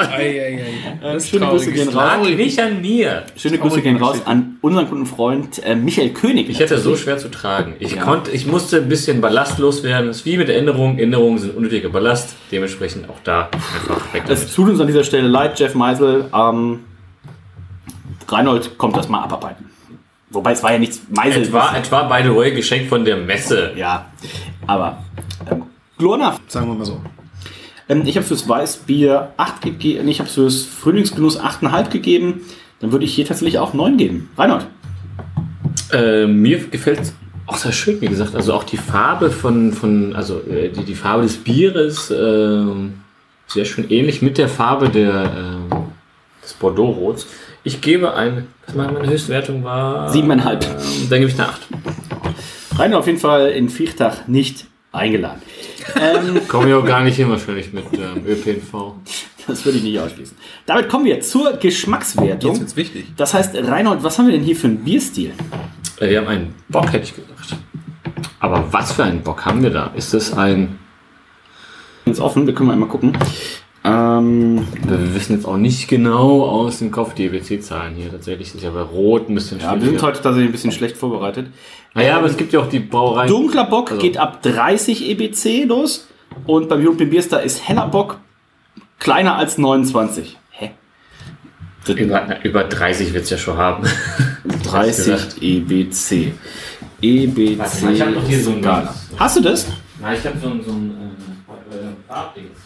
Speaker 4: Das
Speaker 2: schöne Grüße gehen raus.
Speaker 3: Lag nicht an mir.
Speaker 2: Schöne Grüße gehen raus an unseren guten Freund äh, Michael König.
Speaker 3: Ich hätte so schwer zu tragen. Ich konnte, ich musste ein bisschen Ballast loswerden. Das ist wie mit Änderungen. Änderungen sind unnötiger Ballast. Dementsprechend auch da einfach weg damit.
Speaker 2: Es tut uns an dieser Stelle leid, Jeff Meisel. Ähm, Reinhold kommt das mal abarbeiten. Wobei es war ja nichts Meisel.
Speaker 3: Etwa, etwa, by the way, geschenkt von der Messe.
Speaker 2: Ja, aber ähm, glorhaft.
Speaker 4: Sagen wir mal so.
Speaker 2: Ähm, ich habe fürs Weißbier 8 gegeben. Ich habe fürs Frühlingsgenuss 8,5 gegeben. Dann würde ich hier tatsächlich auch 9 geben. Reinhold.
Speaker 3: Äh, mir gefällt es auch sehr schön, wie gesagt. Also auch die Farbe von, von also äh, die, die Farbe des Bieres ähm, sehr schön ähnlich mit der Farbe der, ähm, des Bordeaux-Rots. Ich gebe ein, was meine meine Höchstwertung war?
Speaker 2: 7,5.
Speaker 3: Ähm, Dann gebe ich eine 8.
Speaker 2: Reinhold auf jeden Fall in Viechtach nicht eingeladen. Ähm,
Speaker 3: Komme ich auch gar nicht hin wahrscheinlich mit ähm, ÖPNV.
Speaker 2: das würde ich nicht ausschließen. Damit kommen wir zur
Speaker 4: Jetzt
Speaker 2: Geschmackswertung.
Speaker 4: wird's wichtig.
Speaker 2: Das heißt, Reinhold, was haben wir denn hier für einen Bierstil?
Speaker 3: Äh, Wir haben einen Bock, hätte ich gedacht. Aber was für einen Bock haben wir da? Ist es ein.
Speaker 2: Ist offen, wir können mal einmal gucken. Ähm,
Speaker 3: Wir wissen jetzt auch nicht genau aus dem Kopf die EBC-Zahlen hier. Tatsächlich ist ja bei Rot ein bisschen
Speaker 2: ja, wir sind
Speaker 3: schwieriger.
Speaker 2: heute tatsächlich ein bisschen schlecht vorbereitet.
Speaker 3: Naja, aber es gibt ja auch die Brauerei.
Speaker 2: Dunkler Bock
Speaker 3: Also-
Speaker 2: geht ab 30 EBC los und beim European Beer Star ist heller Bock kleiner als 29. Hä?
Speaker 3: Also Über, über 30 wird es ja
Speaker 6: [LAUGHS]
Speaker 3: schon haben.
Speaker 2: 30 EBC. EBC.
Speaker 3: Warte mal, ich hab noch hier so ein-
Speaker 2: Skala. Hast du das?
Speaker 3: Na, ich habe so ein. So ein äh, Farbdings.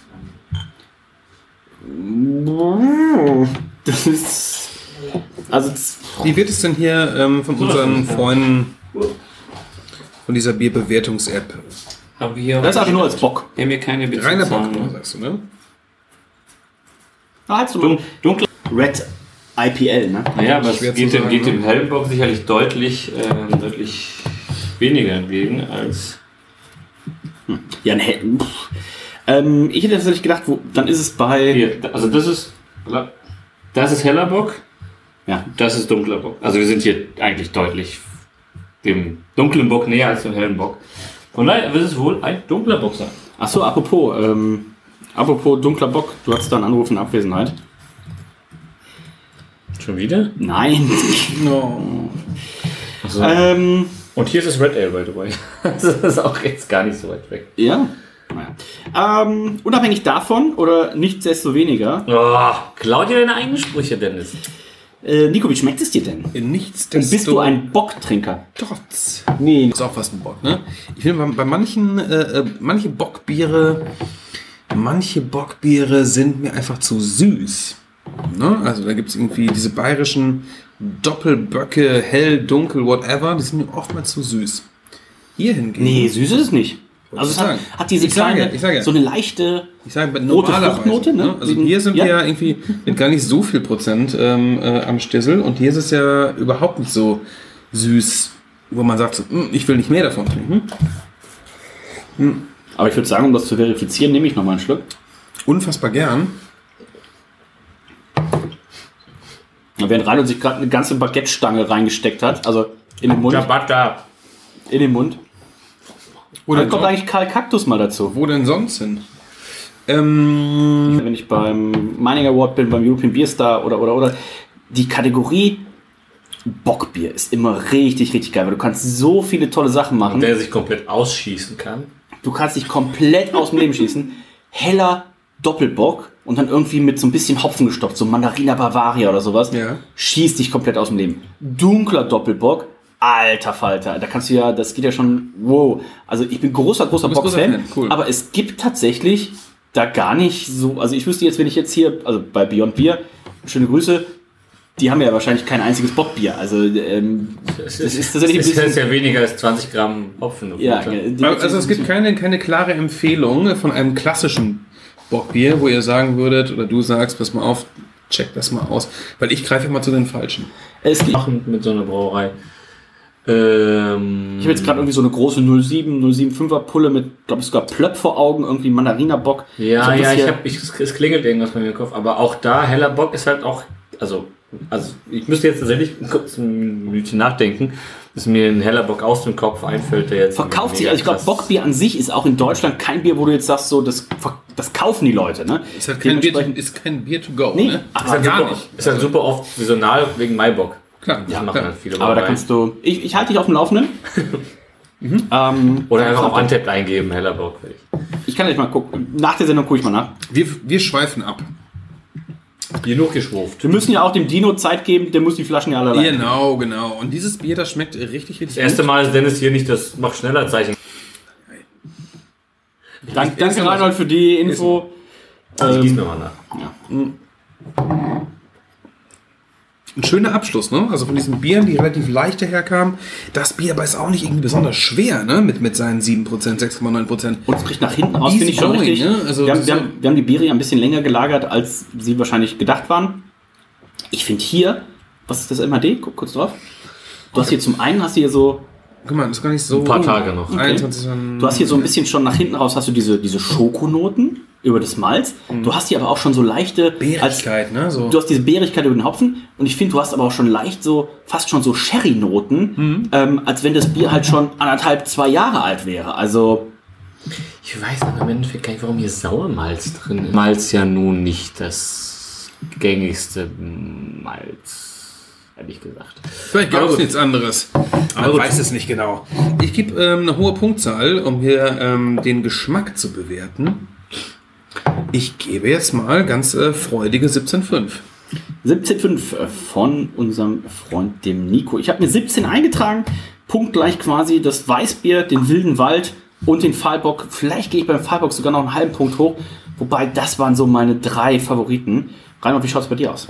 Speaker 2: Das ist. Also, z-
Speaker 4: Wie wird es denn hier ähm, von unseren Freunden von dieser Bierbewertungs-App?
Speaker 6: Haben wir hier
Speaker 2: das ist einfach nur als Bock.
Speaker 6: Wir haben hier keine
Speaker 4: Reiner
Speaker 6: Bezugszahlen.
Speaker 4: Bock,
Speaker 6: ne?
Speaker 4: sagst du, ne?
Speaker 2: Ah, hast du mal. Dunkler. Red IPL, ne?
Speaker 6: Naja, aber es
Speaker 4: Schwer zu
Speaker 6: geht, dem,
Speaker 4: sagen,
Speaker 6: geht
Speaker 4: ne?
Speaker 6: dem Hellenbock sicherlich deutlich, ähm, deutlich weniger entgegen als.
Speaker 2: Ja, ne. pff. Ähm, ich hätte tatsächlich gedacht, wo, dann ist es bei.
Speaker 6: Hier, da- also das ist. Das ist heller Bock.
Speaker 2: Ja.
Speaker 6: Das ist dunkler Bock. Also wir sind hier eigentlich deutlich dem dunklen Bock näher als dem hellen Bock. Von daher wird es wohl ein dunkler Bock sein.
Speaker 2: Achso, apropos, ähm, apropos dunkler Bock, du hattest da einen Anruf in Abwesenheit.
Speaker 3: Schon wieder?
Speaker 2: Nein.
Speaker 4: No.
Speaker 6: Also,
Speaker 3: Achso.
Speaker 2: ähm,
Speaker 3: Und hier ist es Red Ale, by
Speaker 6: [LAUGHS]
Speaker 3: the way. Das ist auch jetzt gar nicht so weit weg.
Speaker 2: Ja. Naja. Ähm, unabhängig davon oder nichtsdestoweniger.
Speaker 3: Oh, klau dir deine eigenen Sprüche, Dennis.
Speaker 2: Äh, Nico, wie schmeckt es dir denn?
Speaker 4: Nichts.
Speaker 2: Und bist du ein Bocktrinker?
Speaker 4: Trotz. Nee. Ist auch fast ein Bock, ne? Ich finde, bei, bei manchen, äh, äh, manche Bockbiere, manche Bockbiere sind mir einfach zu süß. Ne? Also da gibt es irgendwie diese bayerischen Doppelböcke, hell, dunkel, whatever, die sind mir oftmals zu süß. Hier hingegen.
Speaker 2: Nee, süß ist es nicht.
Speaker 4: Wollte
Speaker 2: Also
Speaker 4: ich
Speaker 2: es hat,
Speaker 4: sagen.
Speaker 2: hat diese
Speaker 4: Ich sage,
Speaker 2: kleine,
Speaker 4: ich sage.
Speaker 2: so eine leichte
Speaker 4: Ich sage, bei-
Speaker 2: rote
Speaker 4: normalerweise,
Speaker 2: Fruchtnote, ne?
Speaker 4: Also
Speaker 2: Diesen-
Speaker 4: hier sind
Speaker 2: ja.
Speaker 4: wir ja irgendwie mit gar nicht so viel Prozent ähm, äh, am Stissel und hier ist es ja überhaupt nicht so süß, wo man sagt, so, "Mm, ich will nicht mehr davon trinken.
Speaker 2: Aber ich würde sagen, um das zu verifizieren, nehme ich nochmal einen Schluck.
Speaker 4: Unfassbar gern.
Speaker 2: Und Während Reinhold sich gerade eine ganze Baguette-Stange reingesteckt hat, also in den Mund.
Speaker 3: Ciabatta.
Speaker 2: In den Mund.
Speaker 4: Oder
Speaker 2: Dann kommt eigentlich Karl Kaktus mal dazu.
Speaker 4: Also, Wo denn sonst hin? Ähm,
Speaker 2: Wenn ich beim Mining Award bin, beim European Beer Star oder oder oder. Die Kategorie Bockbier ist immer richtig, richtig geil, weil du kannst so viele tolle Sachen machen.
Speaker 3: Der sich komplett ausschießen kann.
Speaker 2: Du kannst dich komplett aus dem Leben schießen. Heller Doppelbock und dann irgendwie mit so ein bisschen Hopfen gestopft, so Mandarina Bavaria oder sowas.
Speaker 4: Ja.
Speaker 2: Schießt dich komplett aus dem Leben. Dunkler Doppelbock. Alter Falter, da kannst du ja, das geht ja schon, wow. Also ich bin großer, großer
Speaker 4: Du bist großer
Speaker 2: Bock-Fan,
Speaker 4: Fan, cool.
Speaker 2: aber es gibt tatsächlich da gar nicht so, also ich wüsste jetzt, wenn ich jetzt hier, also bei Beyond Beer, schöne Grüße, die haben ja wahrscheinlich kein einziges Bockbier, also ähm, das ist tatsächlich ein
Speaker 3: Das ist
Speaker 2: bisschen,
Speaker 3: ja weniger als 20 Gramm Hopfen.
Speaker 2: ja, die-
Speaker 4: also es gibt keine, keine klare Empfehlung von einem klassischen Bockbier, wo ihr sagen würdet oder du sagst, pass mal auf, check das mal aus. Weil ich greife immer zu den falschen.
Speaker 2: es gibt,
Speaker 3: machen mit so einer Brauerei. Ähm,
Speaker 2: Ich habe jetzt
Speaker 3: Mhm.
Speaker 2: gerade irgendwie so eine große 07, 075er Pulle mit, glaube ich, sogar Plöpp vor Augen, irgendwie Mandarinabock. so
Speaker 3: Ja,
Speaker 2: ein
Speaker 3: ja, ich
Speaker 2: bisschen-
Speaker 3: hab, ich, es es klingelt irgendwas bei mir im Kopf, aber auch da, heller Bock ist halt auch, also, also ich müsste jetzt tatsächlich kurz ein Minütchen nachdenken, dass mir ein heller Bock aus dem Kopf einfällt, der jetzt.
Speaker 2: Verkauft sich,
Speaker 3: mega
Speaker 2: also ich glaube,
Speaker 3: krass-
Speaker 2: Bockbier an sich ist auch in Deutschland kein Bier, wo du jetzt sagst, so, das, ver- das kaufen die Leute, ne?
Speaker 4: Ist halt kein, Bier, to-
Speaker 2: Dementsprechend-
Speaker 4: ist kein Bier to go,
Speaker 2: Nee,
Speaker 4: ne?
Speaker 2: aber
Speaker 4: ist halt gar
Speaker 3: super,
Speaker 4: nicht.
Speaker 3: Ist halt super oft saisonal wegen Maibock.
Speaker 4: Klar,
Speaker 3: Das machen halt viele
Speaker 2: Aber da
Speaker 3: Brauereien.
Speaker 2: kannst du, ich, ich halte dich auf dem Laufenden. ähm,
Speaker 3: Oder einfach auf Antept eingeben, heller Bock.
Speaker 2: ich kann gleich mal gucken. Nach der Sendung gucke ich mal nach.
Speaker 4: Wir, wir schweifen ab.
Speaker 3: Genug geschwurft.
Speaker 2: Wir müssen ja auch dem Dino Zeit geben, der muss die Flaschen ja alle rein.
Speaker 4: Genau, genau. Und dieses Bier, das schmeckt richtig, richtig
Speaker 3: Das erste Mal ist Dennis hier nicht das macht schneller Zeichen.
Speaker 2: Dank, danke, Reinhold, für die Info.
Speaker 3: Also
Speaker 2: Ähm,
Speaker 3: Ich gieß mir mal nach.
Speaker 4: Ein schöner Abschluss, ne? Also von diesen Bieren, die relativ leicht daherkamen. Das Bier aber ist auch nicht irgendwie besonders schwer, ne? Mit, mit seinen 7%, 6,9%.
Speaker 2: Und es bricht nach hinten raus,
Speaker 4: Easy
Speaker 2: finde ich schon
Speaker 4: going,
Speaker 2: richtig.
Speaker 4: ne? Also
Speaker 2: wir, haben,
Speaker 4: so-
Speaker 2: wir, haben, wir haben die Biere ja ein bisschen länger gelagert, als sie wahrscheinlich gedacht waren. Ich finde hier, was ist das MHD? Guck kurz drauf. Du hast hier zum einen hast du hier so,
Speaker 4: Guck mal, das ist gar nicht so.
Speaker 3: Ein
Speaker 2: oh.
Speaker 3: paar Tage noch.
Speaker 4: Okay. 21,
Speaker 2: du hast hier so ein bisschen schon nach hinten raus hast du diese, diese Schokonoten über das Malz.
Speaker 4: Mhm.
Speaker 2: Du hast hier aber auch schon so leichte als-
Speaker 4: Beerdigkeit, ne? So.
Speaker 2: Du hast diese Beerigkeit über den Hopfen und ich finde, du hast aber auch schon leicht so, fast schon so Sherry-Noten,
Speaker 4: Mhm.
Speaker 2: ähm, als wenn das Bier halt schon anderthalb, zwei Jahre alt wäre. Also,
Speaker 3: Ich weiß aber im Endeffekt gar nicht, warum hier Sauermalz drin ist. Malz ja nun nicht das gängigste Malz, ehrlich gesagt.
Speaker 4: Vielleicht gab es nichts anderes. Man
Speaker 3: gut.
Speaker 4: weiß es nicht genau. Ich gebe ähm, eine hohe Punktzahl, um hier ähm, den Geschmack zu bewerten. Ich gebe jetzt mal ganz äh, freudige 17,5.
Speaker 2: 17,5 äh, von unserem Freund dem Nico. Ich habe mir 17 eingetragen, punktgleich quasi das Weißbier, den Wilden Wald und den Fallbock. Vielleicht gehe ich beim Fallbock sogar noch einen halben Punkt hoch, wobei das waren so meine drei Favoriten. Reinhold, wie schaut es bei dir aus?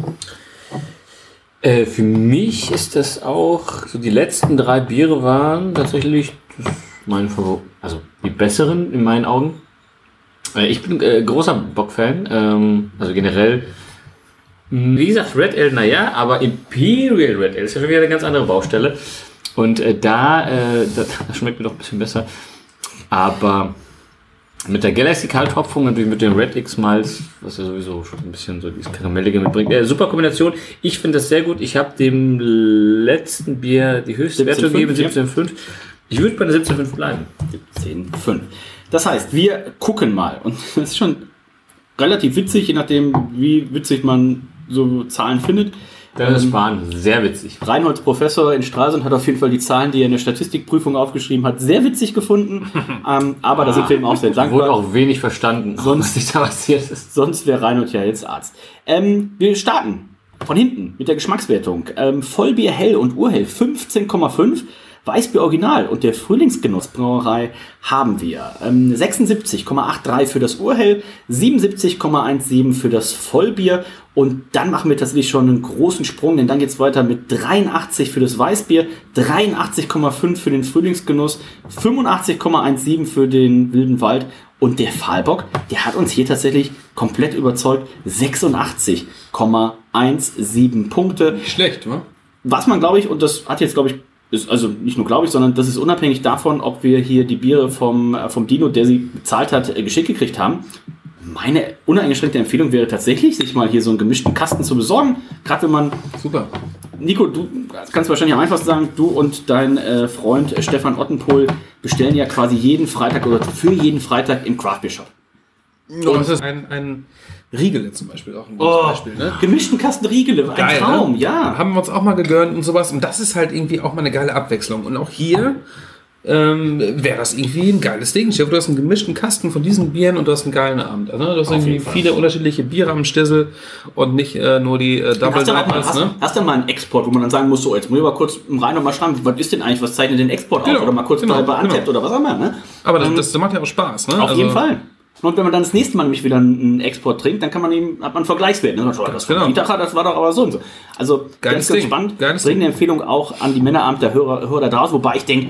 Speaker 3: Äh, für mich ist das auch, so die letzten drei Biere waren tatsächlich das- meine Favor also die besseren in meinen Augen. Äh, ich bin äh, großer Bock-Fan, ähm, also generell. mh, Wie gesagt, Red Ale, naja, aber Imperial Red Ale ist ja schon wieder eine ganz andere Baustelle. Und äh, da, äh, das, das schmeckt mir doch ein bisschen besser. Aber mit der Galaxy Kalthopfung, natürlich mit dem Red X Malz, was ja sowieso schon ein bisschen so dieses Karamellige mitbringt. Äh, super Kombination. Ich finde das sehr gut. Ich habe dem letzten Bier die höchste Wertung
Speaker 2: 17,5,
Speaker 3: gegeben,
Speaker 2: ja.
Speaker 3: 17,5. Ich würde bei der 17,5 bleiben.
Speaker 2: 17,5. Das heißt, wir gucken mal. Und [LAUGHS] das ist schon relativ witzig, je nachdem, wie witzig man so Zahlen findet.
Speaker 3: Dennis Bahn, sehr witzig.
Speaker 2: Reinholds Professor in Stralsund hat auf jeden Fall die Zahlen, die er in der Statistikprüfung aufgeschrieben hat, sehr witzig gefunden. ähm, aber da sind wir ihm auch sehr dankbar.
Speaker 3: Wurde auch wenig verstanden, [LAUGHS] was sich da passiert ist.
Speaker 2: Sonst wäre Reinhold ja jetzt Arzt. Ähm, wir starten von hinten mit der Geschmackswertung. Ähm, Vollbier hell und Urhell 15,5. Weißbier Original und der Frühlingsgenussbrauerei haben wir ähm, 76,83 für das Urhell, 77,17 für das Vollbier und dann machen wir tatsächlich schon einen großen Sprung, denn dann geht es weiter mit 83 für das Weißbier, 83,5 für den Frühlingsgenuss, 85,17 für den Wilden Wald und der Fahlbock, der hat uns hier tatsächlich komplett überzeugt, 86,17 Punkte.
Speaker 4: Schlecht, oder?
Speaker 2: Was man, glaube ich, und das hat jetzt, glaube ich, ist, also nicht nur glaube ich, sondern das ist unabhängig davon, ob wir hier die Biere vom, äh, vom Dino, der sie bezahlt hat, äh, geschickt gekriegt haben. Meine uneingeschränkte Empfehlung wäre tatsächlich, sich mal hier so einen gemischten Kasten zu besorgen. Gerade wenn man,
Speaker 4: Super.
Speaker 2: Nico, du kannst wahrscheinlich am einfachsten sagen, du und dein äh, Freund äh, Stefan Ottenpohl bestellen ja quasi jeden Freitag oder für jeden Freitag im Craft Beer Shop.
Speaker 4: Und das ist ein, ein Riegele zum Beispiel auch ein gutes Beispiel. Ne?
Speaker 2: Gemischten Kasten Riegele, ein
Speaker 4: Geil,
Speaker 2: Oh. Traum,
Speaker 4: ne?
Speaker 2: ja.
Speaker 4: Haben wir uns auch mal gegönnt und sowas. Und das ist halt irgendwie auch mal eine geile Abwechslung. Und auch hier ähm, wäre das irgendwie ein geiles Ding. Stell dir vor, Du hast einen gemischten Kasten von diesen Bieren und du hast einen geilen Abend. Ne? Du hast irgendwie viele unterschiedliche Biere am Stissel und nicht äh, nur die äh, Double
Speaker 2: Hast du, auch mal,
Speaker 4: Darkness.
Speaker 2: hast,
Speaker 4: Ne?
Speaker 2: hast du mal einen Export, wo man dann sagen muss, so jetzt muss ich mal kurz im Rhein noch mal schreiben, was ist denn eigentlich, was zeichnet den Export
Speaker 4: Genau,
Speaker 2: auf? Oder mal kurz
Speaker 4: genau,
Speaker 2: mal bei Antep
Speaker 4: genau.
Speaker 2: oder was auch immer. Ne?
Speaker 4: Aber das, das macht ja auch Spaß. Ne?
Speaker 2: Auf jeden Fall. Und wenn man dann das nächste Mal nämlich wieder einen Export trinkt, dann kann man eben, hat man einen Vergleichswert. Ne? Dann sagt man, Das
Speaker 4: Genau.
Speaker 2: genau. Vitacher, das war doch aber so und so. Also ganz,
Speaker 4: Geiles
Speaker 2: ganz
Speaker 4: Ding.
Speaker 2: spannend.
Speaker 4: Geiles
Speaker 2: Dringende Empfehlung auch an die Männeramt der Hörer, Hörer da draußen, wobei ich denke,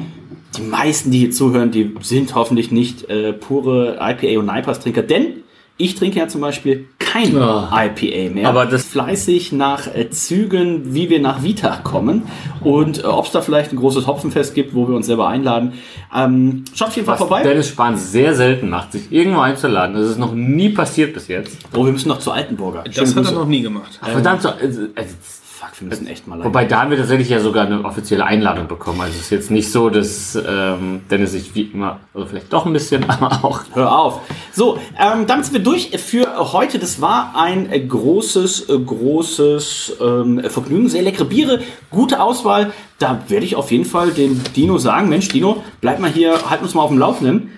Speaker 2: die meisten, die hier zuhören, die sind hoffentlich nicht äh, pure IPA und NIPAS-Trinker, denn ich trinke ja zum Beispiel kein
Speaker 3: Ja.
Speaker 2: IPA mehr.
Speaker 3: Aber das-
Speaker 2: fleißig nach äh, Zügen, wie wir nach Vita kommen und äh, ob es da vielleicht ein großes Hopfenfest gibt, wo wir uns selber einladen. Ähm, schaut auf jeden Fall
Speaker 3: Was
Speaker 2: vorbei.
Speaker 3: Dennis Spahn sehr selten macht, sich irgendwo einzuladen. Das ist noch nie passiert bis jetzt.
Speaker 2: Oh, wir müssen noch zu Altenburger.
Speaker 4: Das hat er noch nie gemacht.
Speaker 3: Verdammt, so, also, also,
Speaker 2: Fuck, wir müssen echt mal
Speaker 3: wobei da haben wir tatsächlich ja sogar eine offizielle Einladung bekommen. Also es ist jetzt nicht so, dass ähm, Dennis sich wie immer, also vielleicht doch ein bisschen, [LAUGHS] aber auch
Speaker 2: Hör auf. So, ähm, damit sind wir durch für heute. Das war ein äh, großes, äh, großes ähm, Vergnügen. Sehr leckere Biere, gute Auswahl. Da werde ich auf jeden Fall dem Dino sagen, Mensch, Dino, bleib mal hier, halt uns mal auf dem Laufenden.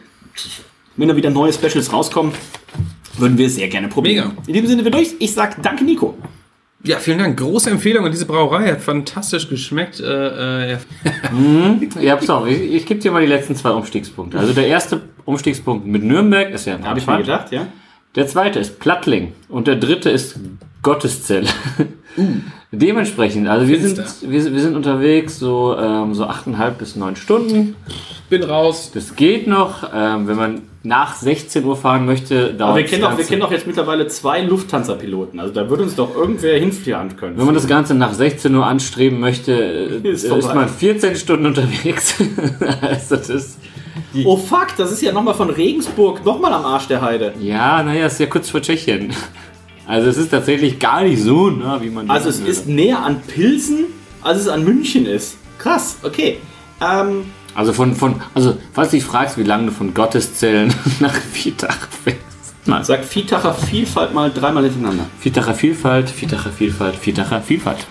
Speaker 2: Wenn da wieder neue Specials rauskommen, würden wir sehr gerne probieren.
Speaker 4: Mega.
Speaker 2: In diesem Sinne sind wir durch. Ich sag danke, Nico.
Speaker 4: Ja, vielen Dank. Große Empfehlung an diese Brauerei. Hat fantastisch geschmeckt. Äh, äh,
Speaker 3: Ihr habt's auch. Ich, ich gebe dir mal die letzten zwei Umstiegspunkte. Also der erste Umstiegspunkt mit Nürnberg ist ja ein
Speaker 2: Habe ich mir gedacht, ja?
Speaker 3: Der zweite ist Plattling und der dritte ist Gotteszell.
Speaker 2: Uh.
Speaker 3: [LAUGHS] Dementsprechend, also wir sind,
Speaker 4: Finster.
Speaker 3: wir, sind- wir sind unterwegs so, ähm, so 8,5 bis 9 Stunden.
Speaker 4: bin raus.
Speaker 3: Das geht noch. Ähm, wenn man nach 16 Uhr fahren möchte, dauert
Speaker 2: Aber wir kennen,
Speaker 3: das
Speaker 2: doch, wir
Speaker 3: Ganze-
Speaker 2: kennen doch jetzt mittlerweile zwei Lufthansa-Piloten. Also da würde uns doch irgendwer hinfahren können.
Speaker 3: Wenn man das Ganze nach 16 Uhr anstreben möchte, äh,
Speaker 2: [LAUGHS] Ist
Speaker 3: ist,
Speaker 2: vorbei.
Speaker 3: man 14 Stunden unterwegs. [LAUGHS] also das ist,
Speaker 2: Oh fuck, das ist ja nochmal von Regensburg, nochmal am Arsch der Heide.
Speaker 3: ja, naja, ist ja kurz vor Tschechien. Also es ist tatsächlich gar nicht so, nah, wie man
Speaker 2: Also es
Speaker 3: denken würde.
Speaker 2: ist näher an Pilsen, als es an München ist. Krass, okay. Ähm,
Speaker 3: Also von, von, also falls du dich fragst, wie lange du von Gotteszellen [LAUGHS] nach Vietach fährst. Also, Nein,
Speaker 2: sagt Vietacher Vielfalt mal dreimal hintereinander.
Speaker 3: Vietacher Vielfalt, Vietacher Vielfalt, Vietacher Vielfalt.